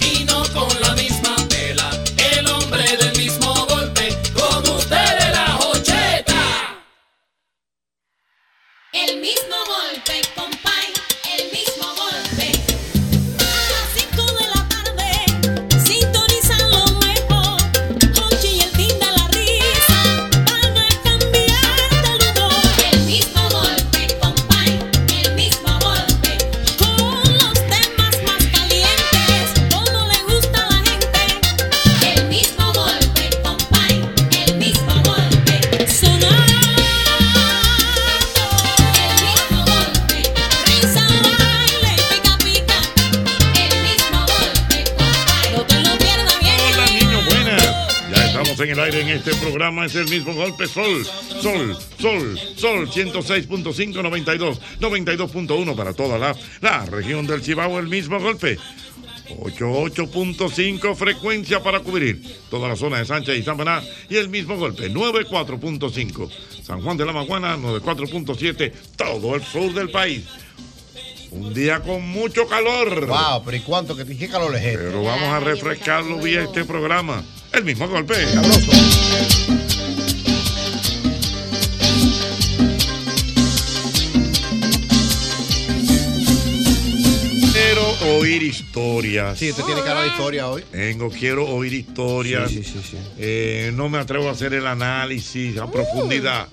y no con la misma tela. El hombre del mismo golpe, con ustedes la Hocheta. El mismo golpe, compay, el mismo golpe. A las 5 de la tarde, sintonizan lo nuevo. Hochi y el fin de la risa van a cambiar de humor. El mismo golpe, compay, el mismo golpe. Con los temas más calientes, como le gusta a la gente. El mismo golpe, compay, el mismo golpe. Sonar. Hola niños, buenas. Ya estamos en el aire en este programa, es el mismo golpe Sol, Sol, Sol, Sol 106.5, 92, 92.1 para toda la, la región del Cibao, el mismo golpe. 88.5 frecuencia para cubrir toda la zona de Sánchez y Samaná y el mismo golpe, 94.5. San Juan de la Maguana, 94.7, todo el sur del país. Un día con mucho calor. Wow, pero ¿y cuánto? que dije calor es Pero vamos a refrescarlo vía este programa. El mismo golpe. sabroso. Quiero oír historias. Sí, usted tiene cara de historia hoy. Tengo, quiero oír historias. Sí, Eh, no me atrevo a hacer el análisis a profundidad.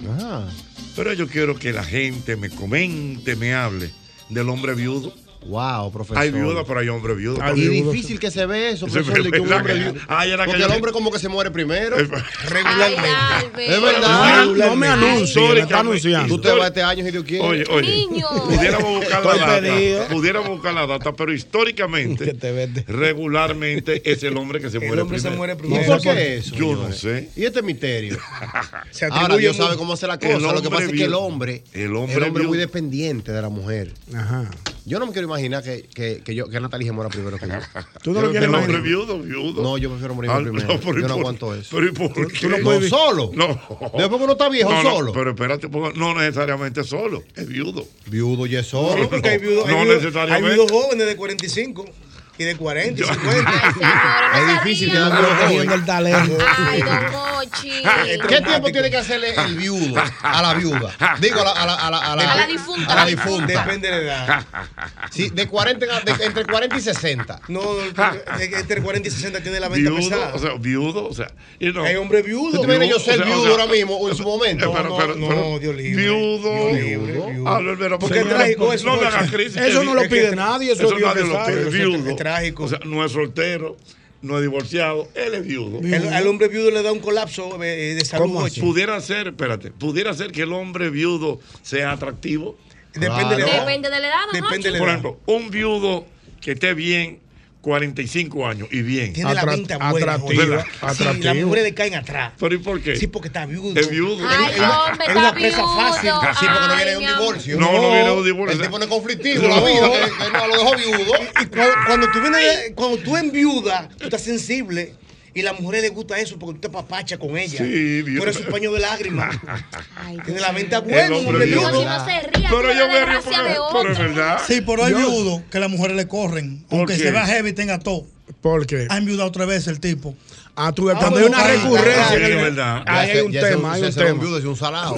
Pero yo quiero que la gente me comente, me hable del hombre viudo. Wow, profesor. Hay viuda, pero hay hombre viudo. y también. difícil que se ve eso, Se profesor, ve, de que un ¿verdad hombre que- viudo- Ay, era que Porque yo- el hombre como que se muere primero. Regularmente. Es verdad. Regularmente. Sorry, Carmen. Tú te vas este año y Dios quiere. pues, Oye, oye. Pudiéramos buscar la Estoy data. perdido. Pudiéramos buscar la data, pero históricamente, regularmente es el hombre que se muere hombre se primero. muere primero. ¿Y por qué eso, Yo no señores? sé. Y este misterio. Se atribuye Ahora Dios mucho. sabe cómo hacer la El cosa. Lo que hombre pasa es que el viudo. hombre, El hombre es muy viudo. dependiente de la mujer. Yo no me quiero imaginar que, que, que yo, que Natalie se muera primero que yo. ¿Tú no lo quieres El hombre imaginar? viudo, viudo. No, yo prefiero morir Ah, primero. no, pero yo ¿y no por- aguanto eso. pero ¿y por Tú- qué? tú no puedes- No, solo. No. Después que uno está viejo, No, no, solo. pero espérate, porque no necesariamente solo. Es viudo. Viudo y es solo. No, Porque hay viudos no hay viudos- hay necesariamente. viudos jóvenes de 45 y de 40 y 50. es difícil que cogiendo el talento. ¿Qué tiempo tiene que hacerle el viudo a la viuda? Digo, a la, a la, a la, A la difunta. a la difunta. Depende de la edad. Sí, de 40, en- de- entre 40 y 60. No, no, es que entre 40 y 60 tiene la venta pesada. Viudo, o sea, viudo, o sea. y no. Hay hombre viudo. ¿Tú te imaginas yo ser viudo ahora mismo, en su momento? Pero, No, pero, no, pero, no, Dios libre. Viudo. Viudo. Ah, no, pero- Porque es Señora, trágico eso, No me Jorge. hagas crisis. Eso no lo Es pide que- nadie, eso Dios nadie lo lo sabe. pide. Pero eso es Viudo. trágico. O sea, no es soltero, no es divorciado, él es viudo. El, al hombre viudo le da un colapso eh, de salud. ocho. Pudiera ser, espérate, pudiera ser que el hombre viudo sea atractivo. Depende de de la edad. Depende de la edad, don Hochi. Por ejemplo, un viudo que esté bien 45 años y bien. Tiene la pinta buena. ¿Verdad? Sí, las mujeres le caen atrás. ¿Pero y por qué? Sí, porque está viudo. Es viudo. Ay, Es una- hombre, es una está presa viudo. fácil. Sí, porque no Ay, viene de un mi amor. divorcio. No, no viene de un divorcio. El tipo no es conflictivo, la vida, que, que no, lo dejó viudo. Y, y cuando, cuando tú vienes, cuando tú en viuda, tú estás sensible. Y a las mujeres les gusta eso porque tú te papacha con ella. Sí, Tú eres su paño de lágrimas. Tiene la venta El buena, un hombre hombre viudo. viudo. No, si no se ría, Pero tú yo la me río desgracia por- de por otro. verdad. Sí, pero hay Yo- viudo que las mujeres le corren. ¿Por Aunque qué? se vea heavy y tenga todo. ¿Por qué? Ha enviudado otra vez el tipo. Ah, tú ves, cuando hay una recurrencia. Ahí hay un tema, hay un tema. viudo es un salado.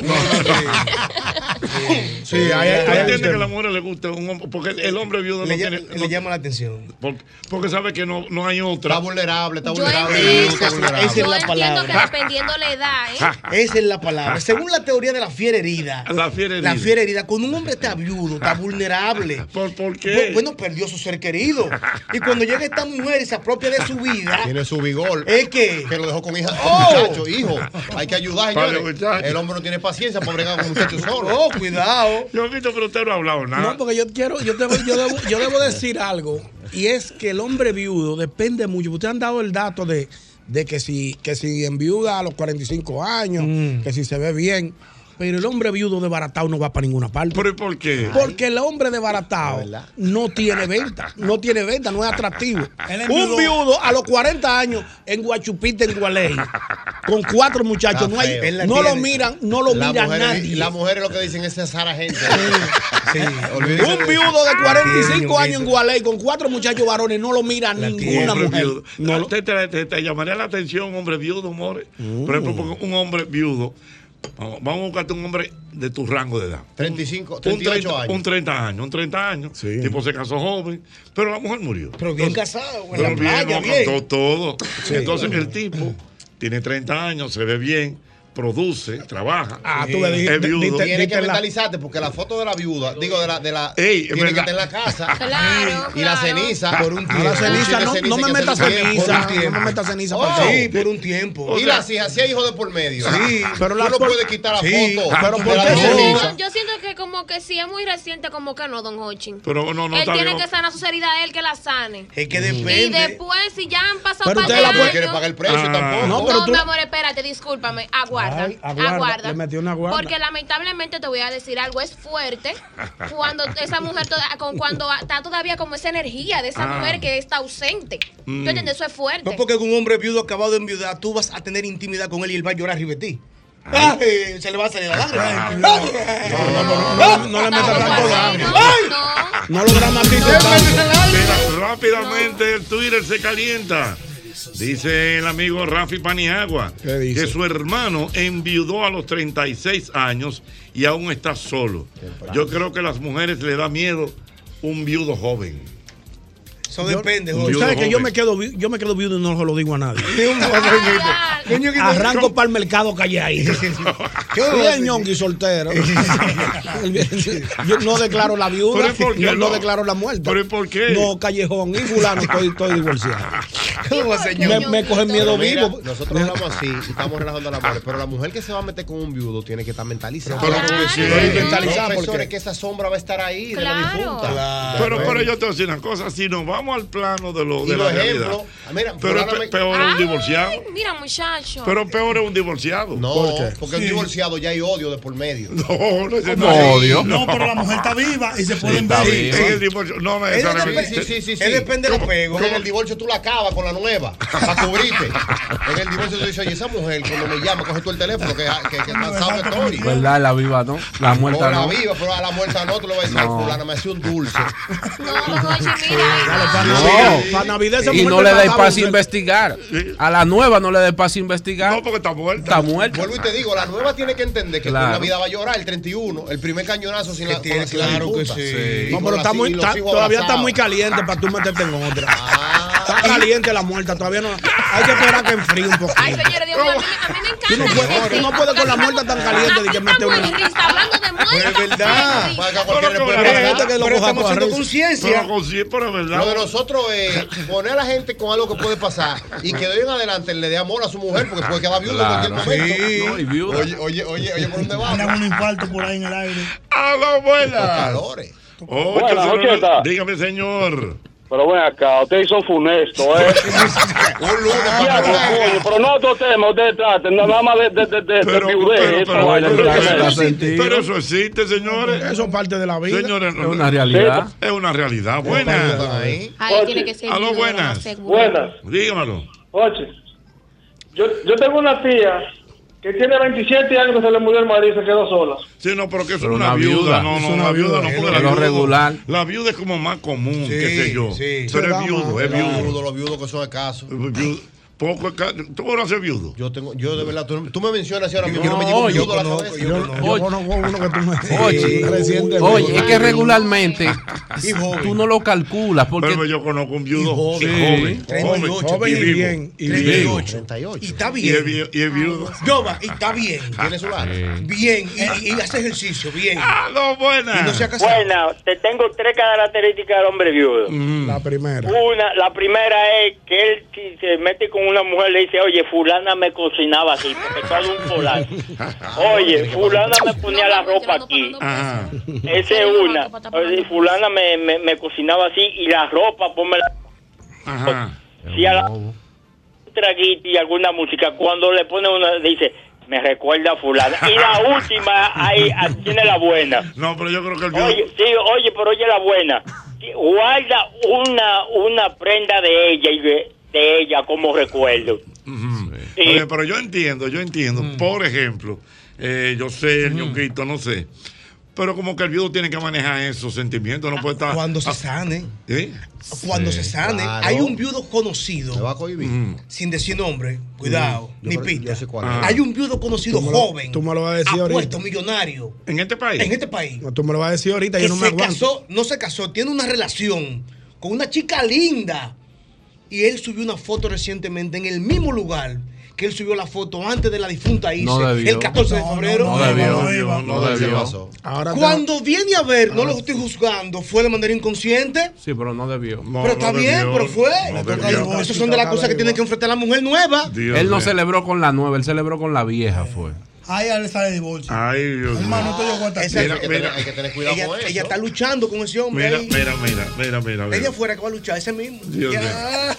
Sí, ahí hay- ¿Tú ahí hay un entiendes Eh, que a tema. la mujer le gusta un hombre? Porque el hombre viudo Le no llama- tiene. le llama la atención. Porque, porque sabe que no, no hay otra. Está vulnerable, está Yo vulnerable, entiendo- está vulnerable. esa es la Entiendo que palabra. dependiendo la edad, ¿eh? Ah. Esa es la palabra. Según la teoría de la fiera herida. La fiera herida. La fiera herida. Cuando un hombre está viudo, está vulnerable. ¿Por, qué? Bueno, perdió su ser querido. Y cuando llega esta mujer y se apropia de su vida. Tiene su vigor. Es que. Que lo dejó con hija. Oh. Muchacho, hijo. Hay que ayudar, Vale, señores. muchacho. El hombre no tiene paciencia para bregar con muchachos solos. Oh, cuidado. Yo visto, pero usted no ha hablado nada. No, porque yo quiero, yo debo, yo debo, yo debo decir algo, y es que el hombre viudo depende mucho. Ustedes han dado el dato de, de que si, que si enviuda a los 45 años, que si se ve bien. Pero el hombre viudo desbaratado no va para ninguna parte. ¿Pero y por qué? Porque el hombre desbaratado no tiene venta, no tiene venta, no es atractivo. Él Un enviudó. viudo a los 40 años en Guachupita, en Gualey, con cuatro muchachos, Está no, hay, feo. Él la no lo tiene. miran, no lo Las mira mujeres- nadie. Las mujeres lo que dicen es cesar a gente. Olvídese Un de- viudo de 45 Tiene, años en Gualey con cuatro muchachos varones no lo mira ninguna hombre mujer. viudo. Ah, Te, te- te- te llamaría la atención un hombre viudo, amores. Por ejemplo, porque un hombre viudo. Vamos vamos a buscarte un hombre de tu rango de edad. 35, Un 38 años. Un 30 años, un 30 años. Tipo se casó joven, pero la mujer murió. Pero bien casado, en Pero la bien, playa, no, bien. Todo. todo. Sí. Entonces el tipo tiene 30 años, se ve bien, produce, trabaja. Ah, Sí. tú me dijiste- Es viudo. Tienes que mentalizarte porque la foto de la viuda, digo, de la. De la Ey, es tiene que verdad. estar en la casa. Claro, Y la claro. ceniza. Ah, Por un tiempo. La ceniza, ah, No, la no me hay que metas hacerle ceniza, por un no tiempo. me metas ceniza, por Oh. favor. Sí, por un tiempo. Y las hijas, si hay hijos de por medio. Sí, pero pero tú la- no puedes quitar la Sí, foto. pero de ¿por la qué ceniza. Yo, yo siento que como que si es muy reciente, como que no, don Hochin. Pero no, no, él está tiene bien. que sanar su herida, él que la sane. Es que Mm. Y después, si ya han pasado Pero par usted de la puede- años- quiere pagar el precio Ah. tampoco. No, No, pero tú- mi amor, espérate, discúlpame. Aguarda, Ay, aguarda. aguarda, le metió una guarda. Porque lamentablemente te voy a decir algo, es fuerte cuando esa mujer, toda- con, cuando está todavía como esa energía de esa Ah. mujer que está ausente. ¿Tú Mm. entiendes? Eso es fuerte. No porque un hombre viudo acabado de enviudar, tú vas a tener intimidad con él y él va a llorar arriba de ti. Ay, se le va a salir la lágrima. Ah. No le metas tanto drama. No lo Mira, rápidamente el Twitter se calienta. Dice el amigo Rafi Paniagua que su hermano enviudó a los 36 años y aún está solo. Yo creo que a las mujeres le da miedo un viudo joven. Eso depende, Tú joven. sabes que yo Joven. me quedo vi- yo me quedo viudo y no se lo digo a nadie. Coño, que- Arranco para el mercado calladito. ¿Qué Soy vas a el ñongo y soltero. Yo no declaro la viuda, ¿Pero por qué no, no no? declaro la muerte. ¿Pero y por qué? No, callejón y fulano, estoy, estoy divorciado. Me, me cogen Pero miedo mira, vivo. Nosotros hablamos así y estamos relajando la mujer, pero la mujer que se va a meter con un viudo tiene que estar mentalizada. Pero como que sí. Pero mentalizada, ¿por qué? profesores, que esa sombra va a estar ahí de la difunta. Pero, pero yo te voy a decir una cosa, si nos vamos al plano de, lo, Y de los la ejemplos, realidad, ah, mira, pero fulano pe- me- peor Ah. es un divorciado. Mira, muchacho. Pero peor es un divorciado. No, porque el divorciado ya hay odio de por medio. No, no, ese ¿Cómo sí. odio? No, pero la mujer está viva y se pueden está ver. viva. En el divorcio, no Es necesariamente. depende- sí, sí, sí, sí. Es ¿Cómo- cómo En el divorcio tú la acabas con la nueva, para cubrirte. En el divorcio tú dices, oye, esa mujer cuando me llama, coge tú el teléfono, que, que, que cansado que estoy. ¿Verdad? La viva no. La muerta O la no. viva, pero a la muerta no, tú le vas a decir, No. fulana, me hace un dulce. No. y no le da espacio a investigar. A la nueva no le da espacio a investigar. No, porque está muerta. Está muerta. Vuelvo y te digo, la nueva tiene que entender que tú en la Claro. vida va a llorar el 31, el primer cañonazo sin la, tiene, con la- sin la claro que disputa. Y No, con pero la- está y muy, los está- hijos todavía está abrazados. muy caliente para tú meterte en otra. Está caliente la muerta, todavía no. Hay que esperar que enfríe un poco. Ay, señores, Dios mío, a mí, me- a mí me encanta. Tú no puedes, tú no puedes con la muerta tan caliente de que mete una. hablando de muerte. Es verdad. Vaca, Pero cualquier que respuesta. verdad, Gente que lo pero coja estamos por la haciendo risa. conciencia. Pero conciencia, pero verdad. Lo de nosotros es poner a la gente con algo que puede pasar y que de hoy en adelante le dé amor a su mujer porque puede quedar viuda en Claro. cualquier momento. Sí. No, y viuda. Oye, oye, oye, oye, ¿por dónde va? Andan un infarto por ahí en el aire. ¡A la Los buena! calores. Ocho, Buenas, cero, Jocheta. Dígame, señor. Pero ven acá, ustedes son funestos, ¿eh? Ya, coño, pero no otro tema, ustedes traten, nada más de, de, de, de, de viudez, esta vaina, mira, que me- Pero eso existe, señores. Eso es parte de la vida. Señores, no- realidad. Es una realidad. Buena. Ahí tiene que ser. Aló, viuda, buenas. seguro. Buenas. Dígamelo. Oye, yo, yo tengo una tía que tiene 27 años que se le murió el marido y se quedó sola. Sí, no, pero que eso es Pero una una viuda. viuda. No, Es no, una la viuda viuda, no. es porque lo la viuda- regular. La viuda es como más común, Sí, qué sé yo. sí. Se Pero da es viudo, más, es se da viudo. viudo, Los viudos que son escasos. Poco escaso. ¿Tú conoces viudo? Yo tengo, yo de verdad, tú, tú me mencionas ahora mismo, yo no me llevo No, un yo viudo a la conozco, cabeza. yo conozco. Oye. uno que tú me Oye, Recientemente. oye, es que regularmente tú no lo calculas porque Pero yo conozco un viudo Y joven, joven. joven, joven, Joven y vivo, bien, y vivo. bien. 38. Y está Y es bien. vi- y es viudo. Yoba, y está bien. Tiene su barra. Bien. Y, y hace ejercicio, bien. no, buena. Y no se ha casado. Bueno, te tengo tres características del hombre viudo. Mm. La primera. Una, la primera es que él si se mete con una mujer le dice, oye, fulana me cocinaba así, porque todo un polar. Oye, fulana me ponía la ropa aquí. Ajá. Esa es una. Oye, fulana me, me, me cocinaba así y la ropa, ponme la... Ajá. Si a la un traguito y alguna música, cuando le pone una, dice, me recuerda a fulana. Y la última, ahí ahí tiene la buena. No, pero yo creo que el viudo. Oye, sí, oye, pero oye la buena. Sí, Guarda una, una prenda de ella y de, de ella como recuerdo. Ujú. Oye, pero yo entiendo, yo entiendo. Por ejemplo, eh, yo sé, el ñonquito, no sé. Pero como que el viudo tiene que manejar esos sentimientos, no puede estar. Ah, ¿eh? Cuando se sane. ¿Sí? Cuando se sane. claro. Hay un viudo conocido, Mm. sin decir nombre, cuidado, Yo ni creo- pita. yo sé cuál es. Ah, Hay un viudo conocido Tú me lo- joven, Tú me lo vas a decir ahorita. apuesto, millonario, ¿En este país? en este país, No, tú me lo vas a decir ahorita, que yo no me se aguanto. casó, no se casó, tiene una relación con una chica linda. Y él subió una foto recientemente en el mismo lugar que él subió la foto antes de la difunta Isis, No debió. el 14 de febrero. no debió, debió, no debió. pasó. Ahora te- Cuando viene a ver, no lo estoy juzgando, fue de manera inconsciente. Sí, pero no debió. pero está bien, pero fue. Esas son de las cosas que tienen que enfrentar la mujer nueva. él no celebró con la nueva, él celebró con la vieja, fue. Ahí él sale de divorcio. Ay, Dios mío. Hermano, no te llegó hasta aquí. Esa- Mira, mira, ella, ella está luchando con ese hombre. mira, ahí. mira, mira, mira, mira, Ella mira. fuera que va a luchar, ese mismo. Dios Ya.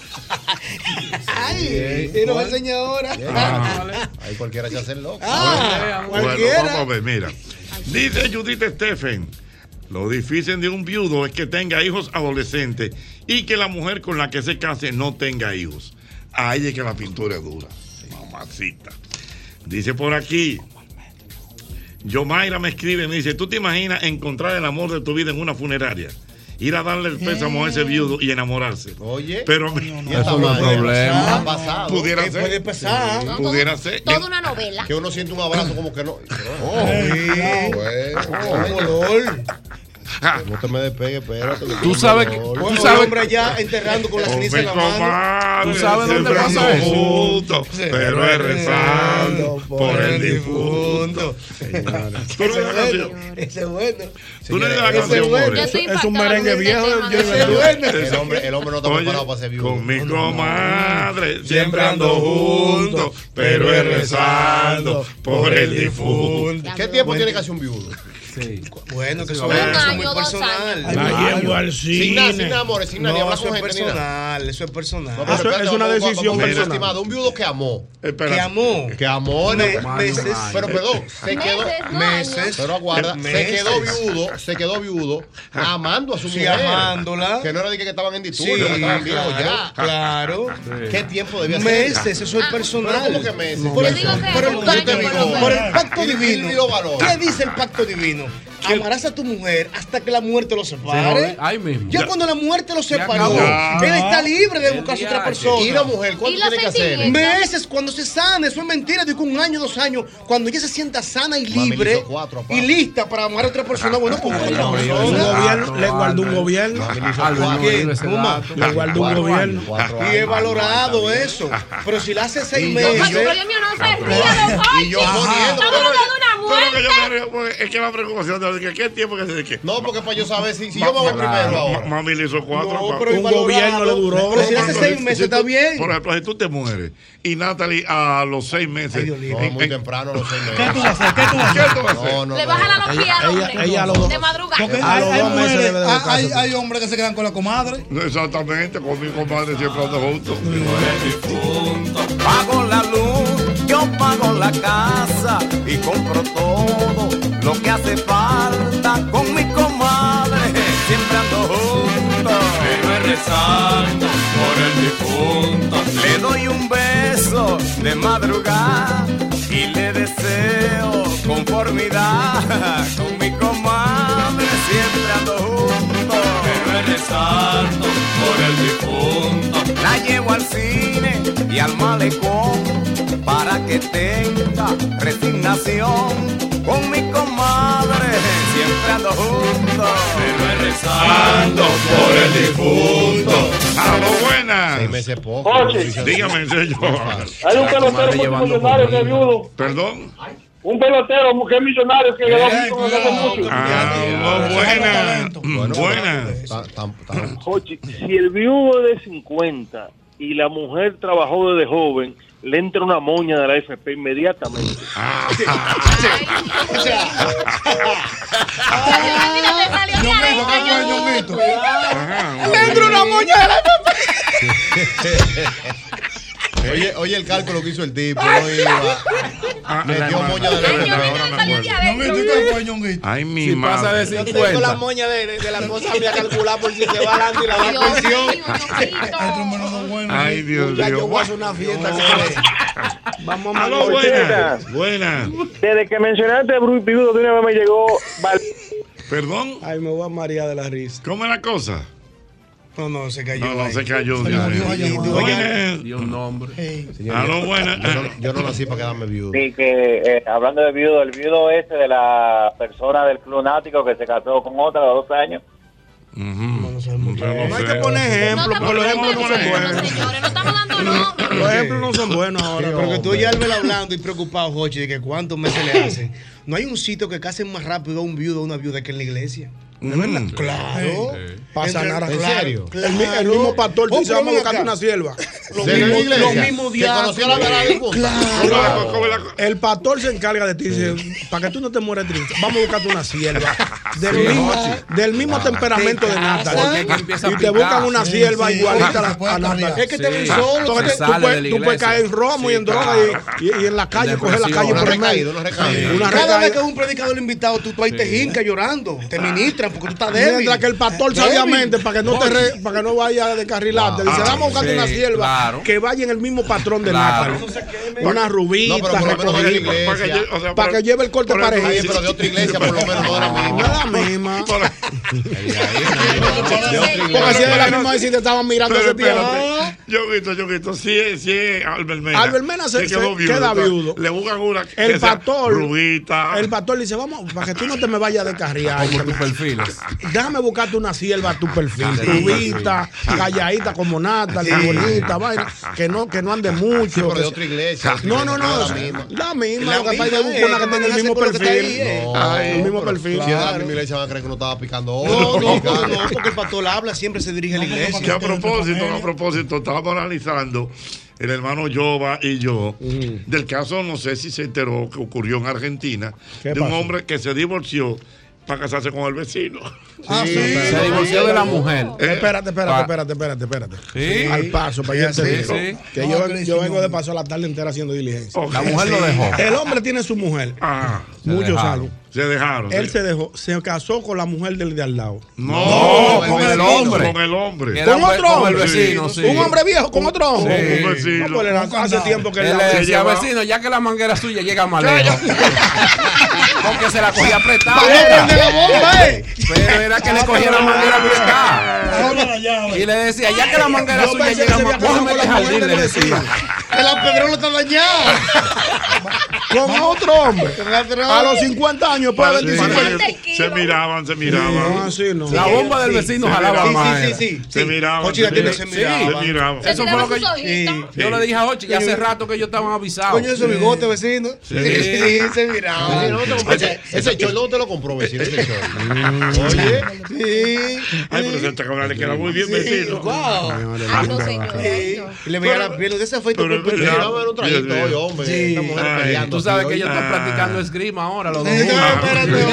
Ay, y nos va a enseñar ahora. Ahí cualquiera se hace el loco. Ah, Bueno, cualquiera. vamos a ver, mira. Dice Judith Steffen, lo difícil de un viudo es que tenga hijos adolescentes y que la mujer con la que se case no tenga hijos. Ahí es que la pintura es dura. Mamacita. Dice por aquí. Yomaira me escribe y me dice, ¿tú te imaginas encontrar el amor de tu vida en una funeraria? Ir a darle el pésamo a ese viudo y enamorarse. Oye. Pero Y esta vaina, Ha pasado. Pudiera ¿Qué ser. Puede pasar. No, todo- Pudiera ser. Toda una novela. Que uno siente un abrazo como que no. Oh, Un olor. No te me despegues, espérate. que Tú tengo sabes que- dolor. tú Un sabes- hombre allá enterrando con la ceniza en la mano. Compadre, ¿Tú sabes dónde siempre pasa ando eso? juntos, pero es rezando por el difunto. Tú no eres la canción. Ese es bueno. Tú no eres la Ese canción, bueno. More. Yo estoy Es un impactada con merengue este viejo tema del de Johnny verdad. Ventura. El hombre, el hombre no está Oye, preparado para ser viudo. Con mi comadre, siempre ando juntos, pero es rezando por el difunto. ¿Qué tiempo tiene que hacer un viudo? Bueno, que eso Un es eso es año, muy dos personal. años. Sin nada, sin nada, amores, sin nada. ni No, hablar eso con es gente ni nada. personal, Ah, eso es personal. No, pero Eso es espérate, una vamos, vamos, decisión vamos, personal. estimado, un viudo que amó. Que Espérate. amó. Que amó. Me- no, meses. Pero perdón, se quedó. Meses, no Meses. años. Pero aguarda, se Meses. quedó viudo, se quedó viudo, amando a su Sí, mujer. amándola. Que no era de que que estaban en Sí, disturbio, que estaban viejos claro, ya. claro. ¿Qué tiempo debía ser? Meses, eso es personal. Pero ¿cómo que meses? Por el, Ah. Yo digo que por el un pacto, año por lo menos. por el Y- pacto y- divino. y lo valora. ¿Qué dice el pacto divino? Amarás a tu mujer hasta que la muerte lo separe. Ahí mismo. Ya cuando la muerte lo separó, acabó. él está libre de buscarse otra persona. Y la mujer, ¿cuánto Y los tiene que hacer? sentimientos. Meses cuando se sana, eso es mentira. Digo un año, dos años, cuando ella se sienta sana y Mami, libre hizo cuatro, papá. Ah, y lista para amar a otra persona, bueno, pues Ay, otra no, Un Dios. persona. gobierno, le guardó un gobierno. Albert, no ¿Qué? dime ese ¿Cómo? dato. Le guardó un Cuatro gobierno. años, cuatro Y es años. valorado ah, eso. Pero si la hace seis Y yo- Ay, meses. pero Dios mío, no se ría, don Y yo Jorge. poniendo- Estamos hablando de una Pero que que yo me río porque es que la preocupación de que qué tiempo que se de qué. No, porque para yo saber si, si yo me voy primero ahora. Mami le hizo cuatro. No, pa- pero Un valorado. gobierno le duró. Pero si hace por seis ejemplo, meses si está tú- bien. Por ejemplo, si tú te mueres y Natalie a los seis meses. No, muy temprano, los seis meses. ¿Qué tú vas a hacer? ¿Qué tú vas a hacer? No, no, Le no. baja la loquía al Ella- hombre. ella- ella a los dos- De madrugada. Porque Hay, hay dos meses mujeres- debe de hay- buscarse. hay- hay hombres que se quedan con la comadre. Exactamente, con mi compadre siempre ando juntos. Pago la luz, yo pago la casa y compro todo lo que hace falta con mi comadre. Siempre ando juntos. Vive rezando por el difunto. Le doy un beso de madrugada y le deseo conformidad con mi comadre. Siempre ando juntos. Vive rezando por el difunto. La llevo al cine y al malecón para que tenga resignación con mi comadre. Siempre ando juntos. Pero rezando por el difunto. A lo buenas. Seis meses poco. Oye. Dígame, señor. Hay un pelotero que es millonario que es viudo. Perdón. Un pelotero que es millonario que quedó Eh, viudo con hace mucho. Ah, mm, buenas. Buenas. Jochi, si el viudo de 50 y la mujer trabajó desde joven, le entra una moña de la FP inmediatamente. Ah. Dentro una moña de la Oye, oye el cálculo que hizo el tipo. No iba. Me dio moña ah. de la Ay, mi Si madre. pasa de Yo tengo 50. la moña de, la cosa voy a calcular por si se va adelante y la va a pensión. Ay, Dios Ya mío. yo voy a hacer una fiesta. que- Vamos a Aló, mangotear. buenas. Buenas. Desde que mencionaste Bruy Piudo, de una vez me llegó. Val- Perdón. Ay, me voy a marear de la risa. ¿Cómo es la cosa? No, no, se cayó. No, no, se cayó. Se Dios murió mío. allá abajo. Buenas. Dios nombre. A lo buenas. Yo no, yo no nací para quedarme viudo. Sí, que eh, hablando de viudo, el viudo ese de la persona del club nático que se casó con otra de dos años. No hay que poner ejemplo. Por los ejemplos no son buenos. Los ejemplos no son buenos ahora. Qué Porque tú hombre. ya Albert hablando y preocupado, Jochi, de que cuántos meses le hacen. No hay un sitio que casen más rápido a un viudo o una viuda que en la iglesia. Mm. ¿No es verdad? Claro. Para Entre- sanar a ¿En claro. serio? El, mi- el mismo pastor Oh, dice: pero Vamos a ven buscar acá. una sierva. Los ¿De la mismos- iglesia? los mismos ¿Que conoció la verdad del diáconos. mundo? Claro. ¿Cómo El pastor se encarga de ti. Dice: Para que tú no te mueras triste, vamos a buscarte una sierva. Del Sí, mismo, Jochi. del mismo Ah. temperamento Te de Nata. casan. Porque es que empieza a Y te picar. buscan una Sí, sierva sí. igualita a Se la- puede a Nata. cambiar. Es que te Sí. ven solo. Se porque tú sale de la puedes- Tú puedes iglesia. caer en romo y en Sí, droga claro. y, y- y en la calle, coger la Depresión. calle por Una el medio. recaída, una recaída. Una Cada recaída. vez que un predicador invitado, tú, tú ahí te jincas llorando. Te ministran porque tú estás débil. Ah. Eh, Mientras que el pastor Débil. sabiamente, para que no te re- para que no vaya a descarrilarte, dice, Ah, vamos buscando sí, una sierva claro. que vaya en el mismo patrón de Claro. Natalie. Una rubita, No, pero por lo menos de la recogida. iglesia. Para que lle- o sea, para que lleve el corte Por ejemplo, parejito. ahí, Pero de otra iglesia, por lo menos, no de la misma. misma. De otra Porque si iglesia. era la misma vez si te estaban mirando ese Pero ah, tiempo. espérate, yo grito, yo grito, sí, es- sí, es Albert Mena. Albert Mena se- se queda entonces, viudo. Le buscan una que El sea pastor, Rubita. el pastor le dice, vamos, para que tú no te me vayas a descarriar. Como tu perfil. Déjame buscarte una sierva a tu perfil, Sí. rubita, calladita como Natalie, Sí. bonita, vaina, que no, que no ande mucho. pero de que- otra iglesia. otra Ah, No, iglesia, no, no. la La misma. misma. La misma. La Lo que pasa es misma, que busca una que eh, tenga el mismo con lo que está perfil. ahí, eh. Ay, el mismo pero perfil. Si era la Claro. misma iglesia, van a creer que uno estaba picando No, oro. no, picando. no, porque el pastor habla, siempre se dirige a la iglesia. Que a propósito, a propósito, estábamos analizando el hermano Jova y yo del caso, no sé si se enteró, que ocurrió en Argentina, de un pasó? hombre que se divorció para casarse con el vecino. Ah, sí, eh, Se divorció de la mujer. Eh, Espérate, Pa- espérate, espérate, espérate, espérate. Sí. Al paso, para allá Sí, te sí. digo. Que No, yo, que le yo hicimos. vengo de paso la tarde entera haciendo diligencia. Ok. La mujer lo dejó. El hombre tiene su mujer. Muchos dejaron. años. Se dejaron. Él sí. se dejó, se casó con la mujer del de al lado. No, con el hombre. Con el hombre. Con otro con el hombre. vecino, sí. Un hombre viejo con otro hombre. Sí. No, pues, era- hace tiempo que Él él le la- decía, se llevaba- vecino, ya que la manguera suya llega más lejos. Porque se la cogía apretada. Pero de la bomba, eh. Pero era que le cogía la manguera apretada. Y le decía, ya que la manguera Yo suya pensé que llega se más había casado lejos, con la el jardín, mujer le del decía. vecino. El apedrón está dañado. con otro hombre. A los 50 años, para Sí. 25 años. Se miraban, se miraban. No, así no. La bomba del vecino se jalaba miraban. más, era. Se miraban. Jochi, la tiene, se Se miraban. miraban. Eso fue lo que yo, Sí. yo le dije a Ochi, que hace Coño, rato que ellos estaban avisados. Coño, ese bigote, vecino. Sí. Sí, se miraba. Oye, no te pues, compré- Ese- ese cholo no te lo compró, vecino. Ese cholo. Mm. Oye. Ay, pero ese chacabrón le queda muy bien vecino. Y le veía la piel de ese afeito por pero- puñal. pero- un traguito Dios hoy, mío. hombre. Sí. Esta mujer Ay, peleando Tú sabes aquí que hoy. ellos Ah. están practicando esgrima ahora, los dos. espérate.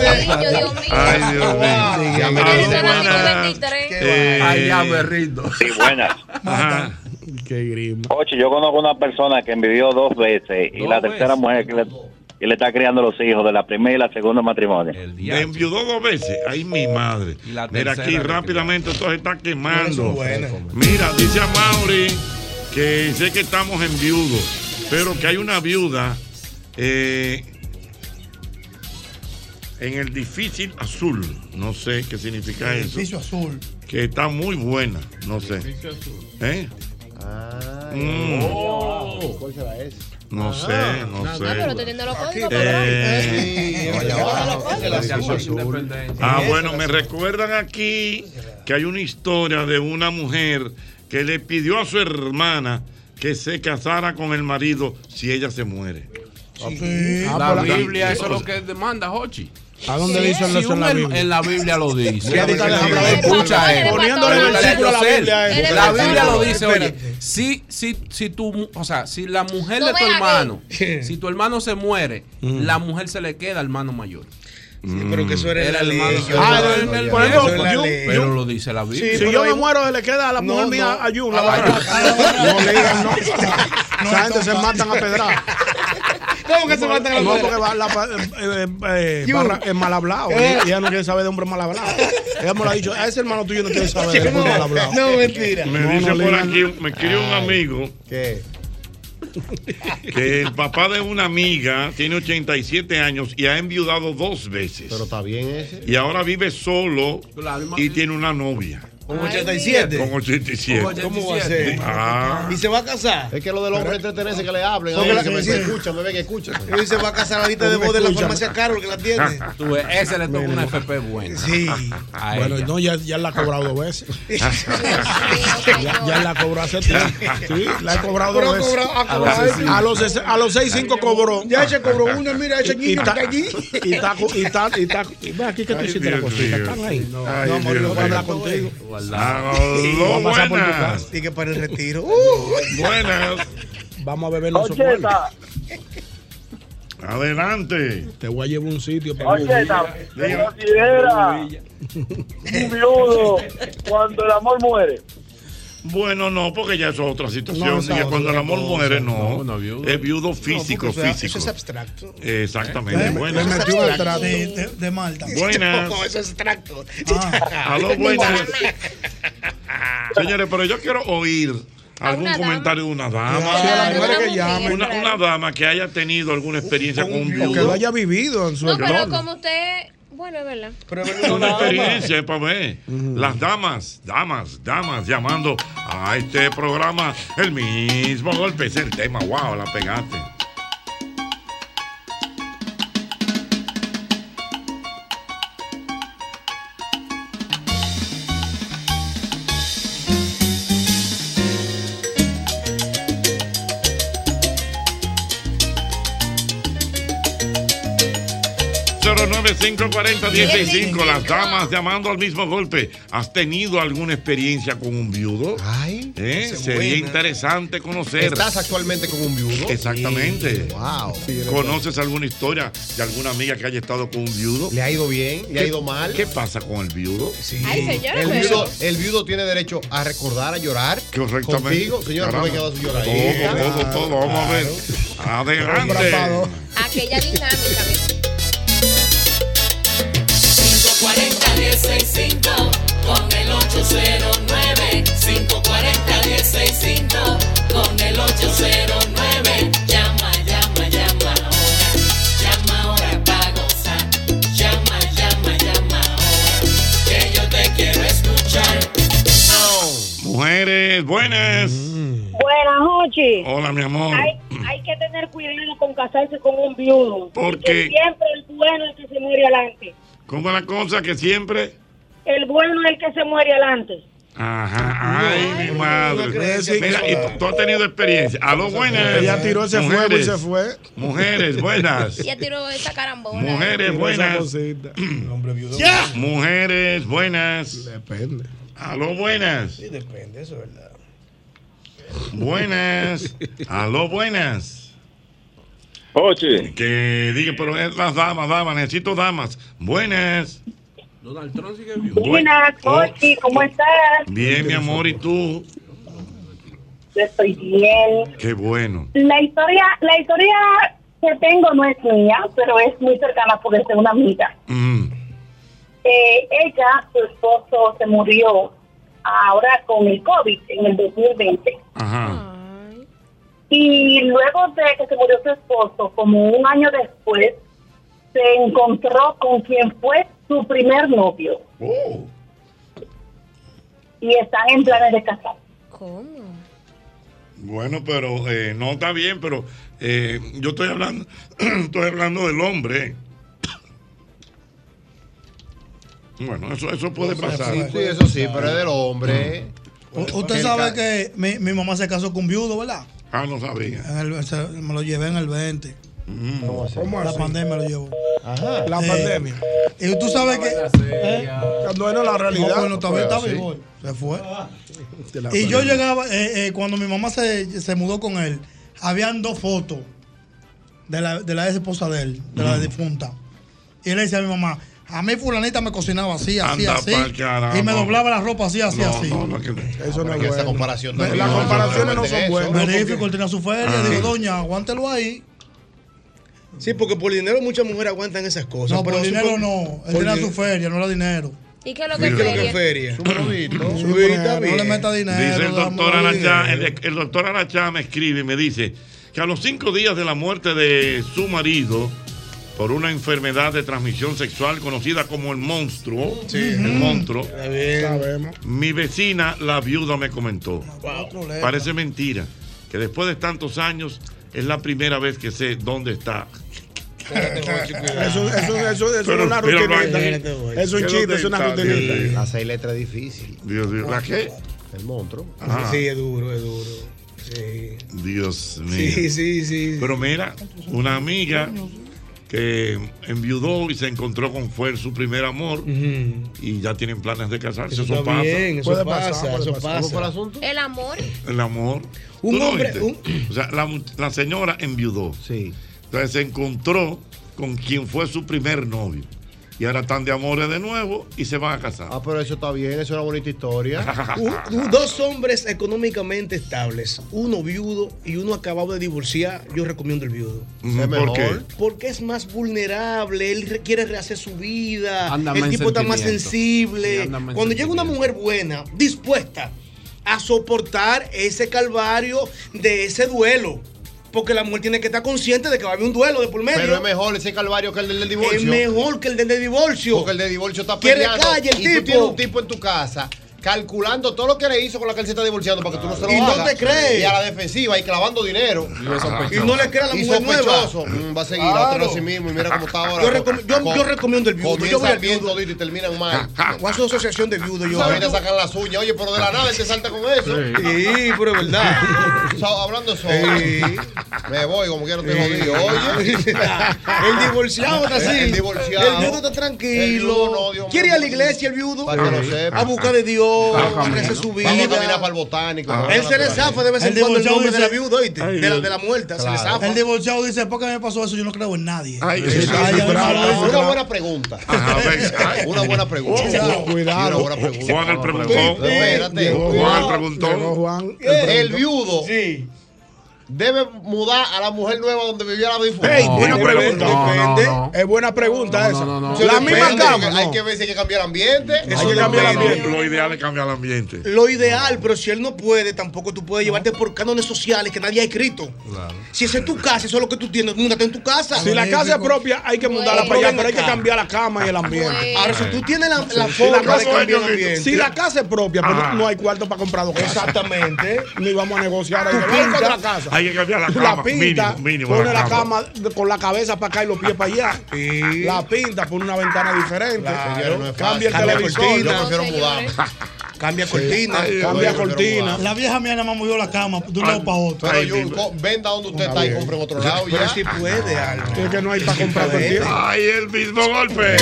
Ay, Dios mío. Ya me Aló, dice la buenas. Eh, Ay, ya me rindo. Sí, buenas. Qué grima. Ocho, yo conozco una persona que envidió dos veces y la tercera mujer que le, que le está criando los hijos de la primera y la segunda matrimonio. Me enviudó dos veces. Ay, mi madre. Mira, tercera aquí la que rápidamente esto se está quemando. Mira, dice a Mauri que sé que estamos en viudo, pero que hay una viuda eh, en el difícil azul. No sé qué significa eso. Edificio azul. Que está muy buena. No sé. ¿Eh? Mm. ¿Cuál será ese? No Ah. sé, no Ah, sé. pero te entiendo los códigos, Eh, patrón. eh, Vaya, eh, vaya, eh, vaya. Ah, bueno, me recuerdan aquí que hay una historia de una mujer que le pidió a su hermana que se casara con el marido si ella se muere. Ah, pues, Ah, La Biblia, eso es lo que demanda Hochi. ¿A dónde dice Si eso en un la herma- Biblia? En la Biblia lo dice. ¿Qué dice la Biblia? Escucha Eres eh. Poniéndole patón, versículo a la Entonces, Biblia, eh. Eres La patón. Biblia lo dice, oye. Espérate. Si, si, si tu, mu- o sea, si la mujer No de tu me hagas. hermano, si tu hermano se muere, la mujer se le queda al hermano mayor. pero que eso era El la ley, hermano- eso Ah, era el- la el- ley. por Eso ejemplo, era la yo- ley. pero lo dice la Biblia. si yo me muero, le queda a la mujer mía a Yu, la barraca. No le digan, no. Esa gente se matan a pedrar. ¿Cómo que se matan a No, pedrar? porque va- la, pa- eh, eh, eh, Yu. barra- es mal hablado. Eh. Y Ella no quiere saber de hombre mal hablado. Ella me lo ha dicho, ese hermano tuyo no quiere saber de No, hombre mal hablado. no, mentira. Me No, dice no le por digan- aquí, me escribe un amigo que el papá de una amiga tiene 87 años y ha enviudado dos veces. Pero está bien ese. Y ahora vive solo y tiene una novia. Con 87. Con 87. ¿Cómo va a ser? Ah. ¿Y se va a casar? Es que lo del hombre entretenerse que le hablen. Porque ahí, la- que me sí. escucha, me ven que escucha. Y se va a casar ahorita de voz de la farmacia Carol que la tiene. Tú ves, ese le toca una FP buena. Sí. A bueno, ella. no, ya, ya la ha cobrado dos veces. ya, ya la cobró hace tiempo. Sí, la ha cobrado Pero dos veces. cobra- ha A cobrado. los seis- A los, seis- a los seis, cinco cobró. Ya se cobró una, mira, esa Y- y niña está- está allí. Y está, co- y está, y está. y ve aquí que tú hiciste la cosita. Están ahí. No, Ay, no amor, Dios yo voy a hablar mío. contigo. Ah, Voy Aló, a pasar por tu buenas. casa. Y que para el retiro. Buenas. Vamos a beber los Ocheta. soportes. Adelante. Te voy a llevar a un sitio para Ocheta, Diga. se considera Ah. un viudo cuando el amor muere. Bueno, no, porque ya eso es otra No, situación. esa Ya es cuando el otra amor cosa. muere, no. No, no, viudo. Es viudo físico, No, porque eso es- físico. eso es abstracto. Exactamente. Le- Buenas. le metió un abstracto. Sí. De, de, de Malta. Buenas. No, eso es extracto. Aló, buenas. Señores, pero yo quiero oír algún una dama. comentario de una dama. Sí, a las mujeres que llaman. Una, una dama que haya tenido alguna experiencia con un O que lo viudo. haya vivido en su No, pero entorno. como usted. Bueno, es verdad. Una experiencia es para ver. Las damas, damas, damas llamando a este programa. El mismo golpe es el tema. Wow, la pegaste. cinco las damas llamando al mismo golpe. ¿Has tenido alguna experiencia con un viudo? Ay, sería buena. interesante conocer. ¿Estás actualmente con un viudo? Exactamente. Sí, Wow. ¿Conoces alguna historia de alguna amiga que haya estado con un viudo? ¿Le ha ido bien? ¿Le ha ¿Qué- ido mal? ¿Qué pasa con el viudo? Ay, señores, El viudo, pero. el viudo tiene derecho a recordar, a llorar. Correctamente. Contigo, señor, no me quedas llorando. Todo, todo, todo. Vamos a ver. Adelante. Aquella dinámica. 540-165 con el 809. 540-165 con el 809. Llama, llama, llama ahora. Llama ahora para gozar. Llama, llama, llama ahora. Que yo te quiero escuchar. Mujeres, buenas. Mm. Buenas, Jochi. Hola, mi amor. Hay, hay que tener cuidado con casarse con un viudo. ¿Por porque qué? Siempre el bueno es el que se muere adelante. ¿Cómo es la cosa que siempre? El bueno es el que se muere adelante. Ajá, ay, mi madre. creencia Mira, y tú, tú has tenido experiencia. A lo buenas. Ella tiró ese fuego y Mujeres, se fue. Mujeres, buenas. Ya tiró esa carambola. Mujeres, buenas. Ya. Mujeres, buenas. Depende. Aló, buenas. Sí, depende, eso es verdad. Buenas. Aló, buenas. Oye. Que diga, pero es las damas, damas, necesito damas. Buenas. Donald Trump sigue Buenas, Jochi, ¿cómo estás? Oh, Bien, mi amor, ¿y tú? Yo estoy bien. Qué bueno. La historia, la historia que tengo no es mía, pero es muy cercana porque es de una amiga. Eh, ella, su esposo, se murió ahora con el COVID en el 2020. Ajá. Y luego de que se murió su esposo, como un año después, se encontró con quien fue su primer novio. Y están en planes de casar. ¿Cómo? Bueno, pero eh, no está bien, pero eh, yo estoy hablando, estoy hablando del hombre. Bueno, eso, eso puede pasar. Sí, sí, eso sí, pero es del hombre. U- Usted sabe que mi, mi mamá se casó con viudo, ¿verdad? Ah, no sabía. En el- se- me lo llevé en el 20. ¿Cómo así? La pandemia lo llevó. Mm. Eh, Ajá. La pandemia. Y tú sabes que. ¿eh? Cuando era la realidad. Ah. No, bueno, estaba, Fue estaba Pues, así. igual. Se fue. De la Y yo pandemia. llegaba, eh, eh, cuando mi mamá se, se mudó con él, habían dos fotos de la, de la ex esposa de él, de Mm. la difunta. Y él le decía a mi mamá, a mí fulanita me cocinaba así, así, Anda así. pa'l carajo. y me doblaba la ropa así, así, así. Eso no es esa comparación. Ve- Las comparaciones no son buenas. Magnífico, él tenía su feria. Ah. Digo, doña, aguántelo ahí. Sí, porque por dinero muchas mujeres aguantan esas cosas. No, por pero dinero supo- no. Él por tenía di- su feria, no era dinero. ¿Y qué es lo Sí, que creo feria? que feria. Sí, Su pero vidita Mm, No le bien. meta dinero. Eh, Dice dame el doctor dinero. Arachá, el, el doctor Arachá me escribe y me dice que a los cinco días de la muerte de su marido por una enfermedad de transmisión sexual conocida como el monstruo, el monstruo, mi vecina, la viuda, me comentó. Parece mentira que después de tantos años es la primera vez que sé dónde está. Eso, eso, eso, eso Pero es una míralo ahí. rutinita. Es un ¿Qué chiste, dónde es una está? rutinita. Sí. Las seis letras difícil. Dios mío, ¿la qué? El monstruo. Ajá. Sí, es duro, es duro. Sí. Dios mío. Sí, sí, sí. Pero mira, una amiga que enviudó y se encontró con fue su primer amor y ya tienen planes de casarse. Eso, Eso está pasa. bien, eso Puede pasa, pasar, puede eso pasar. pasa. ¿Cómo fue el El amor. El amor. Un ¿Tú lo hombre, viste? O sea, la, mu- la señora enviudó. Sí. Entonces se encontró con quien fue su primer novio. Y ahora están de amores de nuevo y se van a casar. Ah, pero eso está bien, eso es una bonita historia. U- u- dos hombres económicamente estables, uno viudo y uno acabado de divorciar, yo recomiendo el viudo. Mm, ¿Es mejor? qué? Porque es más vulnerable, él re- quiere rehacer su vida, Anda el más en tipo está más sentimiento. sensible. Sí, anda más en Cuando llega una mujer buena, dispuesta a soportar ese calvario de ese duelo, porque la mujer tiene que estar consciente de que va a haber un duelo de por medio. Pero es mejor ese calvario que el del divorcio. Es mejor que el del divorcio. Porque el de divorcio está Quiere peleando. calle y el tipo. tú tienes un tipo en tu casa calculando todo lo que le hizo con la que él se está divorciando para que tú no se lo Y no hagas. te crees. Y a la defensiva y clavando dinero. Y no le crea a la Y mujer nueva. sospechoso. Mm, va a seguir Claro. otro a sí mismo y mira cómo está ahora. Yo, recom- yo- yo recomiendo el viudo. Yo voy Comienzan al bien viudo. todito y terminan Ah. mal. Voy a su asociación de viudo. Yo ¿eh? Ahorita sacan las uñas, oye, pero de la nada él te salta con eso. Sí, pero es verdad. So- hablando solo. Me voy, como quiera te jodido. Oye. El divorciado está así. El divorciado. El viudo está El viudo no, tranquilo. Dios Quiere ir mío. a la iglesia el viudo. Para que lo sepa. A buscar de Dios. Vamos a Crece caminar. su Vamos a caminar vida. para el botánico. Él se le zafa de vez en El cuando el divorciado nombre de la dice- viuda, ¿oíste? Ay, De la, Dios. de la muerta. Se le Claro. zafa. El divorciado dice, ¿por qué me pasó eso? Yo no creo en nadie. Ay, Ay, ay, ay, una ay. buena pregunta. Una buena pregunta. Cuidado, cuidado. Una buena pregunta. Juan el preguntó. Espérate. Juan preguntó. El viudo debe mudar a la mujer nueva donde vivía la difunta. Ey, buena pregunta. Depende. Es buena pregunta esa. La misma cama. Hay no. que ver si hay que cambiar el ambiente. Eso que cambiar el ambiente. Lo ideal es cambiar el ambiente. Lo ideal, pero si él no puede, tampoco tú puedes llevarte por cánones sociales que nadie ha escrito. Claro. Si esa es tu casa, eso es lo que tú tienes, múndate en tu casa. Si la casa es propia, hay que mudarla para allá, Ven pero hay que acá. cambiar la cama y el ambiente. Bueno. Ahora, si tú tienes la- la Sí. forma Si la de casa, cambiar el ambiente. si la casa es propia, pues Ajá. no hay cuarto para comprar dos casas. Exactamente. Ni vamos a negociar. ahí. Tú Vamos a comprar pintas. otra casa. Hay que cambiar la Tú cama, La pinta, mínimo, mínimo pone la la cama de- con la cabeza para acá y los pies para allá. La pinta, pone una ventana diferente. Señores, no es Cambia el fácil. televisor. Yo prefiero mudarme. Cambia cortina. Cambia Yo prefiero cortina. La vieja mía nada más movió la cama de un lado para otro. Pero yo, co- venda donde usted está y compre en otro lado. Pero ya. si puede, Aldo. Es que no hay para comprar cualquier. ¡Ay, el mismo golpe!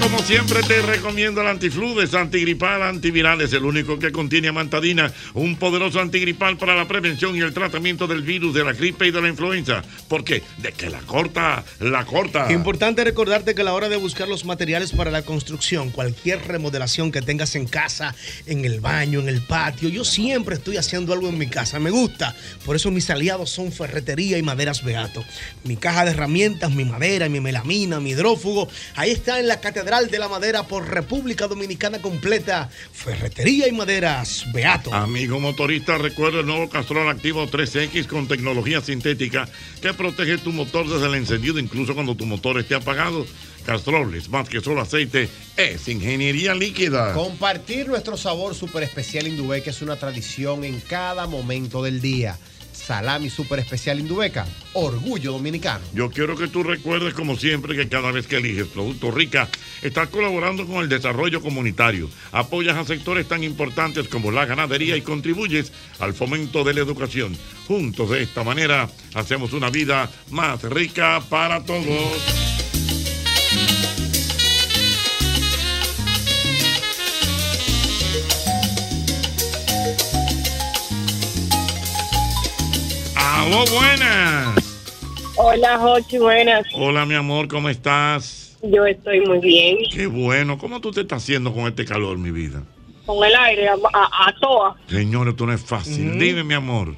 Como siempre te recomiendo el antifludes, antigripal, antiviral. Es el único que contiene amantadina, un poderoso antigripal para la prevención y el tratamiento del virus, de la gripe y de la influenza. Porque de que la corta, la corta. Importante recordarte que a la hora de buscar los materiales para la construcción, cualquier remodelación que tengas en casa, en el baño, en el patio, yo siempre estoy haciendo algo en mi casa, me gusta. Por eso mis aliados son Ferretería y Maderas Beato. Mi caja de herramientas, mi madera, mi melamina, mi hidrófugo, ahí está en la Catedral de la Madera por República Dominicana completa. Ferretería y Maderas Beato. Amigo motorista, recuerda el nuevo Castrol Activo 3X con tecnología sintética que protege tu motor desde el encendido, incluso cuando tu motor esté apagado. Castrol es más que solo aceite, es ingeniería líquida. Compartir nuestro sabor super especial Indubeca es una tradición en cada momento del día. Salami super especial Indubeca, orgullo dominicano. Yo quiero que tú recuerdes, como siempre, que cada vez que eliges Productos Rica, estás colaborando con el desarrollo comunitario, apoyas a sectores tan importantes como la ganadería y contribuyes al fomento de la educación. Juntos, de esta manera, hacemos una vida más rica para todos. ¡Aló, buenas! Hola, Jochi, buenas. Hola, mi amor, ¿cómo estás? Yo estoy muy bien. Qué bueno. ¿Cómo tú te estás haciendo con este calor, mi vida? Con el aire a, a, a toa. Señor, esto no es fácil. Dime, mi amor.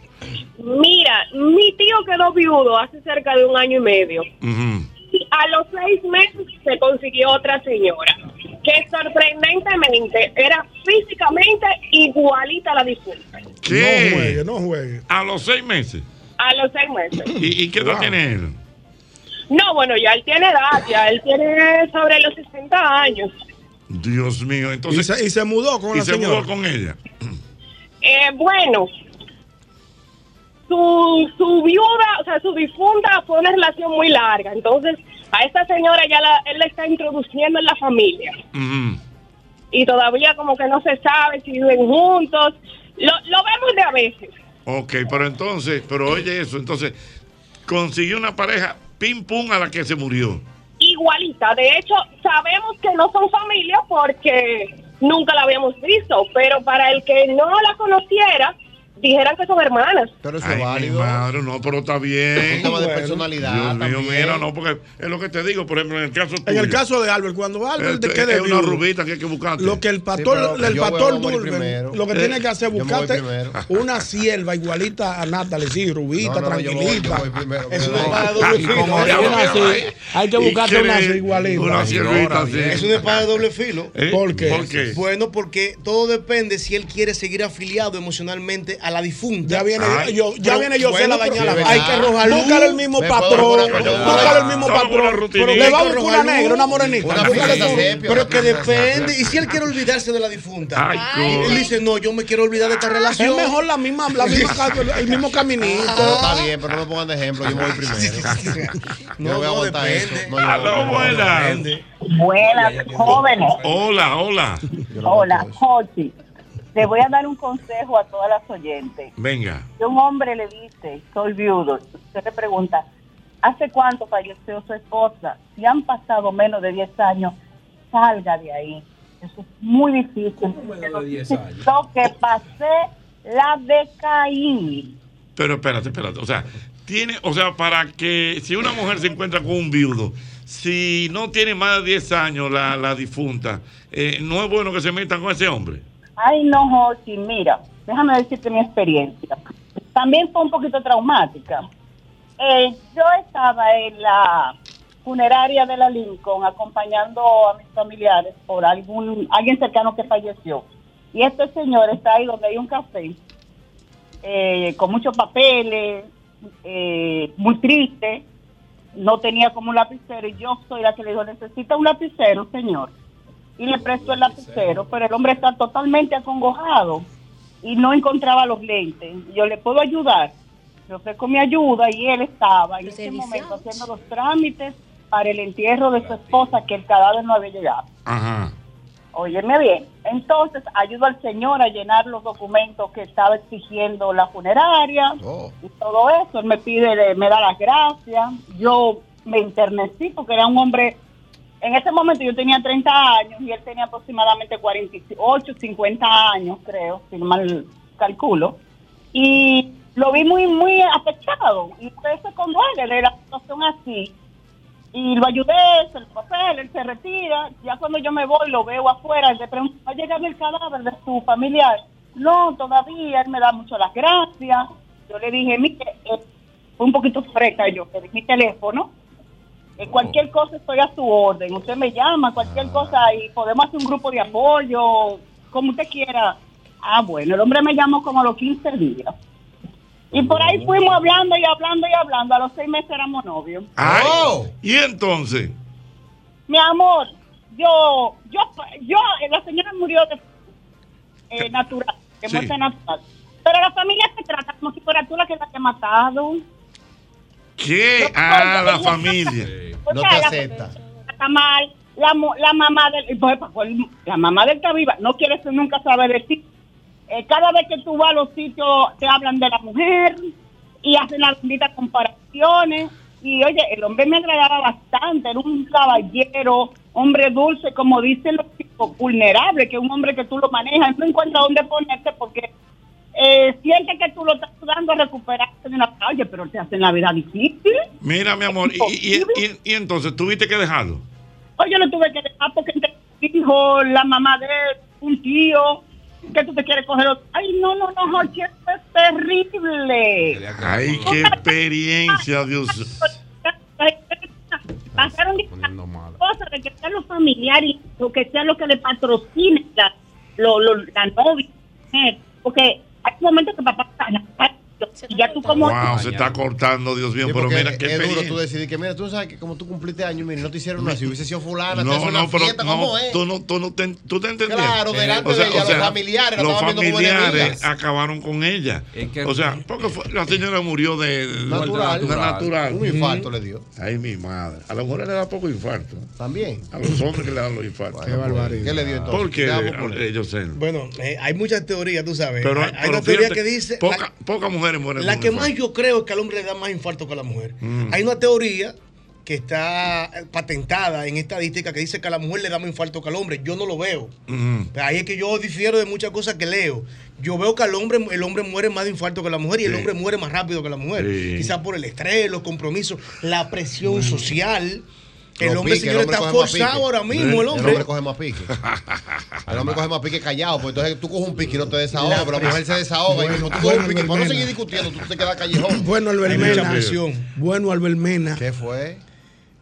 Mira, mi tío quedó viudo hace cerca de un año y medio. Ujú. Y a los seis meses se consiguió otra señora que sorprendentemente era físicamente igualita a la difunta. ¿Qué? No juegue, no juegue. A los seis meses. A los seis meses. ¿Y, y qué edad tiene él? No, bueno, ya él tiene edad, ya él tiene sobre los 60 años. Dios mío. Entonces, y, se, y se mudó con y la se señora. mudó con ella. Eh, bueno, su, su viuda, o sea, su difunta fue una relación muy larga. Entonces, a esta señora ya la, él la está introduciendo en la familia. Y todavía como que no se sabe si viven juntos. Lo, lo vemos de a veces. Ok, pero entonces, pero oye eso. Entonces, consiguió una pareja pim pum a la que se murió. Igualita. De hecho, sabemos que no son familia porque nunca la habíamos visto. Pero para el que no la conociera, dijeran que son hermanas. Pero eso es válido. Claro, no, pero está bien. tema de personalidad Dios mío, también. mira, no, porque es lo que te digo. Por ejemplo, en el caso tuyo. En el caso de Albert, cuando Albert Este, quede es una viudo, rubita que hay que buscarte. Lo que el Sí, pastor, pero el yo voy- pastor voy a morir Durden, primero. lo que Eh, tiene que hacer es yo me voy buscarte primero. una sierva igualita a Natalie, sí, No, rubita, no, yo voy- yo tranquilita. voy primero. Eso Ay, no para ay, doble filo. como Hay diablo, una mira, así, ay. Hay que Y buscarte una quiere así igualita. una siervita, sí. Es una espada de doble filo. ¿Eh? ¿Por qué? ¿Por qué? Bueno, porque todo depende si él quiere seguir afiliado emocionalmente a la difunta. Ya viene, yo, ya viene yo se la daña la Hay que arrojarlo. Búscale el mismo patrón. Búscale el mismo patrón. Pero le va a buscar una negra, una morenita. Búscale tú. Pero que depende. Y si él quiere olvidarse de la difunta. él dice, no, yo me quiero olvidar de esta relación. Es mejor la misma, la misma ca- el mismo caminito. Pero está bien, pero no me pongan de ejemplo, yo me voy primero. no, voy a aguantar eso. No, yo voy a Aló, aguantar. buenas. Buenas, jóvenes. Hola, hola. Hola, Jochi. Te voy a dar un consejo a todas las oyentes. Venga. Si un hombre le dice, soy viudo, usted le pregunta, ¿hace cuánto falleció su esposa? Si han pasado menos de 10 años, salga de ahí. Eso es muy difícil. Lo que pasé la de Caín. Pero espérate, espérate. O sea, tiene, o sea, para que si una mujer se encuentra con un viudo, si no tiene más de 10 años la, la difunta, eh, no es bueno que se metan con ese hombre. Ay, no, Jochi, mira, déjame decirte mi experiencia. También fue un poquito traumática. Eh, yo estaba en la funeraria de la Lincoln acompañando a mis familiares por algún alguien cercano que falleció. Y este señor está ahí donde hay un café, eh, con muchos papeles, eh, muy triste, no tenía como un lapicero y yo soy la que le digo, necesita un lapicero, señor. Y le prestó el lapicero, pero el hombre está totalmente acongojado y no encontraba los lentes. Yo le puedo ayudar. Le ofrezco mi ayuda y él estaba en ese momento haciendo los trámites para el entierro de su esposa que el cadáver no había llegado. Ajá. Óyeme bien. Entonces ayudo al señor a llenar los documentos que estaba exigiendo la funeraria y todo eso. Él me pide, le- me da las gracias. Yo me internecí porque era un hombre. En ese momento yo tenía 30 años y él tenía aproximadamente 48, 50 años, creo, si no mal calculo. Y lo vi muy, muy afectado. Y por eso conduele de la situación así y lo ayudé, se lo pasé, él se retira, ya cuando yo me voy lo veo afuera, le pregunto, ¿va a llegar el cadáver de su familiar? No, todavía, él me da mucho las gracias, yo le dije, mire, eh, fue un poquito fresca yo, pero es mi teléfono, Eh, cualquier cosa estoy a su orden, usted me llama, cualquier cosa, y podemos hacer un grupo de apoyo, como usted quiera. Ah, bueno, el hombre me llamó como a los 15 días. Y por ahí fuimos hablando y hablando y hablando. A los seis meses éramos novios. Ay, Oh. Y entonces, Mi amor, yo, yo, yo, eh, la señora murió de eh, natural, de Sí. muerte natural. Pero la familia se trata como si fuera tú la que la haya matado. ¿qué? Ah, la familia. No te acepta. Está mal. La, mu- la mamá del, y pues, pa' colmo, la mamá del que viva no quiere ser nunca saber de ti. Eh, cada vez que tú vas a los sitios te hablan de la mujer y hacen las benditas comparaciones. Y oye, el hombre me agradaba bastante, era un caballero, hombre dulce, como dicen los chicos, vulnerable, que es un hombre que tú lo manejas, no encuentra dónde ponerte porque eh, siente que tú lo estás ayudando a recuperarse de una... Oye, pero te hacen la vida difícil. Mira, mi amor, y, y- y- y entonces tuviste que dejarlo. Oye, Pues yo lo tuve que dejar porque entre mis hijos, la mamá de él, un tío, que tú te quieres coger otro. Ay, no, no, no, Jorge, esto es terrible. Ay, qué experiencia, Dios. Pasaron cosas de que sean los familiares, o que sea lo que le patrocine la, lo, lo- la novia. eh, Porque hay momentos que papá está en la calle, y ya tú como... Wow, se está cortando, Dios mío, pero porque mira qué es duro experiencia. tú decidir que, mira, tú sabes que como tú cumpliste años, mira, no te hicieron una, si hubiese sido fulana, te No, hacen una no, pero fiesta, no, ¿cómo es? tú no, tú no te, tú te entendías. Claro, delante de ella, los familiares la los estaban viendo como enemiga. familiares acabaron con ella. o sea, porque fue- la señora murió de de- Natural. de natural. Un infarto Mm. le dio. Ay, mi madre. A lo mejor le da poco infarto. También. A los hombres que le dan los infartos. Qué barbaridad. ¿Qué le dio entonces? Porque ¿Qué hago por eh, yo sé. Bueno, eh, hay muchas teorías, tú sabes. Pero, hay hay pero una teoría fíjate, que dice... la- poca- pocas mujeres mueren. La de que un más infarto. yo creo es que al hombre le da más infarto que a la mujer. Mm. Hay una teoría que está eh, patentada en estadística que dice que a la mujer le da más infarto que al hombre. Yo no lo veo. Mm. Pero Ahí es que yo difiero de muchas cosas que leo. Yo veo que al hombre, el hombre muere más de infarto que la mujer y el Sí. hombre muere más rápido que la mujer. Sí. Mm. Quizás por el estrés, los compromisos, la presión social. El Los hombre, piques, el señor, hombre está coge más pique. forzado ahora mismo, el El hombre. hombre coge más pique. El hombre coge más pique callado, pues entonces tú coges un pique y no te desahogas, La pero la mujer se presión. desahoga y Bueno, no tú coges bueno, un pique. Para no Hermena. seguir discutiendo, tú te quedas callejón. Bueno, Hay Albert mucha Mena. presión. Bueno, Albert Mena. ¿Qué fue?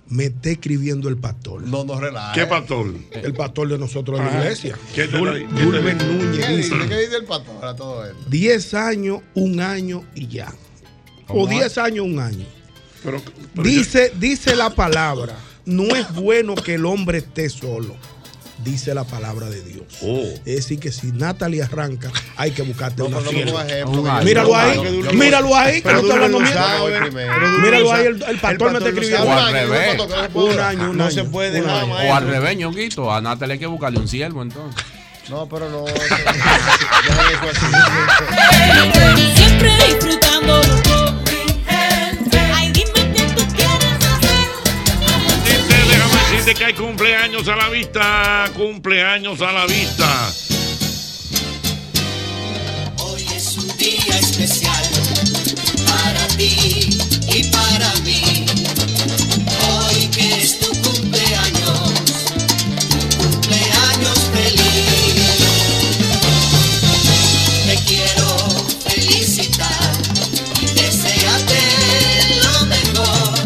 Me está escribiendo el pastor. No nos relaja. ¿Qué pastor? El pastor de nosotros de la Ajá. iglesia. ¿Qué te Dul- la- qué te Dulmer la- Núñez ¿Qué dice? dice, ¿Qué dice el pastor a todo esto? 10 años, un año y ya. O ¿Cómo 10 años, un año. Pero, dice, dice la palabra, no es bueno que el hombre esté solo. Dice la palabra de Dios. Oh. Es decir, que si Natalie arranca, hay que buscarte una pero no me fiesta. pongas ejemplo, que yo- Míralo yo- ahí, yo- yo- míralo ahí, que Pero no está Dulmer hablando lo mierda. sabe primero. Pero Dulmer Míralo ahí, el, el pastor me está escribiendo. Un año, un año. un año. O al revés, ñonguito. A Natalia hay que buscarle un siervo entonces. No, pero no. Siempre disfrutando con mi gente. Ay, dime que tú quieres hacer. Déjame decirte que hay cumpleaños a la vista. Cumpleaños a la vista. Hoy es un especial para ti y para mí. Hoy que es tu cumpleaños, tu cumpleaños feliz. Te quiero felicitar y desearte lo mejor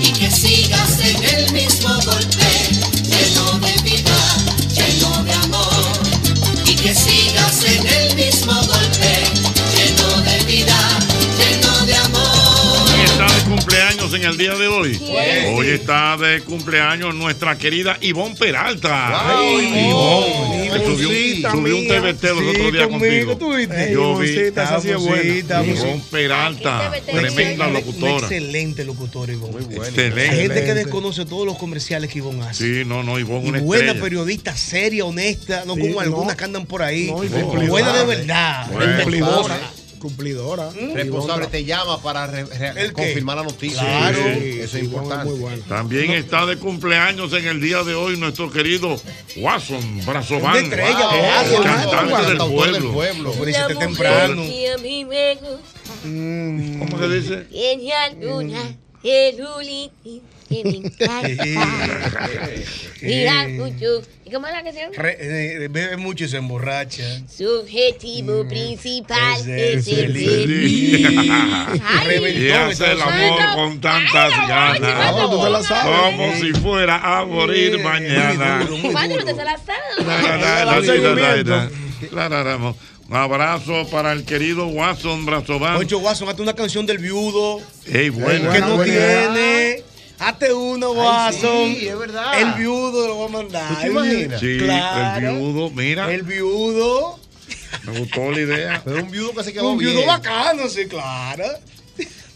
y que sigas en el mismo golpe, lleno de vida, lleno de amor y que sigas en el mismo golpe, lleno de vida, lleno de amor. Hoy está de cumpleaños en el día de hoy. Hoy está de cumpleaños nuestra querida Ivonne Peralta. Ay, Ivonne, que subió, un- subió un TBT los otros días contigo. Yo vi esa Eh, sí es buena. Ivonne Peralta, tremenda Una- una locutora. Excelente locutora, Ivonne. Muy buena. Hay gente que Excelente. desconoce todos los comerciales que Ivonne hace. Sí, no, no, Ivonne, una Y buena estrella. periodista, seria, honesta, no Sí, como no. algunas que andan por ahí. No, y buena cumplidora. de verdad. Bueno. respetuosa. Mm. Cumplidora. Responsable te llama para re- re- confirmar la noticia. Claro. Sí, sí, Eso es importante. También está de cumpleaños en el día de hoy nuestro querido Watson Brazovan. Una estrella, el Watson, cantante Watson, del cantautor del pueblo. pueblo. Por eso está Sobre- temprano. Que a mí me gusta ¿Cómo se dice? tiene alguna celulitis que me encanta. Mira mucho. ¿Y cómo es la canción? Eh, Re- eh, bebe mucho y se emborracha. Eh, Su objetivo principal es, Mm, es el el feliz. Y hace el amor con tantas Ah, ganas. no, tú te la sabes. Ah, Como si fuera a morir mañana. Cuatro, no se la sabe. Claro, Un abrazo para el querido Watson Brazovan. Ocho Watson, hazte una canción del viudo. Ey, bueno. Que no tiene. Hazte uno, Ay, sí, Watson. es verdad. El viudo lo voy a mandar. Sí, El viudo. Claro. el viudo, mira. El viudo. Me gustó la idea. Pero un viudo que se Un viudo bacano, sí, claro.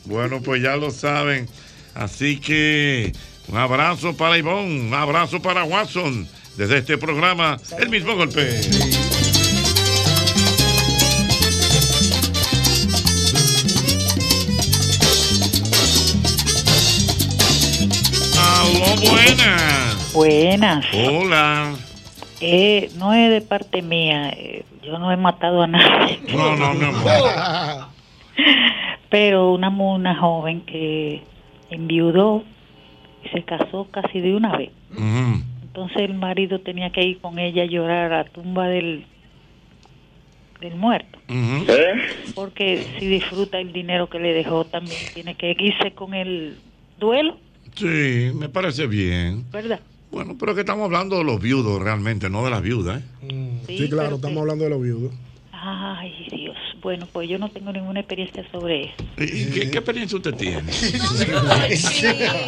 Bueno, pues ya lo saben. Así que un abrazo para Ivonne, un abrazo para Watson. Desde este programa, el mismo golpe. Aló, buenas. Buenas. Hola. Eh, no es de parte mía. eh, Yo no he matado a nadie. No, no, mi amor. Pero una, mu- una joven que enviudó y se casó casi de una vez. Ujú. Entonces el marido tenía que ir con ella a llorar a la tumba del, del muerto. ¿Eh? Porque si disfruta el dinero que le dejó, también tiene que irse con el duelo, Sí, me parece bien. ¿verdad? Bueno, pero es que estamos hablando de los viudos realmente, no de las viudas. ¿eh? Sí, Sí, claro, pero estamos hablando de los viudos. Ay, Dios. Bueno, pues yo no tengo ninguna experiencia sobre eso. ¿Y- y qué, qué experiencia usted tiene?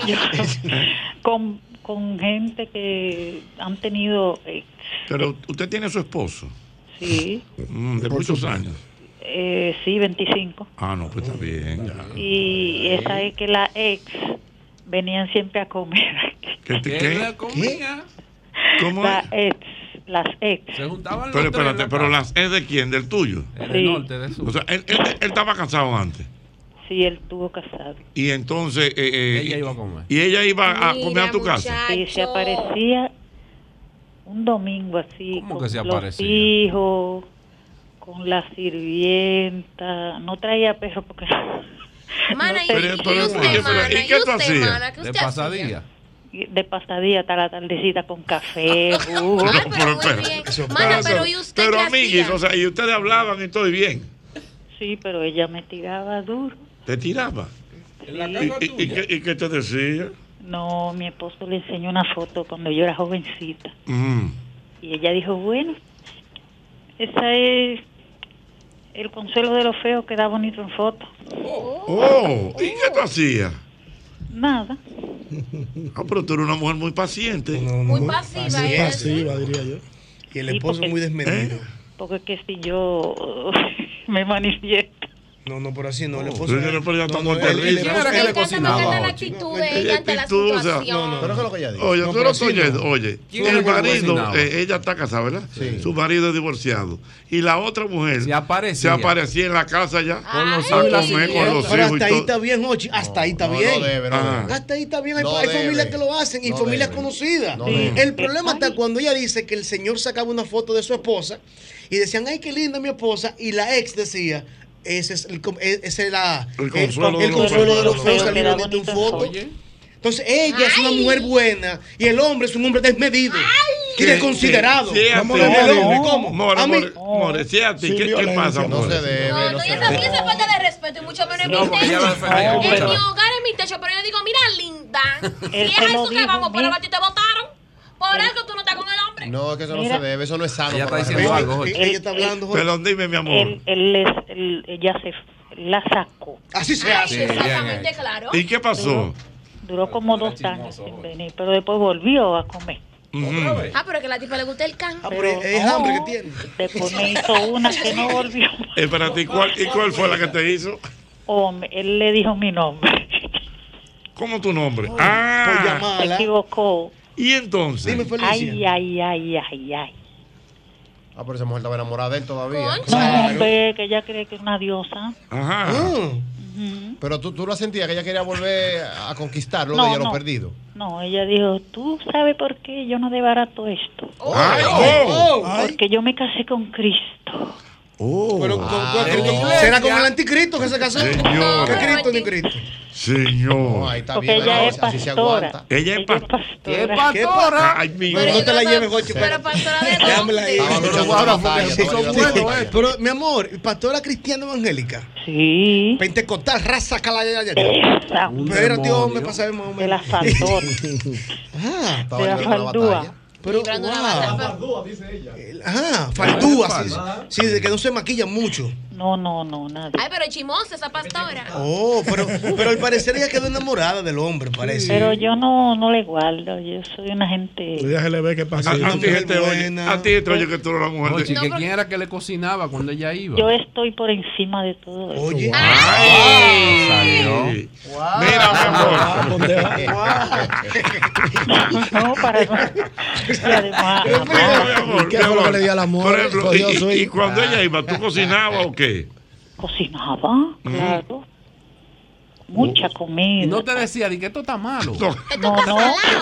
Yo- con, con gente que han tenido, eh, Pero usted tiene a su esposo sí, mm, de muchos años. eh, sí, 25. Ah, no, pues está bien. ya. Y esa es que la ex venían siempre a comer. ¿Qué, te- qué? ¿Cómo La es? ex, las ex. Pero espérate, pero las es de quién, del tuyo. del Sí. norte, del sur. O sea, él, él- él estaba casado antes. Sí, él tuvo casado. Y entonces. ella iba a comer. Y ella Ah, iba a comer a tu casa. Sí, se aparecía un domingo así. ¿Cómo con que se Los aparecía? hijos, con la sirvienta. No traía perro porque... Mana, y, Pero- y pero- usted, pero- mana, ¿y y qué tú usted, hacías? mana, ¿qué De usted hacía? pasadía. de pasadilla hasta la tardecita con café, jugo. Mana, pero ¿y usted Pero qué amiguis, hacía? o sea, y ustedes hablaban y todo y bien. Sí, pero ella me tiraba duro. Te tiraba. Sí. ¿Y, y- y qué, y qué te decía? No, mi esposo le enseñó una foto cuando yo era jovencita. Mm. Y ella dijo, bueno, esa es el consuelo de los feos que da bonito en foto. Oh, ¿y qué tú hacías? Nada. Ah, pero tú eres una mujer muy paciente. Muy muy pasiva, pasiva, ¿eh? pasiva, diría yo. Y el Sí, esposo porque- ¿Eh? muy desmedido. ¿Eh? Porque es que si yo me manifiesto. No, no, pero así no. El esposo. Pero yo no podía estar no, muerta el- el risa. esposo Era que le no- cocinaba, no, no, oye. actitud de ella ante la Actitud, o sea, situación. no, no. Pero es que lo que ella dice. Oye, No, tú pero no sí, estoy oyendo, no. oye, ¿Quién era su el que marido, cocinaba? eh, ella está casada, ¿verdad? Sí. Su marido es divorciado. Y la otra mujer se aparecía, en la casa ya con Ay, a pero ¿eh? comer con los pero hijos y hasta ahí todo. está bien, Ochi. Hasta ahí está no, bien. no debe, no Ah. debe. Hasta ahí está bien. Hay, No hay debe. familias que lo hacen y No familias debe. conocidas. No debe. El problema está cuando ella dice que el señor sacaba una foto de su esposa y decían, ay, qué linda mi esposa. Y la ex decía, Ese es el, com- e- ese es la, El consuelo el de los consuelo de los feos, feos. Pero salir queda vendiendo un bonita foto. Entonces ella es una mujer buena y el hombre es un hombre desmedido y desconsiderado. Sí, sí, ¿Cómo sí, le sí. digo? ¿Cómo? More, A mí- more, more, sí, a ti, Sin ¿qué- ¿qué violencia. pasa, No more? se debe, No, no, y esa, y esa falta de respeto, y mucho menos en No, mi porque ella techo. va a defender, En mi escúchala. hogar, en mi techo, pero yo digo, mira, linda, Él si es te lo eso que dijo, vamos, por ¿eh? algo a ti te votaron, por eso tú no estás con el hombre. No, es que eso Mira. no se debe, eso no es sano. Ella para está la diciendo gente. algo, Jorge. Ella está hablando, Jorge. Perdón, dime, mi amor. Él, él les- él- ella se la sacó. Así se Ay, hace. exactamente, bien. claro. ¿Y qué pasó? Duró como dos años sin venir, pero después volvió a comer. Ujú. Ah, pero que a la tipa le gusta el can. Pero no, Después me hizo una que no volvió. Eh, para ti, ¿cuál, ¿y cuál fue la que te hizo? Oh, me- él le dijo mi nombre. ¿Cómo tu nombre? ah, Se equivocó. y entonces. Ay, ay, ay, ay, ay. Ah, pero esa mujer estaba enamorada de él todavía. No, hombre, que ella cree que es una diosa. Ajá. Mm. Pero tú, tú la sentías que ella quería volver a conquistarlo, No, que ella no. lo perdido. No, ella dijo, tú sabes por qué yo no debarato esto. Ay, oh. Porque yo me casé con Cristo. Pero con- con- con- ¿Será con el anticristo que se casó? Señor. ¿Qué Cristo ni Cristo? Señor. ahí está Porque bien, ella ahí, es así se pastora. aguanta. Ella es pastora. ¿Qué pastora? ¿Qué pastora? Ay, mi Pero No te la yo- lleves, Jochi, pero- Pero pastora de Déjamela ahí. Ah, Pero ahora porque sí son dónde. buenos, eh. Pero, mi amor, pastora cristiana evangélica. Sí. Pentecostal, raza calaya. Esa. Espérate, hombre, para saber más o menos. De la faldora. ah, De la faldúa. Pero, Librando una wow. batalla. Ajá, faldúa. sí, Sí, de que no se maquilla mucho. No, no, no, nada. Ay, pero chimosa esa pastora. Oh, pero, pero al parecer ella quedó enamorada del hombre, parece. Pero yo no, no le guardo, yo soy una gente... Ah, Ya se le ve que pasa. A, a ti gente oye, a ti gente oye que tú eres una mujer. Oye, de- que quién era que le cocinaba cuando ella iba. ah. Yo estoy por encima de todo eso. Ah. Oye. Salió. No, para nada. Y además, ¿Qué fue lo que le dio al amor? Por ejemplo, Cogió y, su- y cuando ella iba, ¿tú cocinabas o qué? cocinaba, Mm. claro. Mucha comida. Y no te decía, di que esto está malo. No, no.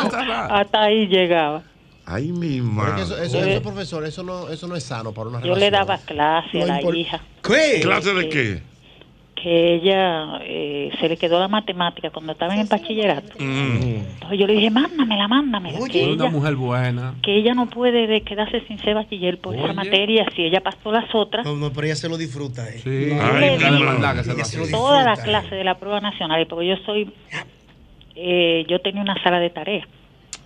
Hasta ahí llegaba. Ay, Porque mi madre. eso, eso, eso, profesor, eso no, eso no es sano para una Yo relación. le daba clase a No la impor- hija. ¿Qué? ¿Clase de qué? Que ella eh, se le quedó la matemática cuando estaba en el bachillerato. Mm. Entonces yo le dije, mándamela, mándamela. que, Era una ella, mujer buena. que ella no puede de- quedarse sin ser bachiller por esa Oye. materia si ella pasó las otras. Pues No, no, pero ella se lo disfruta, eh. Sí. Ay, Dale mi maldad, madre. que se lo Ella hace. se lo toda la disfruta. eh. clase de la prueba nacional, porque yo soy, eh, yo tenía una sala de tareas.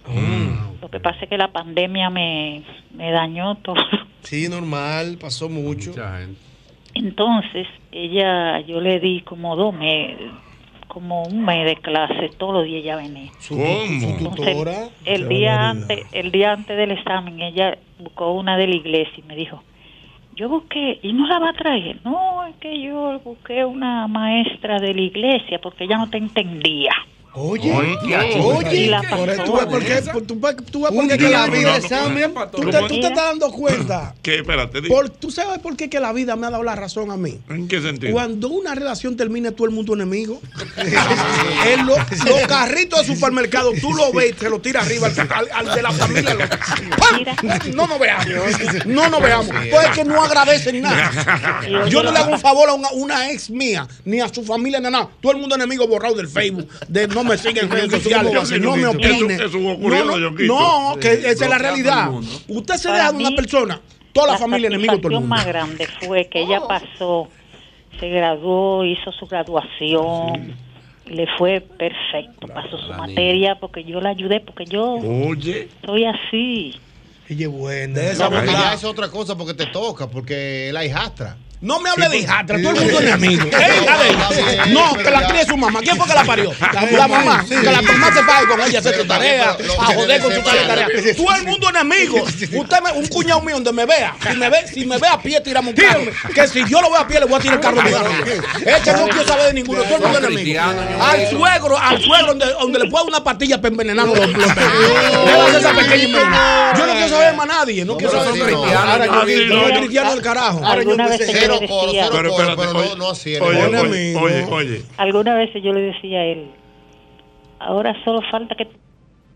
Ah, Lo que pasa es que la pandemia me, me dañó todo. Sí, normal, pasó mucho. Entonces, ella, yo le di como dos meses, como un mes de clase, todos los días ella venía. ¿Cómo? Entonces, el día antes, el día antes del examen, ella buscó una de la iglesia y me dijo, yo busqué y no la va a traer. No, es que yo busqué una maestra de la iglesia porque ella no te entendía. Oye, Y Oye, la por pastora. tú ves por qué, tú ves- tú ves por Un qué día que la la vida vida, examen, tú te, tú te estás dando cuenta. ¿Qué? Espérate, di- Por, ¿Tú sabes por qué que la vida me ha dado la razón a mí? ¿en qué sentido? Cuando una relación termina, todo el mundo enemigo. Ah. En lo- los carritos de supermercado, tú lo ves y te lo tiras arriba al, al- al de la familia. lo- ¡Pam! no nos veamos. No nos veamos. Entonces es que no agradecen nada. Yo no le hago un favor a una, una ex mía, ni a su familia, ni a nada. Todo el mundo enemigo borrado del Facebook, de no me siguen en redes Eso tuvo sociales, así, no me Yoquito. opinen. Eso- eso ocurrió, no, no, Yoquito. no, que Sí. esa es la realidad. Bloqueando el mundo. Usted se Para deja de una mí, persona, toda la, familia enemigo, todo el satisfacción mundo. más grande fue que ella pasó, se graduó, hizo su graduación, le fue perfecto, pasó su materia porque yo la ayudé, porque yo Oye. soy así. Ella es buena. De esa No, porque verdad. ya es otra cosa porque te toca, porque la hijastra. pues. No me hable de hijastra, todo el mundo es enemigo. Ey, la de- No, que la críe su mamá. ¿Quién fue que la parió? La, la mamá. Sí. Que la mamá se pague con ella a hacer su tarea, pero lo a que joder con su debe tarea. ser tarea. Todo el mundo enemigo. Usted me- un cuñado mío donde me vea. Si me ve, si me ve a pie, tiramos un carro. Que si yo lo veo a pie, le voy a tirar el carro. de mi mano. Es que no quiero saber de ninguno. Todo el mundo enemigo. Al suegro, al suegro donde, donde le puedo dar una pastilla para envenenarlo. los- los- Le va a hacer esa pequeña inmensa. Yo no quiero saber más a nadie. No quiero pero saber sí, de no. nadie. Ahora yo- Yo no. soy cristiano del carajo. Alguna vez yo Cero le coro, decía, cero coro, pero no, oye, no así. Oye, enemigo. oye, oye, oye. alguna vez yo le decía a él, ahora solo falta que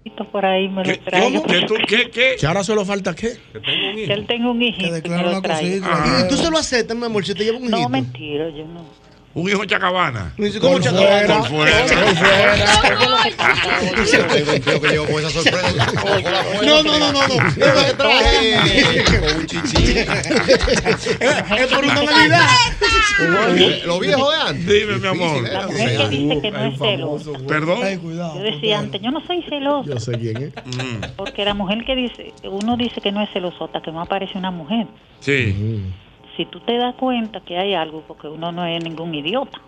hijito por ahí me lo trae. ¿Qué, qué? ¿Que ahora solo falta qué? Que él tenga un hijito y me lo trae. Ah, ¿Tú se lo aceptas, mi amor? Si te lleva un hijito. No, mentira, yo no. Un hijo chacabana. ¿Cómo chacabana? Por fuera. Por Tengo un tío que llegó con esa sorpresa. No, no, no, no, no. Es lo que traje. Es por una Navidad. Lo viejo de antes. Dime, mi amor. La mujer que dice que no es celosa. Perdón. Yo decía antes, yo no soy celosa. Yo sé quién es. Mm, Porque la mujer que dice, uno dice que no es celosota, que no aparece una mujer. Sí. Mm. Si tú te das cuenta que hay algo, porque uno no es ningún idiota,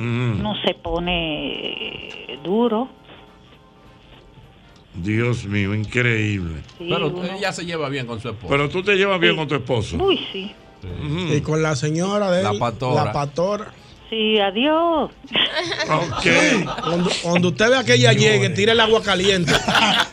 Mm, uno se pone eh, duro. Dios mío, increíble. Sí, Pero uno- usted ya se lleva bien con su esposo. Pero tú te llevas bien con tu esposo. Uy, sí. Mm. Y con la señora de La él, patora. La patora. Sí, adiós. Sí, Cuando, cuando usted vea que ella llegue, tire el agua caliente.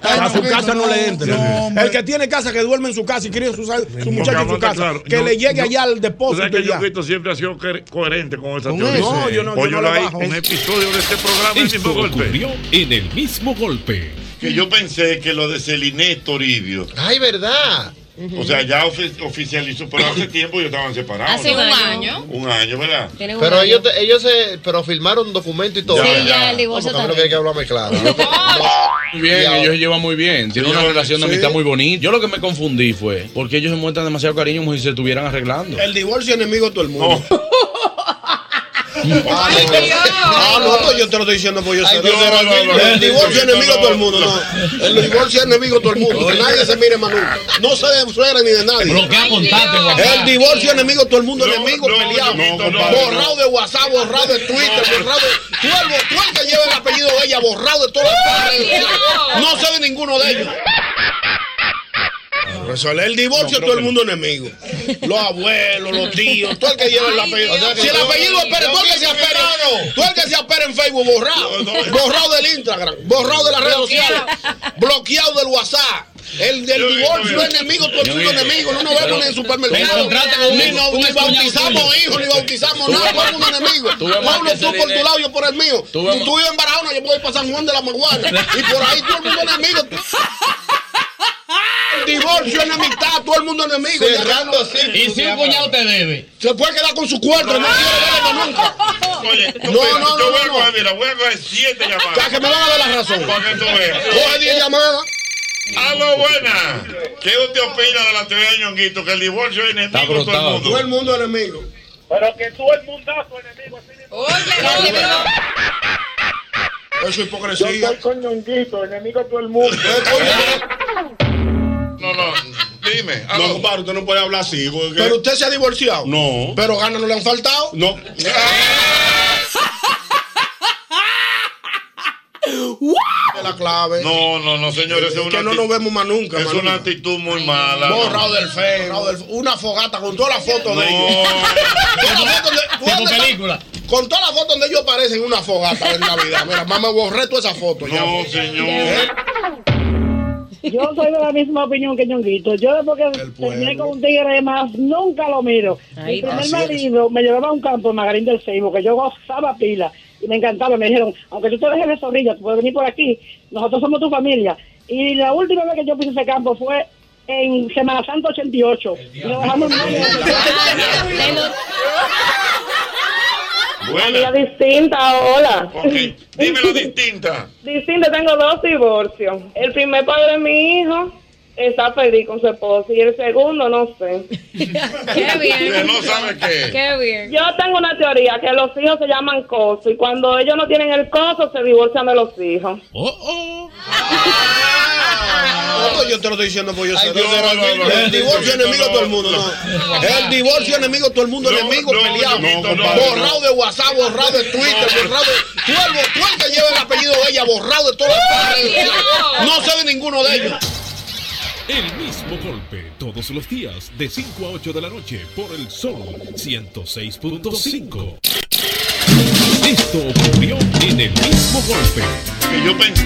A su casa no le entre. el que tiene casa, que duerme en su casa y cría su, su muchacho en Porque su casa, claro, que yo- le llegue yo- allá al O sea depósito. que y ya. Yoquito siempre ha sido coher- coherente con esa Con teoría. Pues eso. No, yo no- yo no Óyelo le ahí, bajo. un episodio de este programa, el mismo golpe. en el mismo golpe. Que yo pensé que lo de Celine Toribio. Ay, ¿verdad? O sea, ya ofi- oficializó, pero hace tiempo ellos estaban separados. Hace ¿no? un año. Un año, ¿verdad? Tienen un Pero año. ellos, te- ellos se, pero firmaron documento y todo. Sí, ya, el divorcio Vamos, también. Camilo, que hay que hablarme claro. Muy bien, Ya. ellos se llevan muy bien. Tienen una relación de amistad muy bonita. Yo lo que me confundí fue porque ellos se muestran demasiado cariño como si se estuvieran arreglando. El divorcio es enemigo de todo el mundo. Ah, Ay, Dios. No, no, no, yo te lo estoy diciendo porque yo sé. Ay, Dios, No, no, no, no. el divorcio es enemigo de todo el mundo. No. El divorcio es enemigo de todo el mundo. Que nadie se mire más nunca. No se de suegra ni de nadie. Bloquea contacto, El guacá. divorcio es enemigo de todo el mundo. enemigo peleado. borrado de WhatsApp, borrado de Twitter, borrado de. Tú el, tú el que lleva el apellido de ella, borrado de todas las Ay, redes sociales. Dios. No sé de ninguno de ellos. Resolver el divorcio, todo el mundo enemigo. Los abuelos, los tíos, todo el que lleva el Ay, apellido. Dios. O sea que si el yo- apellido es Pérez, todo el que se yo- apere, yo- todo el que se apere en Facebook, borrado. Borrado del Instagram, borrado de las redes sociales, bloqueado del WhatsApp. El del divorcio es enemigo, todo el mundo Yo- enemigo. No nos Pero- vemos ni en Te supermercado. encontraste con un- Ni, nos- un ni extrañado bautizamos tuyo. hijos, ni bautizamos Tú nada. ves Todo el mundo más- enemigo. tú ves más Pablo, que tú por Celine. tu lado, yo por el mío. Tú Tú, ves más- tú vives en Barahona, yo voy para San Juan de la Maguana. Y por ahí todo el mundo enemigo. El divorcio es amistad, todo el mundo enemigo. Cerrando círculos, Y si un cuñado te debe. Se puede quedar con su cuarto, no quiere verlo nunca. Oye, No, tú mira, no, yo no, voy a no. coger, mira, voy a coger siete llamadas. Ya que me van a dar la razón. Para que tú veas. Coge 10 llamadas. Aló, buena. ¿Qué usted opina de la teoría de Ñonguito? Que el divorcio es enemigo de todo el mundo. Todo el mundo enemigo. Pero que todo el mundazo enemigo. Oye, Eso es hipocresía. Yo estoy con enemigo todo el mundo. No, no, dime. Ah, No, compadre, usted no puede hablar así. Pero usted se ha divorciado. No. Pero ganas no le han faltado. No. Es la clave. No, no, no, señores. Es es una que no acti- nos vemos más nunca. Es más una nunca. actitud muy mala. Borrado del Facebook, borrado del- Una fogata con todas las fotos de ellos. Todas las fotos de- ¿tú dónde están? Con todas las fotos donde ellos aparecen en una fogata de Navidad. Mira, mamá, borré todas esas fotos. Eh, No, señor. Yo soy de la misma opinión que Ñonguito. Yo después que terminé con un tigre más, nunca lo miro. Ahí Mi primer está. Así es. marido me llevaba a un campo en Magarín del Seibo, que yo gozaba pila. Y me encantaba. Me dijeron, aunque tú te dejes de zorrilla, tú puedes venir por aquí. Nosotros somos tu familia. Y la última vez que yo pise ese campo fue en Semana Santa 88. Y nos bajamos en medio. Buena. distinta, hola. Ok, dímelo distinta. Distinto, tengo dos divorcios. El primer padre de mi hijo está feliz con su esposa y el segundo no sé. Qué bien. No sabe qué. bien. Yo tengo una teoría que los hijos se llaman coso y cuando ellos no tienen el coso se divorcian de los hijos. No, pues yo te lo estoy diciendo porque yo sé. Ay, Dios, no, no, no. el divorcio es enemigo de todo el mundo. No. El divorcio es enemigo de todo el mundo. enemigo peleado. compadre, borrado de WhatsApp, borrado de Twitter, borrado de. Tú el, tú el que lleva el apellido de ella, borrado de todas las Ay, redes sociales. Dios. No sé de ninguno de ellos. El mismo golpe todos los días de 5 a 8 de la noche por el Sol 106.5. Esto ocurrió en el mismo golpe. Que yo pensé.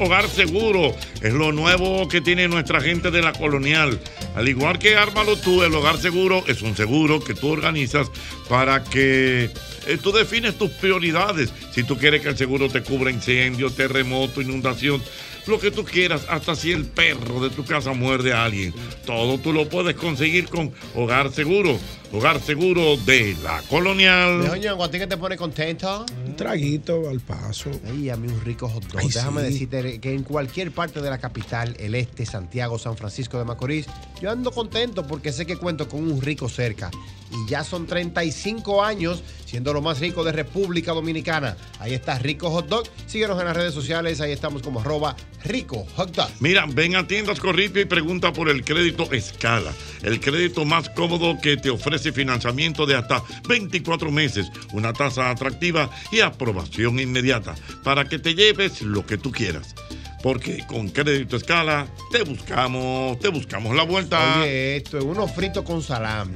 Hogar Seguro. Es lo nuevo que tiene nuestra gente de la colonial. Al igual que Ármalo tú, el Hogar Seguro es un seguro que tú organizas para que eh, tú defines tus prioridades. Si tú quieres que el seguro te cubra incendio, terremoto, inundación, lo que tú quieras, hasta si el perro de tu casa muerde a alguien. Todo tú lo puedes conseguir con Hogar Seguro. Hogar Seguro de la Colonial. Ñongo, ¿a ti que te pone contento? Un traguito al paso. Ay, a mí un rico hot dog. Ay, Déjame sí. decirte que en cualquier parte de la capital, el este, Santiago, San Francisco de Macorís, yo ando contento porque sé que cuento con un rico cerca. Y ya son 35 años siendo lo más rico de República Dominicana. Ahí está Rico Hot Dog. Síguenos en las redes sociales. Ahí estamos como arroba Rico Hot Dog. Mira, ven a tiendas Corripio y pregunta por el crédito Escala, el crédito más cómodo que te ofrece financiamiento de hasta 24 meses, una tasa atractiva y aprobación inmediata para que te lleves lo que tú quieras. Porque con crédito Escala te buscamos, te buscamos la vuelta. Oye, esto, en unos fritos con salami,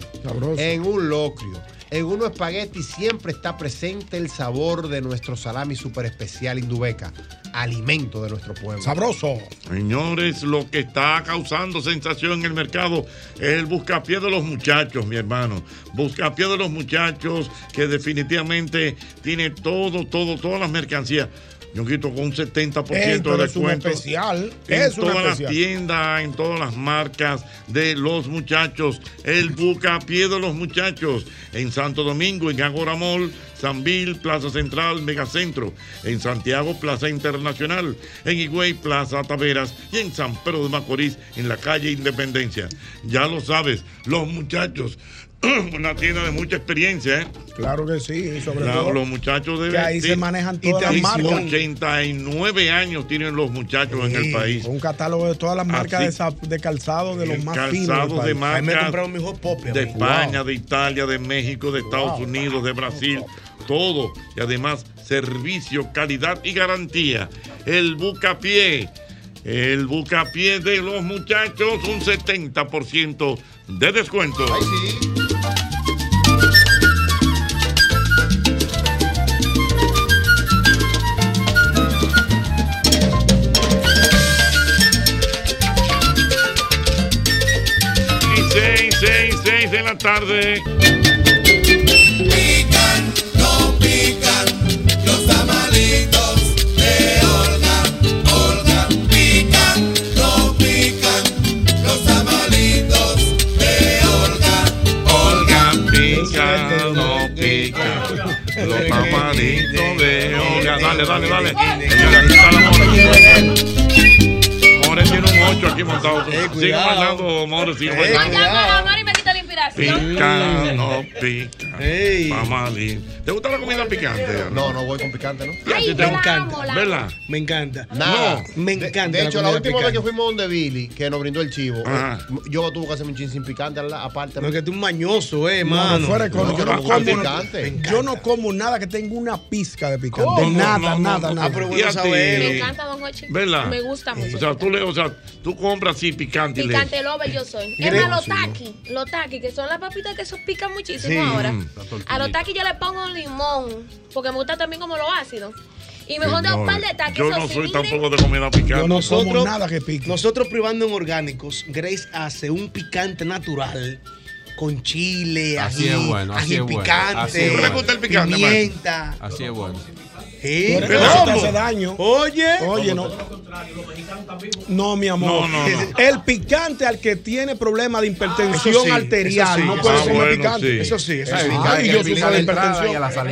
en un locrio, en unos espaguetis, siempre está presente el sabor de nuestro salami super especial Indubeca, alimento de nuestro pueblo. Sabroso. Señores, lo que está causando sensación en el mercado es el buscapié de los muchachos, mi hermano. Buscapié de los muchachos que definitivamente tiene todo, todo, todas las mercancías. Yo quito con un 70% Esto de es un descuento. especial. En Es un todas las especial. tiendas, en todas las marcas de los muchachos. El bucapié de los muchachos. En Santo Domingo, en Agora Mall, Sanvil, Plaza Central, Megacentro. En Santiago, Plaza Internacional. En Higüey, Plaza Taveras. Y en San Pedro de Macorís, en la calle Independencia. Ya lo sabes, los muchachos. Una tienda de mucha experiencia, ¿eh? Claro que sí, y sobre Claro, todo. los muchachos de que ahí se sí. manejan Y todas las te- marcas. 89 años tienen los muchachos en el Sí, país. Un catálogo de todas las marcas Así- de, sa- de calzado de los más finos. Calzados de del país. marcas de España, de Italia, de México, de Estados Unidos, de Brasil, todo. Y además, servicio, calidad y garantía. El bucapié, el bucapié de los muchachos, un 70% de descuento. Y 6, 6, 6 de la tarde. Pican, no pican, los tamalitos de Olga, Olga. Pican, no pican, los tamalitos de Olga. Olga pica, no pica. Los tamalitos de Olga. Dale, dale, dale. Señores, aquí está la More. More tiene un 8 aquí montado. Eh, Sigue cuidado. bailando, More, sigue Llama bailando. amor y me quita la inspiración. Pica, no pica. Tamalito. ¿Te gusta la comida picante? No, no voy con picante, ¿no? Ay, yo me la encanta. amo, la ¿Verdad? Me encanta. Nada. eh, No, me De- encanta. De, hecho, la, comida última vez picante. que fuimos donde Billy, que nos brindó el chivo, Ajá. eh, yo tuve que hacerme un chin sin picante al- aparte. No, es que tú un mañoso, eh, No, no, mano. fuera de coño, yo no ah, como- picante. Yo no como nada que tenga una pizca de picante. ¿Cómo? Nada, No, no, nada, no. nada. Ah, pero bueno Y a saberlo. ti. Me encanta, don Hochi. ¿Verdad? Me gusta mucho. O sea, tú, le, o sea, tú compras así picante y le- Picante lover yo soy. Es Creo- más, los taqui, los taqui, que son las papitas que eso pican muchísimo Sí. ahora. Mm, la A los tortillita. taqui yo le pongo limón, porque me gusta también como los ácidos. Y mejor de un par de taqui, Yo eso no sí, soy miren. tampoco de comida picante. Nosotros- que pique. Nosotros privando en orgánicos, Grace hace un picante natural con chile, Así ají, es bueno, así ají es bueno, picante. así es bueno. ¿No le gusta el picante, Mario? Pimienta. Así es bueno. ¿Eh? Pero eso te hace daño. Oye. Oye, no. No, mi amor. No, no, no. El picante al que tiene problema de hipertensión sí, arterial eso sí. no puede Ah, ser bueno, picante. sí. Ah, Eso sí, eso sí. Ay, yo sufro de hipertensión. Ah,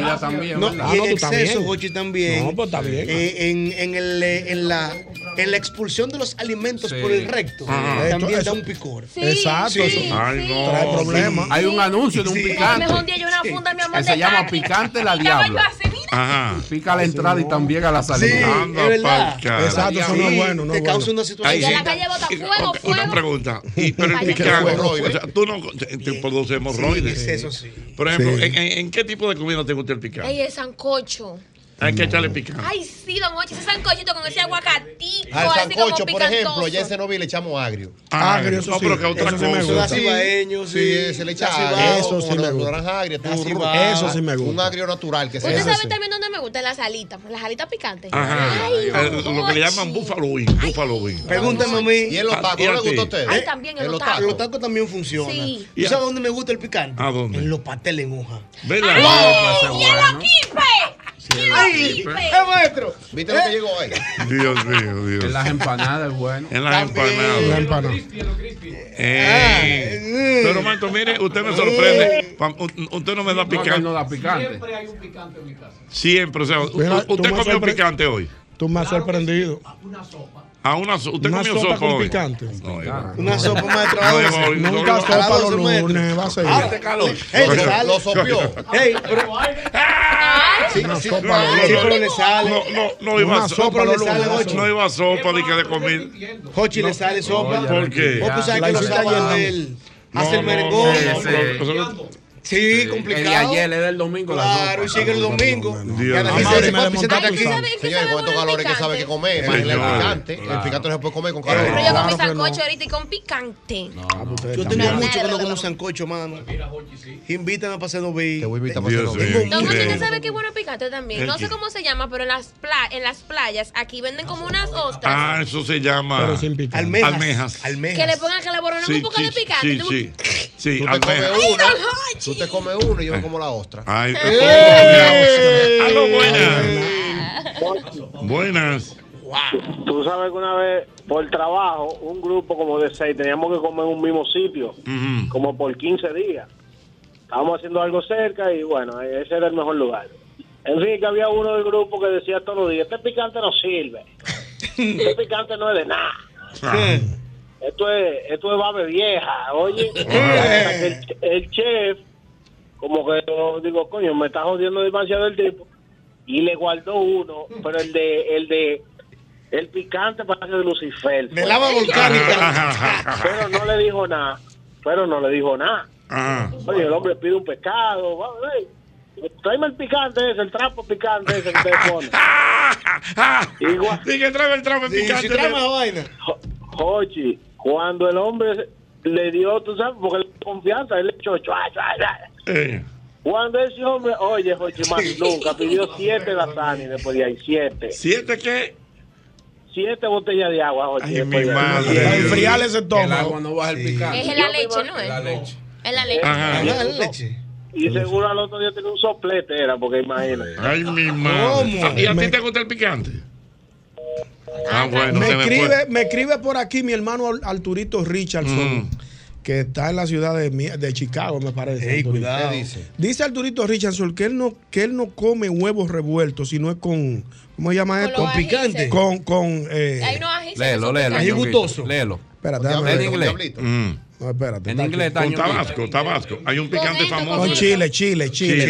No, y tú en exceso, también. Jochi, también. pues, No, pues está bien. Eh, en, en, el, eh, en, la, en la expulsión de los alimentos por el recto. Ajá. También Esto- da un picor. Sí, Exacto, sí, eso- Ay, sí. no. Trae problemas. Hay un anuncio de un picante. Mejor un día yo una funda, mi amor, Que se de llama taqui. Picante la Y estaba yo Diabla. así, mira. Ajá. Pica a la entrada y también a la salida. Sí, Anda es verdad. pa'l carajo. Exacto, eso no es bueno, no te es causa bueno. una situación. Ahí sí. La calle bota fuego, Ok, Una fuego. pregunta. Y, pero el Vaya. picante, Hemorroides. o sea, tú no te, te produce hemorroides. sí, eso sí. Por ejemplo, Sí. ¿en, en, en qué tipo de comida te gusta el picante? Ey, el sancocho. Hay que echarle picante. Ay, sí, don Ochi, ese sancochito con ese aguacatito. Ah, Al así como sancocho, por ejemplo, picantoso. allá en Cenoví le echamos agrio. Agrio, eso No, sí. pero que otra Eso sí me cosa. gusta. Sí, Cibaeño, sí, se le echa cibao, agrio. Eso sí como me na- gusta. naranja agria, tú, cibao. Eso sí me Un gusta. agrio natural que se Usted hace. sabe también dónde me gustan las alitas, las alitas picantes. Ajá. Ay, Eh, don lo que le llaman Ochi. Buffalo Wing. Buffalo Wing. Pregúntame a mí. ¿Y en los tacos? ¿No le gusta a usted? Ay, también en los tacos. Los tacos también funcionan. Sí. ¿Y sabes dónde me gusta el picante? ¿A dónde? En los pasteles en hoja. ¿Verdad? Ay, ¡Oh! Ay, y ya el ¡Ay! ¡Eh, maestro! ¿Viste lo que llegó hoy? Dios mío, Dios. En las empanadas, bueno. En las empanadas. Eh, Pero, Marco, mire, usted me sorprende. Pa- u- Usted no me da picante. no da picante. hay un picante en mi casa. Siempre. O sea, u- Mira, tú usted me comió sorpre- picante hoy. Tú me has sorprendido. A una so- usted Una comió sopa sopa, con hoy. picante. No, Iván. Una sopa, maestro, No, a Iván, doce. no, Nunca Iván. sopa a los lunes, va a seguir. Ah, este calor. Ey, Coño. sale. Lo sopió. Ey, pero. Sí, Una Eh, sí, sopa no, de sí, lunes. pero le sale. No, no, no iba Una a sopa. sopa No le sale, Jochi. no iba a sopa de que de comida. Jochi le sale sopa. No, ya, ¿Por qué? Vos pues, sabes La que los hiciste ayer, sábados ¿no? él No, hace el no, merengón. no, no, no, no. Sí, El de complicado. ayer, el del domingo. la Claro, sopa. y sigue el domingo. Dios. Ah, Ya la gente dice, papi, siéntate aquí. Señores, con estos calores que sabe que comer. Más el Señores, picante. El picante no se puede comer con calor. Pero yo con mi Claro que sancocho ahorita y con picante. Yo tengo mucho que no como sancocho, mano. Invítame a pasar dos Te voy a invitar para Dios mío. Don José, ¿usted sabe qué bueno picante también? El No sé qué. cómo se llama, pero en las, pla- en las playas aquí venden como unas ostras. Ah, eso se llama. Pero sin picante. Almejas. Almejas. Que le pongan que le borronen un poco de picante. Sí, Tú- sí. Sí, Tú te comes almejas. uno. Tú te comes uno y yo me como la ostra. Ay, ¡Ey! aló, buenas. Buenas. Tú sabes que una vez, por trabajo, un grupo como de seis, teníamos que comer en un mismo sitio, como por 15 días. Estábamos haciendo algo cerca y bueno, ese era el mejor lugar. En fin, que había uno del grupo que decía todos los días, este picante no sirve, este picante no es de nada. Esto es, esto es babe vieja, oye. el, el chef, como que yo digo, coño, me está jodiendo demasiado el tipo. Y le guardó uno, pero el de, el de, el picante parece de Lucifer. pues. De lava volcánica. Pero no le dijo nada, pero no le dijo nada. Ajá. Pues Oye, el hombre pide un pescado, va, ey, tráeme el picante ese, el trapo picante ese que te pone. Igual. Dije, tráeme el trapo Sí, picante. si trae más vaina. Jochi, cuando el hombre le dio, tú sabes, porque le dio confianza, él le echó, chua, chua, chua. Eh, Cuando ese hombre, oye, Jochi, más nunca, pidió siete lasanes después de ahí, siete. ¿Siete qué? Siete botellas de agua, Jochi. Ay, después mi de ahí. madre. Para enfriarle ese El estómago. agua no baja el picante. Es en la leche, ¿no es? La leche. Es la leche. Ajá. La leche. Y seguro al otro día tenía un soplete, era, porque imagínate. Ay, mi madre. ¿Cómo? ¿Y a ti Me- te gusta el picante? Ah, bueno, me, se me escribe, fue. me escribe por aquí mi hermano Al- Arturito Mm. Richardson, que está en la ciudad de, mi- de Chicago, me parece. Ey, Arturito. cuidado. Dice Arturito Richardson que él no, que él no come huevos revueltos, sino es con. ¿Cómo se llama Con esto? los Con picante. ajíes. Con. con eh, Hay unos ajíes. Léelo, léelo. Ají ñonguito. gustoso. Léelo. Espérate, Diablito, déjame ver. diablito. Mm. No, En espérate. está aquí. inglés está Con ñonguito. Tabasco, Tabasco. Hay un picante Con esto, famoso. Con chile, chile, chile.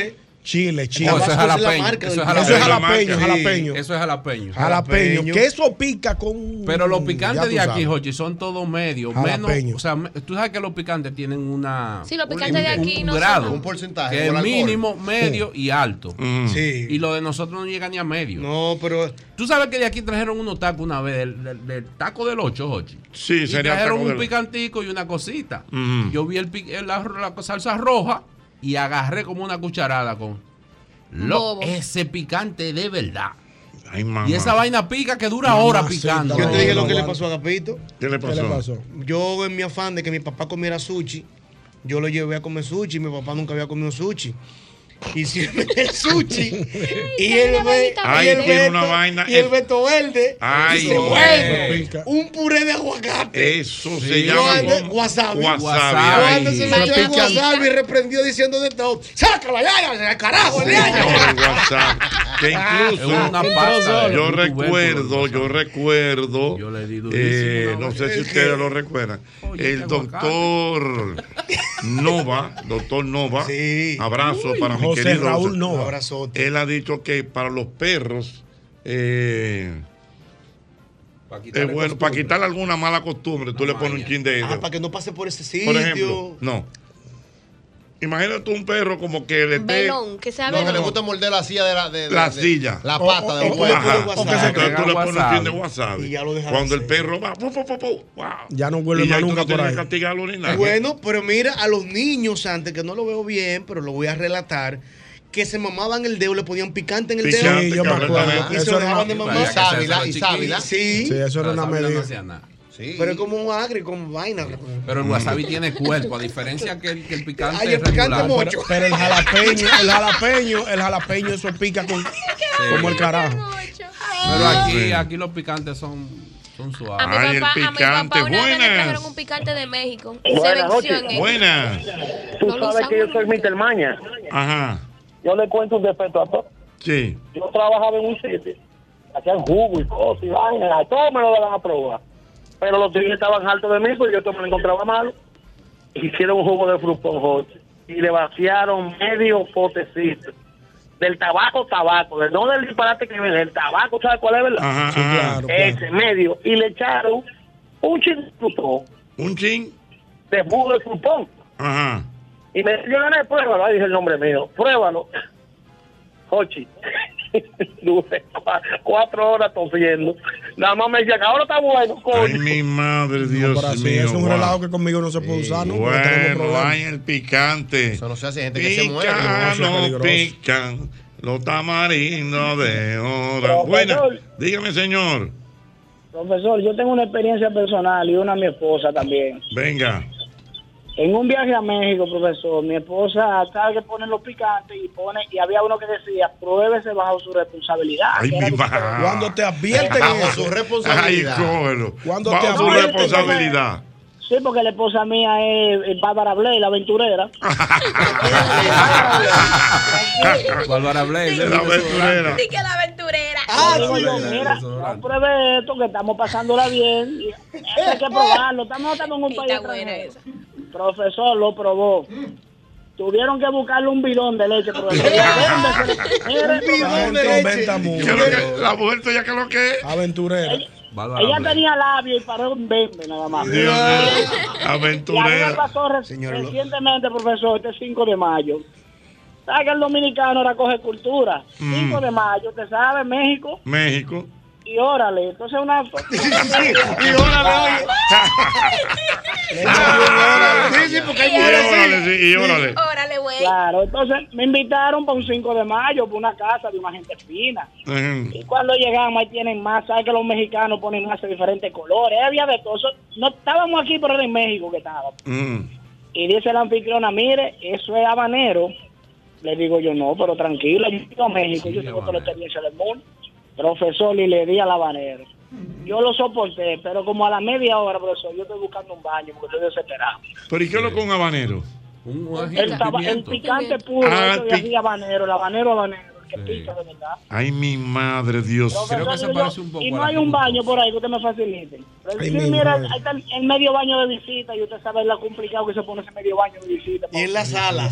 Chile. Chile, chile. No, Oh, eso es la jalapeño. marca Eso es del- Eso es jalapeño. jalapeño, jalapeño. Sí, Eso es jalapeño. Jalapeño. Que eso pica con. Pero los ya picantes tú de aquí, sabes. Jochi, son todos medios. Menos, Jalapeño. o sea, me- tú sabes que los picantes tienen una. Sí, los un- picantes de aquí un no son- grado, Un porcentaje Que es por alcohol. mínimo, medio y alto. Sí. Y lo de nosotros no llega ni a medio. No, pero eh, Tú sabes que de aquí trajeron unos tacos una vez, del, del- del taco del 8, Jochi. Sí, Y sería trajeron taco un del- picantico y una cosita. Ujú. Yo vi el, pic- el- la, la salsa roja y agarré como una cucharada con lo- Bobo. ese picante de verdad. Ay, mamá. Y esa vaina pica que dura horas picando. Yo te dije lo que le pasó a Agapito. ¿Qué le pasó? ¿Qué le pasó? Yo, en mi afán de que mi papá comiera sushi, yo lo llevé a comer sushi. Mi papá nunca había comido sushi. Y sirve el sushi. y tiene él una ve. vainita y Ay, él tiene ve una esto- vaina. Y el Beto Verde. Ay, dice, güey. bueno, Pica. un puré de aguacate. Eso se Y llama Cuando- como- wasabi. Wasabi. Cuando se Ay. le echó el Pica. wasabi, reprendió diciendo de todo: ¡Sácala, ya, ya, ya, carajo, ya, ya". Señor, WhatsApp. Que incluso Es una pasta de yo un tubérculo, recuerdo, yo recuerdo, Yo le di durísimo eh, una no vez. sé si ustedes lo recuerdan, Oye, el este aguacate. doctor Nova, doctor Nova, Sí. abrazo Uy, para mi José querido Raúl José. Un Nova. abrazote. Él ha dicho que para los perros eh, es bueno, para quitarle alguna Ah, mala costumbre, tú le pones un chin de Ah, para que no pase por ese sitio. Por ejemplo, no. Imagínate un perro como que le esté. Velón, que sea No, que velón. le gusta morder la silla de la, de, de- La de- silla. La pata del huevo. Ajá. O que se- tú le pones un pin de Y ya lo wasabi. dejas Cuando de el perro va. pu, pu, pu, pu, wow. Ya no Y vuelve ya más tú no nunca por tienes ahí. que castigarlo ni nada. Bueno, pero mira, a los niños antes, que no lo veo bien, pero lo voy a relatar, que se mamaban el dedo, le ponían picante en el dedo. Picante, Sí, yo me acuerdo. completamente. Y se Eso lo era dejaban una- de mamar. Y sábila, y sábila. Sí. Sí, eso era una medida. Sí. Pero es como agrio, como vaina. Pero el wasabi tiene cuerpo, a diferencia que el, que el picante Mm. Ay, el es regular. picante Pero, pero el jalapeño, el jalapeño, el jalapeño, eso pica con, como el carajo. Pero aquí, aquí los picantes son, son suaves. A mi papá, a mi papá una vez le trajeron un picante de México. Y se Buenas venció noches. en él. Tú No lo sabes que yo soy Mitelmaña. Ajá. Yo le cuento un defecto a todos. Sí. Yo trabajaba en un sitio. Hacían jugo y cosas y vaina. Todo me lo daban a probar. Pero los tigres estaban altos de mí porque yo todo me lo encontraba malo. Hicieron un jugo de frutos hot y le vaciaron medio potecito. Del tabaco, tabaco. del- No del disparate que viene. El tabaco, ¿sabes cuál es, verdad? Ajá, Sí, ajá. claro, claro. Ese medio. Y le echaron un chin de frutón. ¿Un chin? De jugo de frutón. Ajá. Y me yo gané, pruébalo. Ahí dije el nombre mío, pruébalo. Jochi. Duré cua- cuatro horas tosiendo. Nada más me decía que ahora está bueno, coño. Ay, mi madre, Dios Pero así mío. es un wow. relajo que conmigo no se puede usar, ¿no? Porque tenemos Bueno, problemas. hay el picante. Eso no se hace, hay gente que se muere, no, eso es no peligroso. pican los tamarindos de hora. Profesor. Buena, dígame, señor. Profesor, yo tengo una experiencia personal y una a mi esposa también. Venga. En un viaje a México, profesor, mi esposa cada que pone los picantes y pone y había uno que decía, pruébese bajo su responsabilidad. Ay, que era lo mi que- madre. Cuando te advierten en eso. Ay, cógelo. Cuando Bajo te su advierten, responsabilidad. Sí, porque la esposa mía es es Bárbara Bley, la aventurera. Bárbara Blaze. La aventurera. Sí, que la aventurera. Ah, digo yo, mira, no pruebe esto que estamos pasándola bien. y esto hay que probarlo. Estamos estamos en un país extranjero. Profesor, lo probó. Tuvieron que buscarle un bidón de leche, profesor. Un bidón de leche. ¿Qué es lo que- La mujer tuya, ¿qué es lo que es? Aventurera. Ella tenía labio y paró un bembe nada más. Y Dios mío. a mí me Aventurera. pasó re- Señor Lo- recientemente, profesor, este 5 de mayo. ¿Sabes que el dominicano ahora coge cultura? Mm. 5 de mayo, ¿te sabe México? México. Y órale. Entonces una... y órale, Sí, sí, porque hay mujeres Y órale, sí, y órale. Órale, güey. Claro, entonces me invitaron para un 5 de mayo, para una casa de una gente fina. Ujú. Y cuando llegamos, ahí tienen más. Sabes que los mexicanos ponen más de diferentes colores. Había de todo. Eso- No estábamos aquí, pero era en México que estábamos. Mm. Y dice la anfitriona, mire, eso es habanero. Le digo yo, no, pero tranquila, yo vivo a México, yo tengo toda la experiencia del mundo. Profesor, y le di al habanero. Yo lo soporté, pero como a la media hora, profesor, yo estoy buscando un baño porque estoy desesperado. Pero ¿y qué es lo que un habanero? El, taba- el picante puro, Ah, eso de pi- aquí habanero, el habanero, habanero, el que pica de verdad. Ay, mi madre, Dios. Profesor, digo yo, Y no hay un baño por ahí que usted me facilite. Pero Ay, sí, mi mira, madre. ahí está el el medio baño de visita y usted sabe lo complicado que se pone ese medio baño de visita. Y en la sala.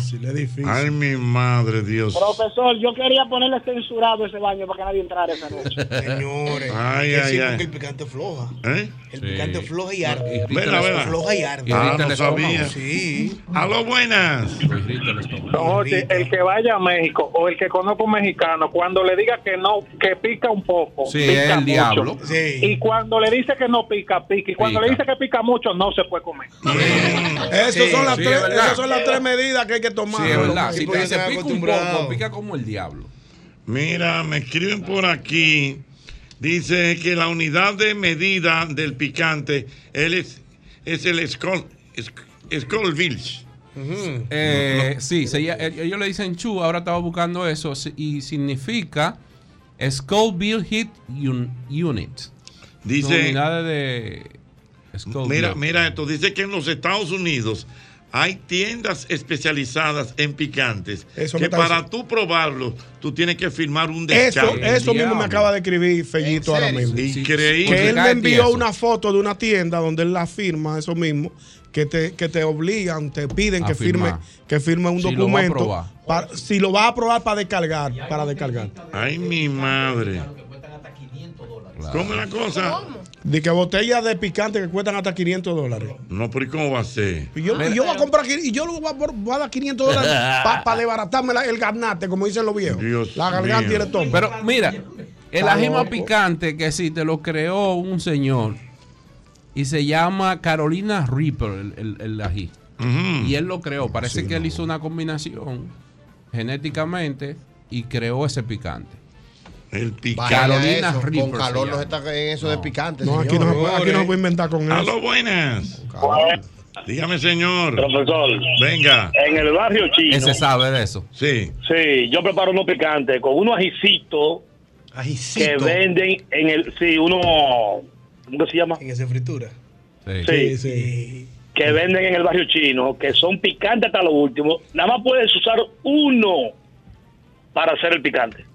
Ay, mi madre, Dios. Profesor, yo quería ponerle censurado ese baño para que nadie entrara esa noche. Señores. Ay, que ay, sí, ay. porque el picante floja. ¿Eh? El picante floja y arde. Vela, vela. Floja y arde. Ah, no sabía. Sí. Aló, buenas. Don Jorge, el que vaya a México o el que conozca un mexicano, cuando le diga que no, que pica un poco, Sí, pica es el mucho. diablo. Y cuando le dice que no pica, pica. Y cuando le dice que pica mucho, no se puede comer. Esas Sí, son, las sí, tres- es verdad. esas son las tres medidas que hay que tomar. Sí, es verdad. Sí, Si porque te dice se pica un acostumbrado. poco, pica como el diablo. Mira, me escriben por aquí. Dice que la unidad de medida del picante él es, es el Scol- Sc- Scoville. Mm. Eh, Sí, se ll- eh, ellos le dicen Chu, ahora estaba buscando eso si- y significa Scoville Heat Un- Unit. Dice- Unidades de Scoville. Mira, mira esto. Dice que en los Estados Unidos hay tiendas especializadas en picantes. Eso me que está para diciendo. tú probarlo, tú tienes que firmar un Eso, descargo. eso mismo me acaba de escribir Fellito ahora serio? mismo. Increíble. Que él me Cae envió tieso. una foto de una tienda donde él la firma, eso mismo, que te, que te obligan, te piden A que firme, firmar. que firme un Si lo va a documento. aprobar. para- si lo va a aprobar para descargar, para descargar. Ay, mi madre. ¿Cómo es la cosa? De que botellas de picante que cuestan hasta 500 dólares. No, pero ¿y cómo va a ser? Y yo, y yo voy a comprar qui- y yo lo voy a, voy a dar 500 dólares para desbaratarme la- el garnate, como dicen los viejos. la garganta tiene todo. Pero mira, el ají más loco. picante que sí, te lo creó un señor. Y se llama Carolina Reaper, el, el- el ají. Y él lo creó. Parece que él hizo una combinación genéticamente y creó ese picante. El picante. Carolina eso, Reaper Con calor se no se está en eso de picante. No, aquí no, se puede- aquí no se puede inventar con A eso. lo buenas. Dígame, señor. Profesor. Venga. En el barrio chino. Ese sabe de eso. Sí. Sí, yo preparo unos picantes con unos ajicitos que venden en el. Sí, uno. ¿Cómo que se llama? En ese fritura. Sí. Que venden en el barrio chino, que son picantes hasta lo último. Nada más puedes usar uno para hacer el picante.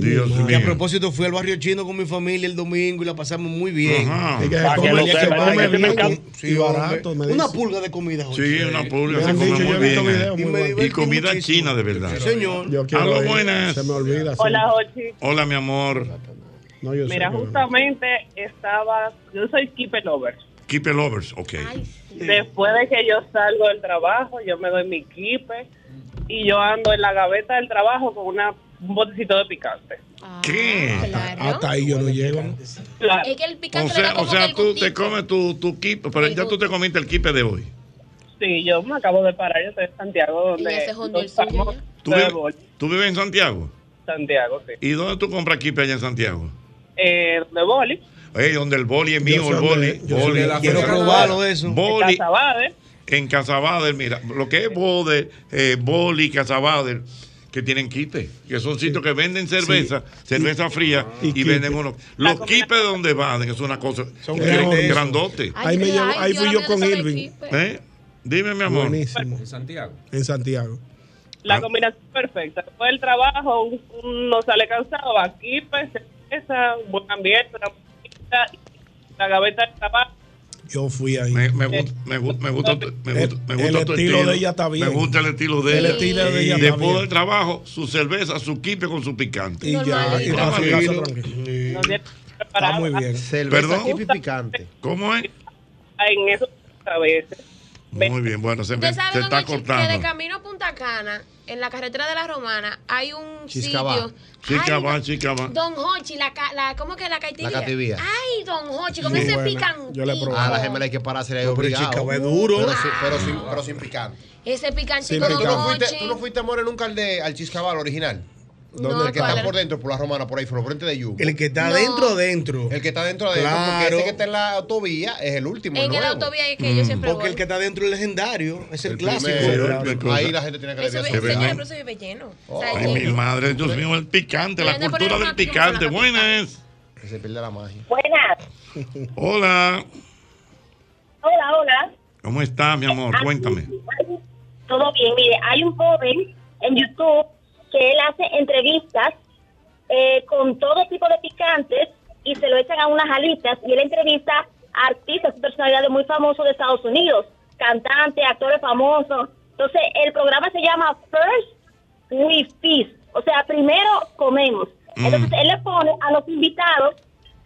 Dios Y a mío. propósito, fui al barrio chino con mi familia el domingo y la pasamos muy bien. Ajá. Y que se Para que come- lo que se sepa, come que se me bien, encanta. Sí, y hombre. barato, me Una dice. pulga de comida, Jorge. Sí, una pulga Me se han come dicho, yo muy he visto bien. videos ahí. muy buenos. Y comida china, de verdad. Sí, señor. Yo quiero A lo ir. buenas. Se me olvida. sí. Hola, Jorge. Hola, mi amor. No, yo sé Mira, que- justamente estaba. Yo soy keeper lover. Keep it lovers, ok. Después de que yo salgo del trabajo, yo me doy mi keeper y yo ando en la gaveta del trabajo con una, un botecito de picante. ¿Qué? Hasta ahí yo no llego. ¿no? Ah, Es que el O picante le da sea, o como que sea el tú te gustito. comes tu, tu kipe, pero ya tú te comiste el kipe de hoy. Sí, yo me acabo de parar, yo estoy en Santiago, donde Y ya se jondeó el los suyo famosos ¿Tú, vives- tú vives en Santiago? Santiago, sí. ¿Y dónde tú compras kipe allá en Santiago? Eh, de boli, Ey, donde el boli es mío, el boli. boli. Quiero probarlo eso. Boli. Casabader. En Casabader, mira, lo que es Bode, eh, Boli, Casabader, que tienen quite, que son sitios que venden cerveza, cerveza fría y, venden unos. Los quipes de donde van, que es una cosa, son grandes. grandotes. Ahí, me llevó- ahí fui yo con Irving. ¿Eh? Dime, mi amor. Buenísimo. En Santiago. En Santiago. la combinación perfecta. Después del trabajo, un- uno sale cansado, va aquí, pues, cerveza, un buen ambiente, una musiquita, y la gaveta del trabajo. Yo fui ahí. Me, me, gust- me, gust- me gusta, tu- me gusta, me El- gusta el tu estilo de ella está bien. Me gusta el estilo de El ella. estilo de ella está Después bien. del trabajo, su cerveza, su quipe con su picante. Y ya, y Está para su casa tranquilo. tranquilo. Está muy bien. Perdón. Kipe y picante. ¿Cómo es? En eso, a veces. Muy bien, bueno, se, me, Usted sabe se dónde está es chi- que de cortando. camino a Punta Cana, en la carretera de la Romana, hay un Chiscabá. sitio. Chicabá, Ay, chicabá. Don Hochi, la, ca- la, ¿cómo que la caitería? La cativía. Ay, Don Hochi, con Muy ese buena. picante. Ah, la gemela hay que pararse ahí No, pero obligado. chica, va duro. Pero, sin- pero sin, pero sin picante. Ese picantito pero tú Don no, fuiste, Hochi. tú no fuiste, More, nunca al, de, al Chiscabal original. No, Donde el que está ¿cuál por dentro, por la romana, por ahí, por los frente de Yugo. El que está dentro, adentro. El que está dentro, adentro, porque Claro. ese que está en la autovía es el último. en el nuevo. autovía es que yo siempre Porque el voy. que está dentro es legendario. Es el, clásico. primero, el primero. Ahí la gente tiene que Eso, desviarse. ve- verdad. señores, pero eso vive lleno. Oh, O sea, Ay, que- mi madre, Dios mío, el picante, la Deberían de cultura poner del una crema picante. para Buenas. Que se pierde la magia. Buenas. Hola, Hola, hola. Ah, ¿cómo está, mi amor? Cuéntame. Todo bien. Mire, hay un joven en YouTube que él hace entrevistas eh, con todo tipo de picantes y se lo echan a unas alitas y él entrevista a artistas, personalidades muy famosos de Estados Unidos, cantantes, actores famosos. Entonces, el programa se llama First We Feast, o sea, primero comemos. Entonces, él le pone a los invitados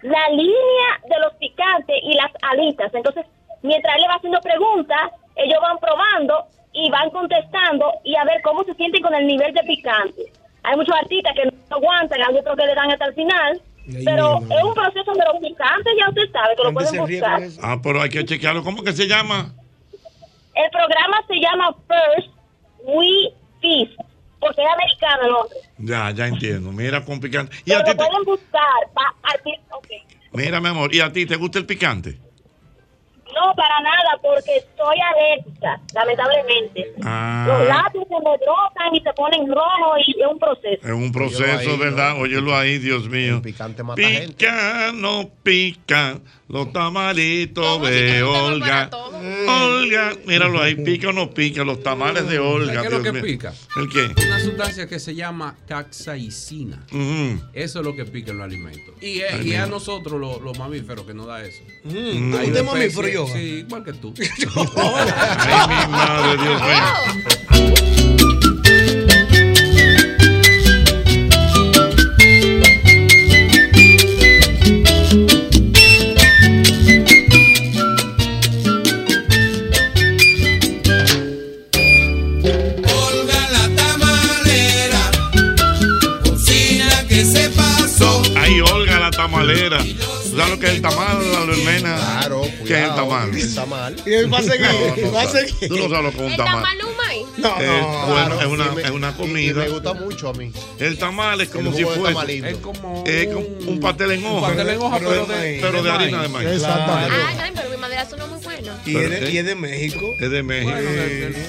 la línea de los picantes y las alitas. Entonces, mientras él le va haciendo preguntas, ellos van probando y van contestando y a ver cómo se sienten con el nivel de picante. Hay muchos artistas que no aguantan, hay otros que le dan hasta el final, Ay, pero mi es un proceso de los picantes, ya usted sabe que lo pueden buscar. Ah, pero hay que chequearlo. ¿Cómo que se llama? El programa se llama First We Feast, porque es americano el hombre. Ya, ya entiendo. Mira con picante. Y Pero a ti lo te- pueden buscar. pa- arti- ok. Mira, mi amor, ¿y a ti te gusta el picante? No, para nada, porque soy alérgica, lamentablemente. Los Ah, labios se me brotan y se ponen rojos y es un proceso. es un proceso, ¿verdad? Óyelo ahí, Dios mío. picante mata pica, gente. no pica. Los tamalitos de Olga. Mm. Olga, míralo ahí. Pica o no pica. Los tamales de Olga. ¿Qué es lo Dios que mío. pica? ¿El qué? Una sustancia que se llama capsaicina. Ujú. Eso es lo que pica en los alimentos. Y, Ay, es- y mira. a nosotros, los, los mamíferos, que nos da eso. Mm, Hay ¿usted una mamífero, especie- Yoga? Sí, igual que tú. Ay, mi madre, Dios mío. tamalera. ¿Sabes lo que es el tamal, Albert Mena? Claro, ¿Qué es el tamal? El tamal. Y él va a seguir, va a seguir. Tú no sabes lo que es un El tamal. tamal humay. No, Eh, es, bueno, es, una, y me- es una comida. y me gusta mucho a mí. El tamal es como El si jugo de fuese. tamalito. Es como un, pastel en hoja. pastel en hoja, pero de- pero de harina de maíz. maíz. Exactamente. Ay, ay, pero mi madera es uno muy bueno. Y es de- y es de México. Es de México.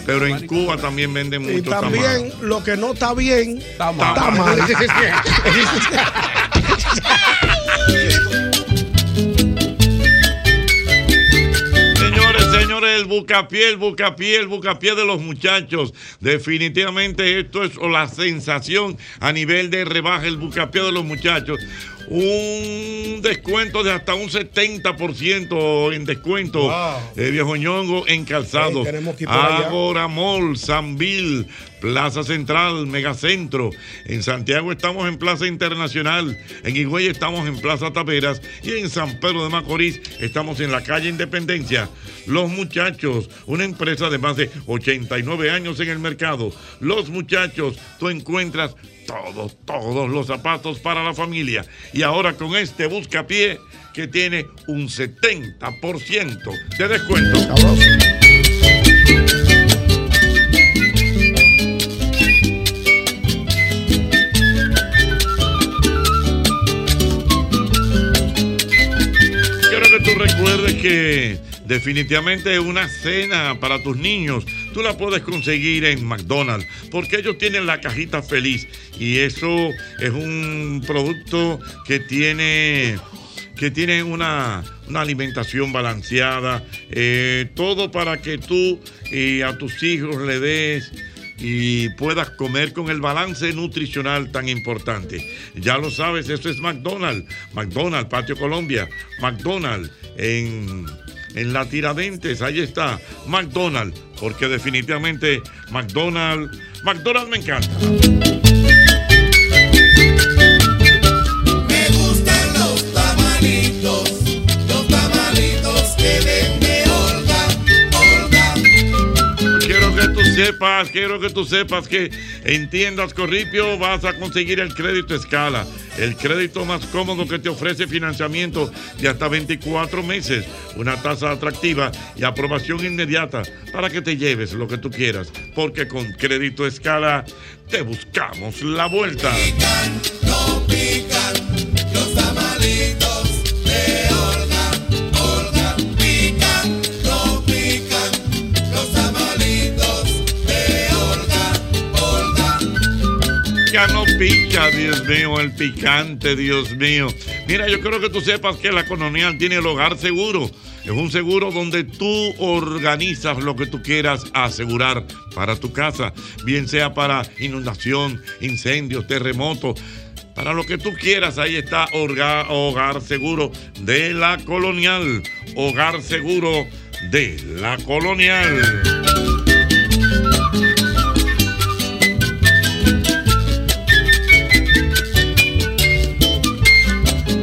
pero en Cuba también venden Y mucho tamal. también lo que no está bien, está mal. mal. Señores, señores, el bucapié, el bucapié, el bucapié de los muchachos. Definitivamente esto es la sensación a nivel de rebaja, el bucapié de los muchachos. Un descuento de hasta un 70% en descuento, Wow. eh, viejo ñongo, en calzado. Ey, Eh, tenemos que ir por allá. Agora Mall, Sanvil, Plaza Central, Megacentro. En Santiago estamos en Plaza Internacional. En Higüey estamos en Plaza Taveras. Y en San Pedro de Macorís estamos en la calle Independencia. Los Muchachos, una empresa de más de 89 años en el mercado. Los Muchachos, tú encuentras todos, todos los zapatos para la familia. Y ahora con este buscapié que tiene un 70% de descuento. Quiero que tú recuerdes que definitivamente una cena para tus niños tú la puedes conseguir en McDonald's porque ellos tienen la cajita feliz y eso es un producto que tiene que tiene una, una alimentación balanceada, eh, todo para que tú eh, a tus hijos le des y puedas comer con el balance nutricional tan importante. Ya lo sabes, eso es McDonald's, McDonald's, Patio Colombia, McDonald's en, en La Tiradentes, ahí está, McDonald's, porque definitivamente McDonald's, McDonald's me encanta. Me gustan los tamalitos, los tamalitos que vende Olga, Olga. Quiero que tú sepas, quiero que tú sepas que en tiendas Corripio vas a conseguir el crédito escala, el crédito más cómodo que te ofrece financiamiento de hasta 24 meses, una tasa atractiva y aprobación inmediata para que te lleves lo que tú quieras, porque con crédito escala te buscamos la vuelta. No pican los tamalitos de Olga, Olga. Pican, no pican los tamalitos de Olga, Olga. Ya no pica, Dios mío, el picante, Dios mío. Mira, yo creo que tú sepas que la colonial tiene el hogar seguro. Es un seguro donde tú organizas lo que tú quieras asegurar para tu casa, bien sea para inundación, incendios, terremotos. Para lo que tú quieras, ahí está Orga- Hogar Seguro de la Colonial. Hogar Seguro de la Colonial.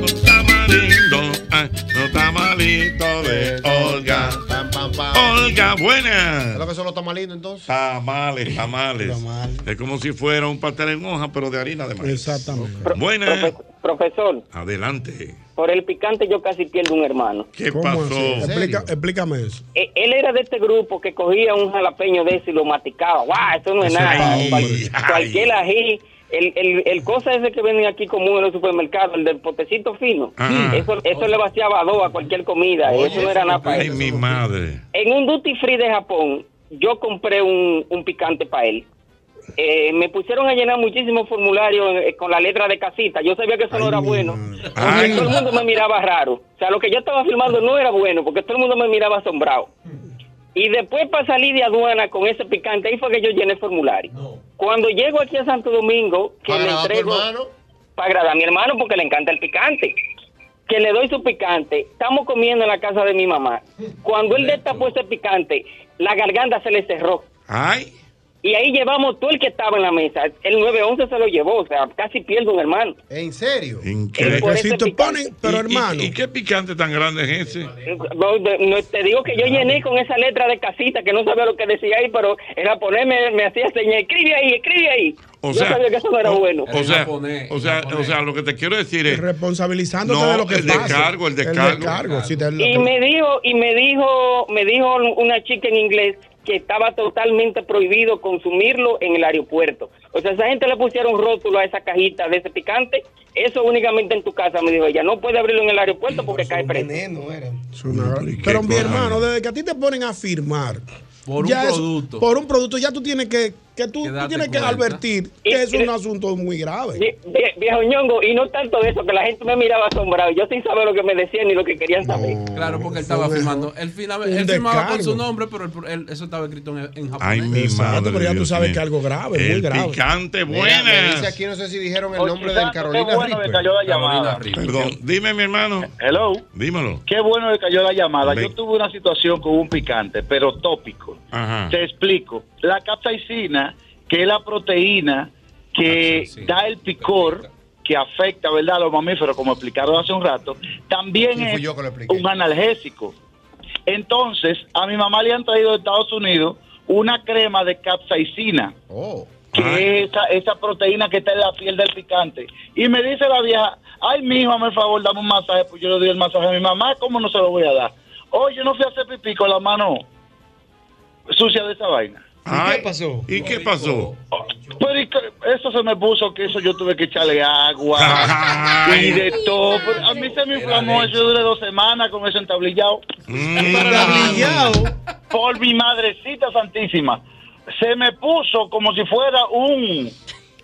Tamarindo, ah, no tamalito de Olga. Pam, pam, pam. Olga, buena. ¿Es lo que son los tamalitos entonces? Tamales, tamales. Es como si fuera un pastel en hoja, pero de harina de maíz. Exactamente. Buena. Profesor, Adelante. por el picante yo casi pierdo un hermano. ¿Qué ¿Cómo así? Explica- explícame eso. Eh, Él era de este grupo que cogía un jalapeño de ese y lo maticaba. ¡Guau! Eso no es Ese nada. ay, Cual- ay. Cualquier ají. El, el, el cosa ese que venden aquí común en los supermercados, el del potecito fino. Ajá. Eso, eso le vaciaba a dos a cualquier comida. Ah. eso no era nada para Ay, él. mi madre. En un duty free de Japón, yo compré un, un picante para él. Eh, me pusieron a llenar muchísimos formularios eh, con la letra de casita. Yo sabía que eso no era bueno. Porque todo el mundo me miraba raro. O sea, lo que yo estaba filmando no era bueno, porque todo el mundo me miraba asombrado. Y después para salir de aduana con ese picante, ahí fue que yo llené formulario. Cuando llego aquí a Santo Domingo, que le agradar a tu entrego para agradar a mi hermano porque le encanta el picante. Que le doy su picante. Estamos comiendo en la casa de mi mamá. Cuando él destapó ese picante, la garganta se le cerró. Ay. Y ahí llevamos todo el que estaba en la mesa. El 911 se lo llevó, o sea, casi pierdo un hermano. ¿En serio? Increíble. Por eso es picante. Pero hermano. Eh, ¿Y, qué picante tan grande es ese? No, de- no, te digo que yo llené con esa letra de casita que no sabía lo que decía ahí, pero era ponerme, me hacía señas, escribe ahí, escribe ahí. O yo sea, sabía que eso no era o- bueno. O sea, o sea, o sea, lo que te quiero decir es. Responsabilizándote No, de lo que el pasa. descargo, el descargo. si te- Y me dijo, y me dijo, me dijo una chica en inglés que estaba totalmente prohibido consumirlo en el aeropuerto. O sea, esa gente le pusieron rótulo a esa cajita de ese picante. Eso únicamente en tu casa, me dijo ella. No puede abrirlo en el aeropuerto porque cae preso. Es una gra- Pero mi hermano, desde que a ti te ponen a firmar Por un ya eso- producto. por un producto, ya tú tienes que, que tú, tú date tienes que cuenta. advertir Y- que es y- un asunto muy grave. Vie- vie- Viejo ñongo, y no tanto de eso, que la gente me miraba asombrado. Yo sin saber lo que me decían ni lo que querían saber. Claro, porque él estaba Fue firmando. Él, firmaba, un él firmaba descargo. con su nombre, pero el- el- eso estaba escrito en, en japonés. Ay, mi madre. Dios mío. El Picante, Mira, buenas. me dice aquí, no sé si dijeron el nombre del Carolina Reaper. Perdón, dime, mi hermano. Hello. Dímelo. Qué bueno que cayó la llamada. Ve- Yo tuve una situación con un picante, pero tópico. Ajá. Te explico. La capsaicina, que es la proteína Ah, que da el picor, que afecta, ¿verdad?, a los mamíferos, como explicaron hace un rato, también Sí, fui es yo que lo expliqué. un analgésico. Entonces, a mi mamá le han traído de Estados Unidos una crema de capsaicina Oh. que es esa, esa proteína que está en la piel del picante. Y me dice la vieja, ay, mi hijo, hazme el favor, dame un masaje, pues yo le doy el masaje a mi mamá, ¿cómo no se lo voy a dar? Oye, yo no fui a hacer pipí con la mano sucia de esa vaina. Ay, pasó? ¿Y qué pasó? Pero y que- eso se me puso que eso yo tuve que echarle agua y de todo. Pero a mí se me inflamó, eso yo duré dos semanas con eso entablillado. Mm. Por mi madrecita santísima. Se me puso como si fuera un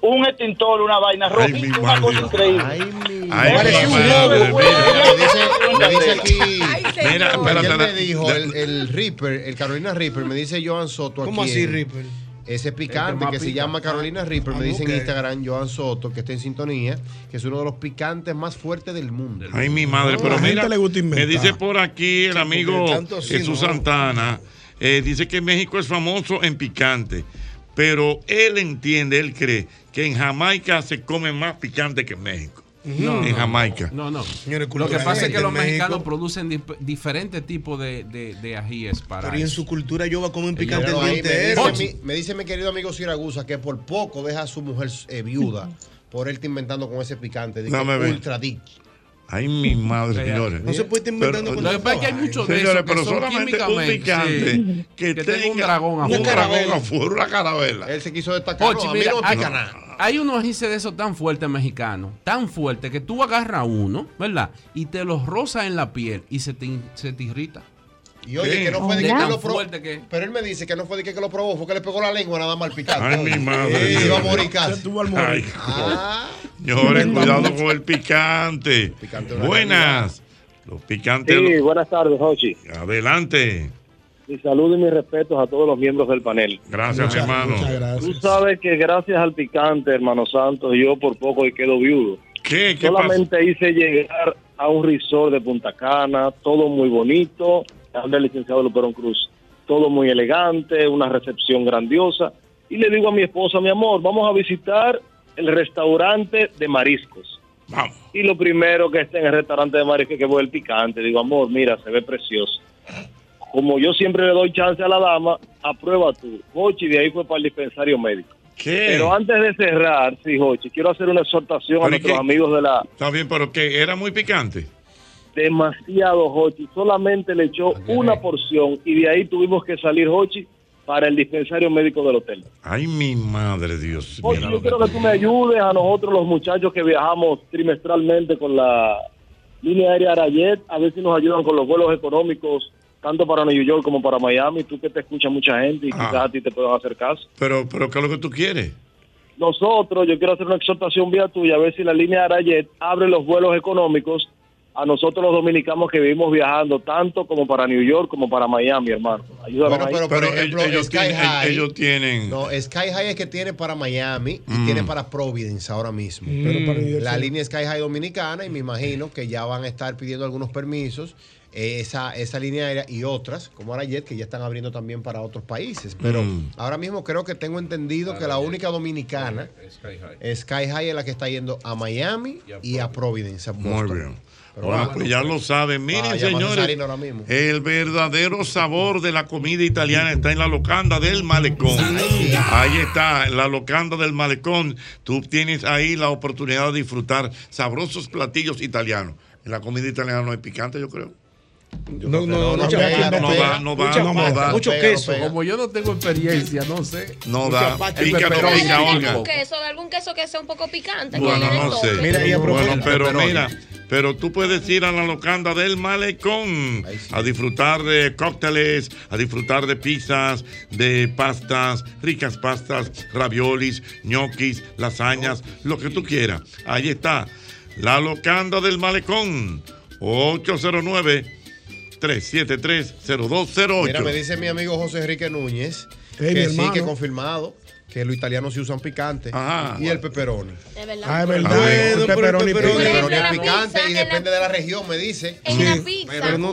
un extintor, una vaina roja, una cosa increíble. Ay, Parecía mi un madre, globo. mira. Me dice, me dice aquí. Mira, espérate, Ayer la- me dijo la- el, el Reaper, el Carolina Reaper, me dice Joan Soto aquí. ¿Cómo así, en- Reaper? Ese El picante que que, más se pica. llama Carolina Reaper, me Ah, dice ok. en Instagram Joan Soto, que está en sintonía, que es uno de los picantes más fuertes del mundo. Ay, mi madre, pero mira, me dice por aquí el amigo porque tanto sí, Jesús no. Santana, eh, dice que México es famoso en picante, pero él entiende, él cree que en Jamaica se come más picante que en México. No, en no, Jamaica. No, no. Señores, Lo que pasa es que culturalmente los en México- mexicanos producen dif- diferentes tipos de, de, de ajíes para. Pero y en eso. su cultura yo voy a comer Ellos picante el no día hay entero. Me dice, mi, me dice mi querido amigo Siragusa que por poco deja a su mujer eh, viuda por él está inventando con ese picante. Dice, No me ve. ultra dick. Ay, mi madre, señores. No se puede estar inventando Pero- con Lo que pasa es que hay muchos de Señores, esos que pero son solamente un químicamente, picante sí. Que que, tenga tenga un dragón afuera. Un dragón afuera, una carabela. Él se quiso destacar. Ochi, no, a mí mira, no me hay, pica nada. hay unos ajíes de esos tan fuertes mexicanos, tan fuertes que tú agarras uno, ¿verdad? Y te los rozas en la piel y se te, in- se te irrita. Y oye, que no fue de que, Tan que lo probó. fuerte que- Pero él me dice que no fue de que, que lo probó, fue que le pegó la lengua nada más al picante. Ay, Oye, mi madre. eh, Dios iba a mío. morir casi. Ah, Ay, Señores, cuidado con el picante. Buenas. Los picantes. Sí, buenas tardes, Hochi. Adelante. Mi salud y mis respetos a todos los miembros del panel. Gracias, mi hermano. Tú sabes que gracias al picante, hermano Santos, yo por poco y quedo viudo. ¿Qué? ¿Qué Solamente hice llegar a un resort de Punta Cana, todo muy bonito, anda el licenciado Luperón Cruz, todo muy elegante, una recepción grandiosa. Y le digo a mi esposa, mi amor, vamos a visitar el restaurante de mariscos. Vamos. Y lo primero que está en el restaurante de mariscos es que voy el picante. Digo, amor, mira, se ve precioso. Como yo siempre le doy chance a la dama, aprueba tú. Hochi de ahí fue para el dispensario médico. Pero antes de cerrar, sí, Hochi, quiero hacer una exhortación a Pero ¿y nuestros qué? amigos de la... Está bien, pero que era muy picante. Demasiado, Hochi. Solamente le echó una porción y de ahí tuvimos que salir, Hochi, para el dispensario médico del hotel. Ay, mi madre, Dios Oye, mío. yo quiero que tú me ayudes a nosotros los muchachos que viajamos trimestralmente con la línea aérea Arayet, a ver si nos ayudan con los vuelos económicos, tanto para New York como para Miami. Tú que te escucha mucha gente y Ah. quizás a ti te puedan hacer caso. Pero, pero, ¿qué es lo que tú quieres? Nosotros, yo quiero hacer una exhortación vía tuya, a ver si la línea Arayet abre los vuelos económicos a nosotros los dominicanos que vivimos viajando tanto como para New York como para Miami, hermano. Ayúdanos Bueno, ahí. pero, por ejemplo, Sky High. tienen. No, Sky High es que tiene para Miami y Mm. tiene para Providence ahora mismo. Mm. Pero para New York La sí. línea Sky High dominicana y me imagino que ya van a estar pidiendo algunos permisos eh, esa, esa línea aérea y otras, como Arajet, que ya están abriendo también para otros países. Pero Mm. ahora mismo creo que tengo entendido que la Arajet. única dominicana Sky High. Sky High es la que está yendo a Miami y a, Providence. a Muy Boston. bien. Pero Bueno, bueno, pues ya lo saben. Miren, vaya, vamos a señores, salir ahora mismo. el verdadero sabor de la comida italiana está en la locanda del malecón. Ahí está, la locanda del malecón. Tú tienes ahí la oportunidad de disfrutar sabrosos platillos italianos. En la comida italiana no hay picante, yo creo. No, no, no, no, pega, no pega, va, no va, mucha no pasta, va. mucho No pega, queso. no pega. Como yo no tengo experiencia, no sé. No Mucha da, pasta. pica, no Pero- pica, Olga. algún queso, algún queso que sea un poco picante. que le Bueno, dé no toque. sé. bueno, pero Pepperoni. mira, pero tú puedes ir a la locanda del malecón a disfrutar de cócteles, a disfrutar de pizzas, de pastas, ricas pastas, raviolis, ñoquis, lasañas, lo que tú quieras. Ahí está, la locanda del malecón, 809 373 0208 Mira, me dice mi amigo José Enrique Núñez Ey, mi que sí, hermano. que confirmado que los italianos sí usan picante y el peperoni. De verdad. Ah, es verdad. el El pepperoni pepperoni es pica. Por ejemplo, la picante y depende de la región, me dice. Sí, Pero no escucha, el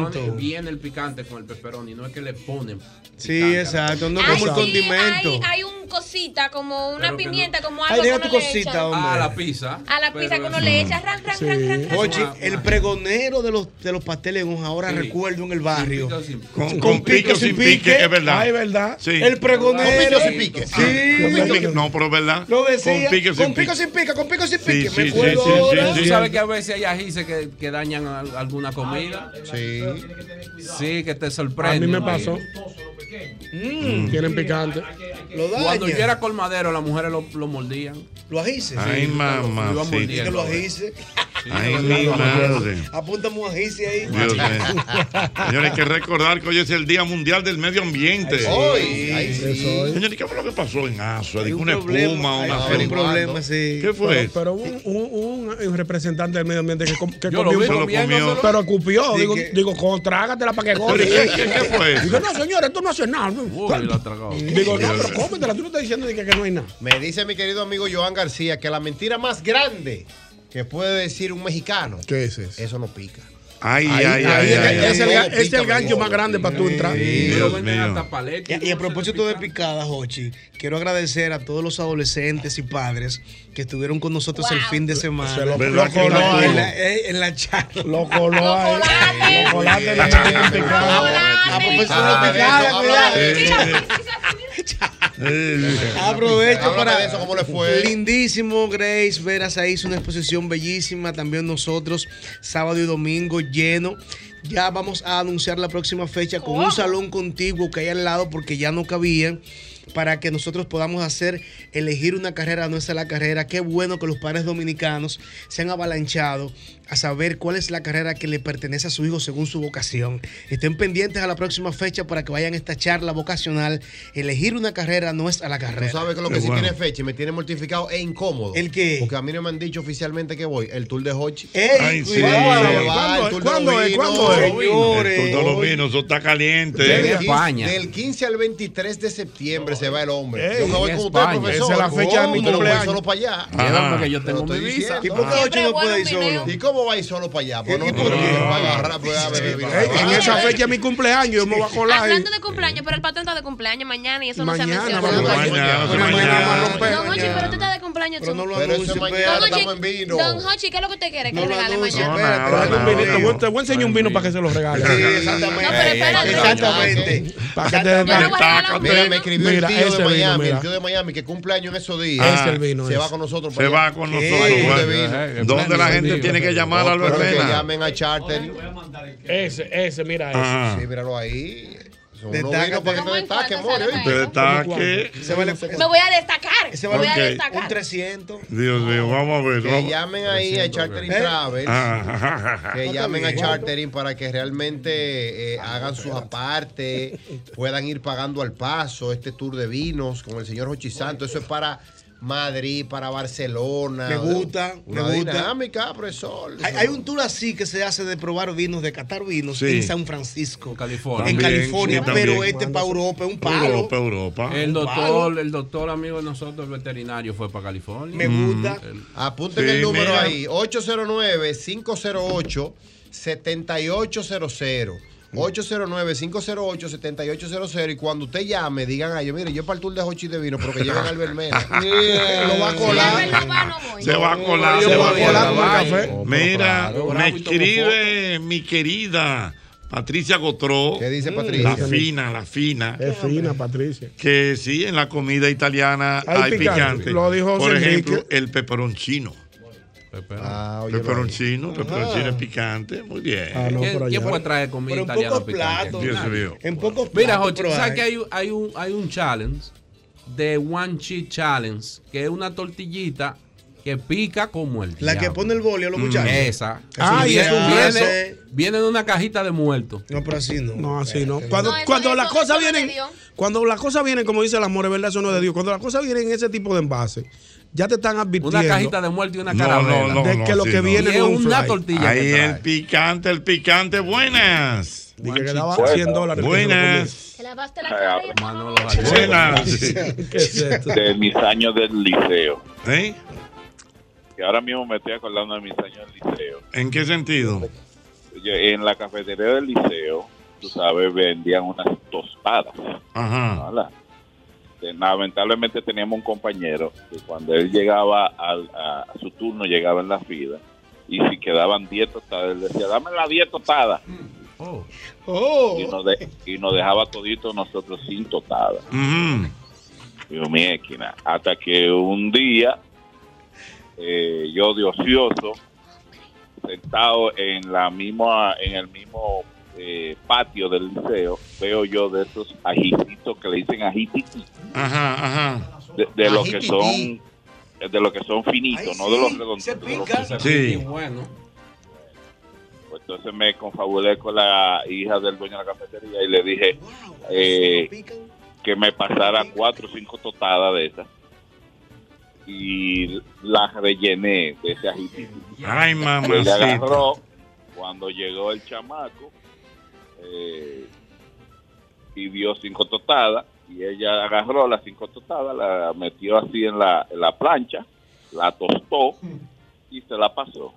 pepperoni, tanto. Viene el picante con el pepperoni, no es que le ponen. Sí, exacto. No Ay, como el sí, condimento. Hay, hay un cosita, como una Pero que no- pimienta, como Ahí algo deja que tu uno le cosita, echa. hombre. A la pizza. A Ah, la pizza que uno le echa, ran, ran, Sí. ran, ran, ran. Oye, el pregonero de los, de los pasteles en hoja, ahora Sí. recuerdo en el barrio. Sin pique o sin pique. Con, Con pique o sin pique, es verdad. Ah, es verdad. El pregonero. Con pique o sin pique. Sí. Con pique- No, pero es verdad. Lo decía. Con pique o sin Con pique o sin pique, con pique o sin Sí, pique. sí, Me sí, acuerdo sí, sí, ahora. Pues Tú sabes que a veces hay ajíes que, que dañan al- alguna comida. Sí. Sí, que te sorprende. A mí me pasó. Mm, Tienen picante. Cuando yo era colmadero, las mujeres lo, lo mordían. Lo ajice. Ay, mamá. Iba mordiendo. Que lo ajice. Ay, mi madre. Apúntame un ajice ahí. Dios mío. Señores, hay que recordar que hoy es el Día Mundial del Medio Ambiente. Ay, sí. Hoy. Ay, sí. Eso es. Señores, ¿qué fue lo que pasó en Asua? Dijo un una problema, espuma, hay una un cosa. problema, sí. ¿Qué fue? Pero, pero hubo un, un- un- un representante del medio ambiente que, com- que Yo lo vi, un- se lo comió. pero escupió. Sí, Digo, que- digo "Co- trágatela para que ¿Pero goce. qué- qué- qué fue Digo, eso? no, señor, esto no hace nada. Digo, no, pero cómetela. Tú no estás diciendo de que, que no hay nada. Me dice mi querido amigo Joan García que la mentira más grande que puede decir un mexicano. ¿Qué es eso? Eso no pica. Ay, Ahí- ay, ahí ay, es que- es ay, ay. el ga- No, es el pica, Este gancho mi más grande amor. para tú entrar. Sí, Sí, Dios lo mío. venden hasta Y, y a propósito de picadas, Jochi, quiero agradecer a todos los adolescentes y padres que estuvieron con nosotros el fin de semana. Se lo- ¿Verdad lo que coló no? ahí. en la, eh, en la charla. Lo coló ahí. Lo colaste de tienen picante. Ah, pues, pues, Ah, una de picada, eso, cuidado. habla de Aprovecho Háblame para. de eso, ¿cómo le fue? Lindísimo, Grace Veras ahí hizo una exposición bellísima. También nosotros, sábado y domingo, lleno. Ya vamos a anunciar la próxima fecha con un salón contiguo que hay al lado porque ya no cabían. Para que nosotros podamos hacer, elegir una carrera, no es la carrera. Qué bueno que los padres dominicanos se han avalanchado a saber cuál es la carrera que le pertenece a su hijo según su vocación. Estén pendientes a la próxima fecha para que vayan a esta charla vocacional. Elegir una carrera no es a la Tú carrera. sabes que lo que sí tiene fecha y me tiene mortificado e incómodo. ¿El qué? Porque a mí no me han dicho oficialmente que voy. El tour de Hochi. Ay, sí. ¿Cuándo es? ¿Cuándo es? El tour de los vinos, eso está caliente. ¿eh? Del 15 Del 15 al 23 de septiembre se va el hombre. Ey, yo me voy en con usted, España. profesor. Esa es la fecha de mi Pero voy cumpleaños. solo para Ah. allá. Llévame, que yo tengo Pero mi estoy visa. diciendo. Ah. ¿Y por qué Ocho no Siempre puede ir bueno, solo? ¿Y cómo va a ir solo para allá? Pues no, por qué? va a agarrar, pues, a ver, Ey, En esa fecha es mi cumpleaños. Yo me voy a colar. ahí. Hablando de cumpleaños, pero el patrón está de cumpleaños mañana y eso no se Mañana, menciona. vamos a Mañana, Pero mañana vamos a romper. Don Hochi, pero tú estás de cumpleaños. Pero tú. no lo Pero eso es mañana, estamos en vino. Don Hochi, ¿qué es lo que usted quiere que le regale mañana? Regálate un vinito. Voy- Te voy a enseñar un vino para que se lo regale. Exactamente. Para que te Mira, me escribió Mira, el tío ese de vino, Miami, mira. el tío de Miami que cumpleaños en esos días. Ah, Ese el vino Se es. va con nosotros. Se va con nosotros. bueno. ¿Dónde la gente tiene que llamar a Albert Que Pena? llamen a Charter. Ese, ese, mira Ah. ese. Sí, míralo ahí. Son unos Destácate. vinos para que te destaques, more. Te destaque. Se vale- Me voy a destacar. se me voy Ok. a destacar. Un 300. Dios mío, vamos a ver. Que vamos. llamen ahí a Chartering Travel. Ah. Que llamen a Chartering para que realmente eh, hagan sus apartes, puedan ir pagando al paso este tour de vinos con el señor Jochi Santo. Eso es para Madrid, para Barcelona. Me gusta, Una me gusta. dinámica, profesor. Hay, hay un tour así que se hace de probar vinos, de catar vinos Sí. en San Francisco, California. en También, California, sí, pero también. este para Europa es un palo. Europa, Europa. El Un doctor, palo. el doctor amigo de nosotros, el veterinario, fue para California. Mm. Me gusta. El- Apunten el número ahí, 809-508-7800. Mm. 809-508-7800 y cuando usted llame, digan a ellos, mire, yo para el tour de Hochi de Vino, pero que lleven al Bermena. Lo va a colar. Se va a colar. Se se va a va a colar colar. con el café. Mira, Claro, me bravo y tomo escribe mi querida Patricia Gotró. ¿Qué Mm. dice Patricia? La fina, la fina. Es fina, Patricia. Que sí, en la comida italiana Hay hay picante. picante. Lo dijo Por José ejemplo, Enrique. Ah, el peperoncino. Ah, Peperoncino, peperoncino es picante. Muy bien. Ah, no, ¿Quién- por allá. quién puede traer comida Pero en italiana pocos picante? platos. Dios nadie. mío. En pocos platos. Mira, Jochi, pero ¿sabes hay. que hay, hay un, hay un challenge de One Cheese Challenge? Que es una tortillita que pica como el La que diablo. pone el bolio a los Mm, muchachos. Esa. Ah, y es un viene, viene- viene en una cajita de muerto. No, pero así no. Eh, No, así no. Cuando, No, eso- cuando eso- las cosas eso no es de vienen, Dios. cuando las cosas vienen, como dice el amor, es verdad, eso no es de Dios. Cuando las cosas vienen en ese tipo de envase, ya te están advirtiendo. Una cajita de muerto y una No, carabela. no, no, De no, que lo así que no. viene Y es no es un una fly. tortilla. Ahí que trae. el picante, el picante, buenas. Dije que daba 100 dólares. Buenas. Te lavaste la Ah, cara. Buenas. de mis años del liceo. ¿Eh? Que ahora mismo me estoy acordando de mis años del liceo. ¿En qué sentido? Yo, en la cafetería del liceo, tú sabes, vendían unas tostadas. Ajá. ¿verdad? Eh, Lamentablemente teníamos un compañero que cuando él llegaba al- a, a su turno, llegaba en la fila. Y si quedaban 10 tostadas, él decía, dame las 10 tostadas. Y, nos de- y nos dejaba todito nosotros sin tostadas. Digo, mi esquina. Hasta que un día, eh, yo de ocioso, sentado en la misma, en el mismo eh, patio del liceo, veo yo de esos ajititos que le dicen ajititi, Ajá, ajá. de, de los que Ajititi. son, de los que son finitos, Ay, no sí, de los redonditos. se de los pica. que son Sí. finitos. Bueno. Pues entonces me confabulé con la hija del dueño de la cafetería y le dije eh, que me pasara cuatro o cinco tostadas de esas y las rellené de ese ajitito. Ay, Pues le mamacita. agarró cuando llegó el chamaco eh, pidió cinco tostadas y ella agarró las cinco tostadas, la metió así en la, en la plancha, la tostó y se la pasó.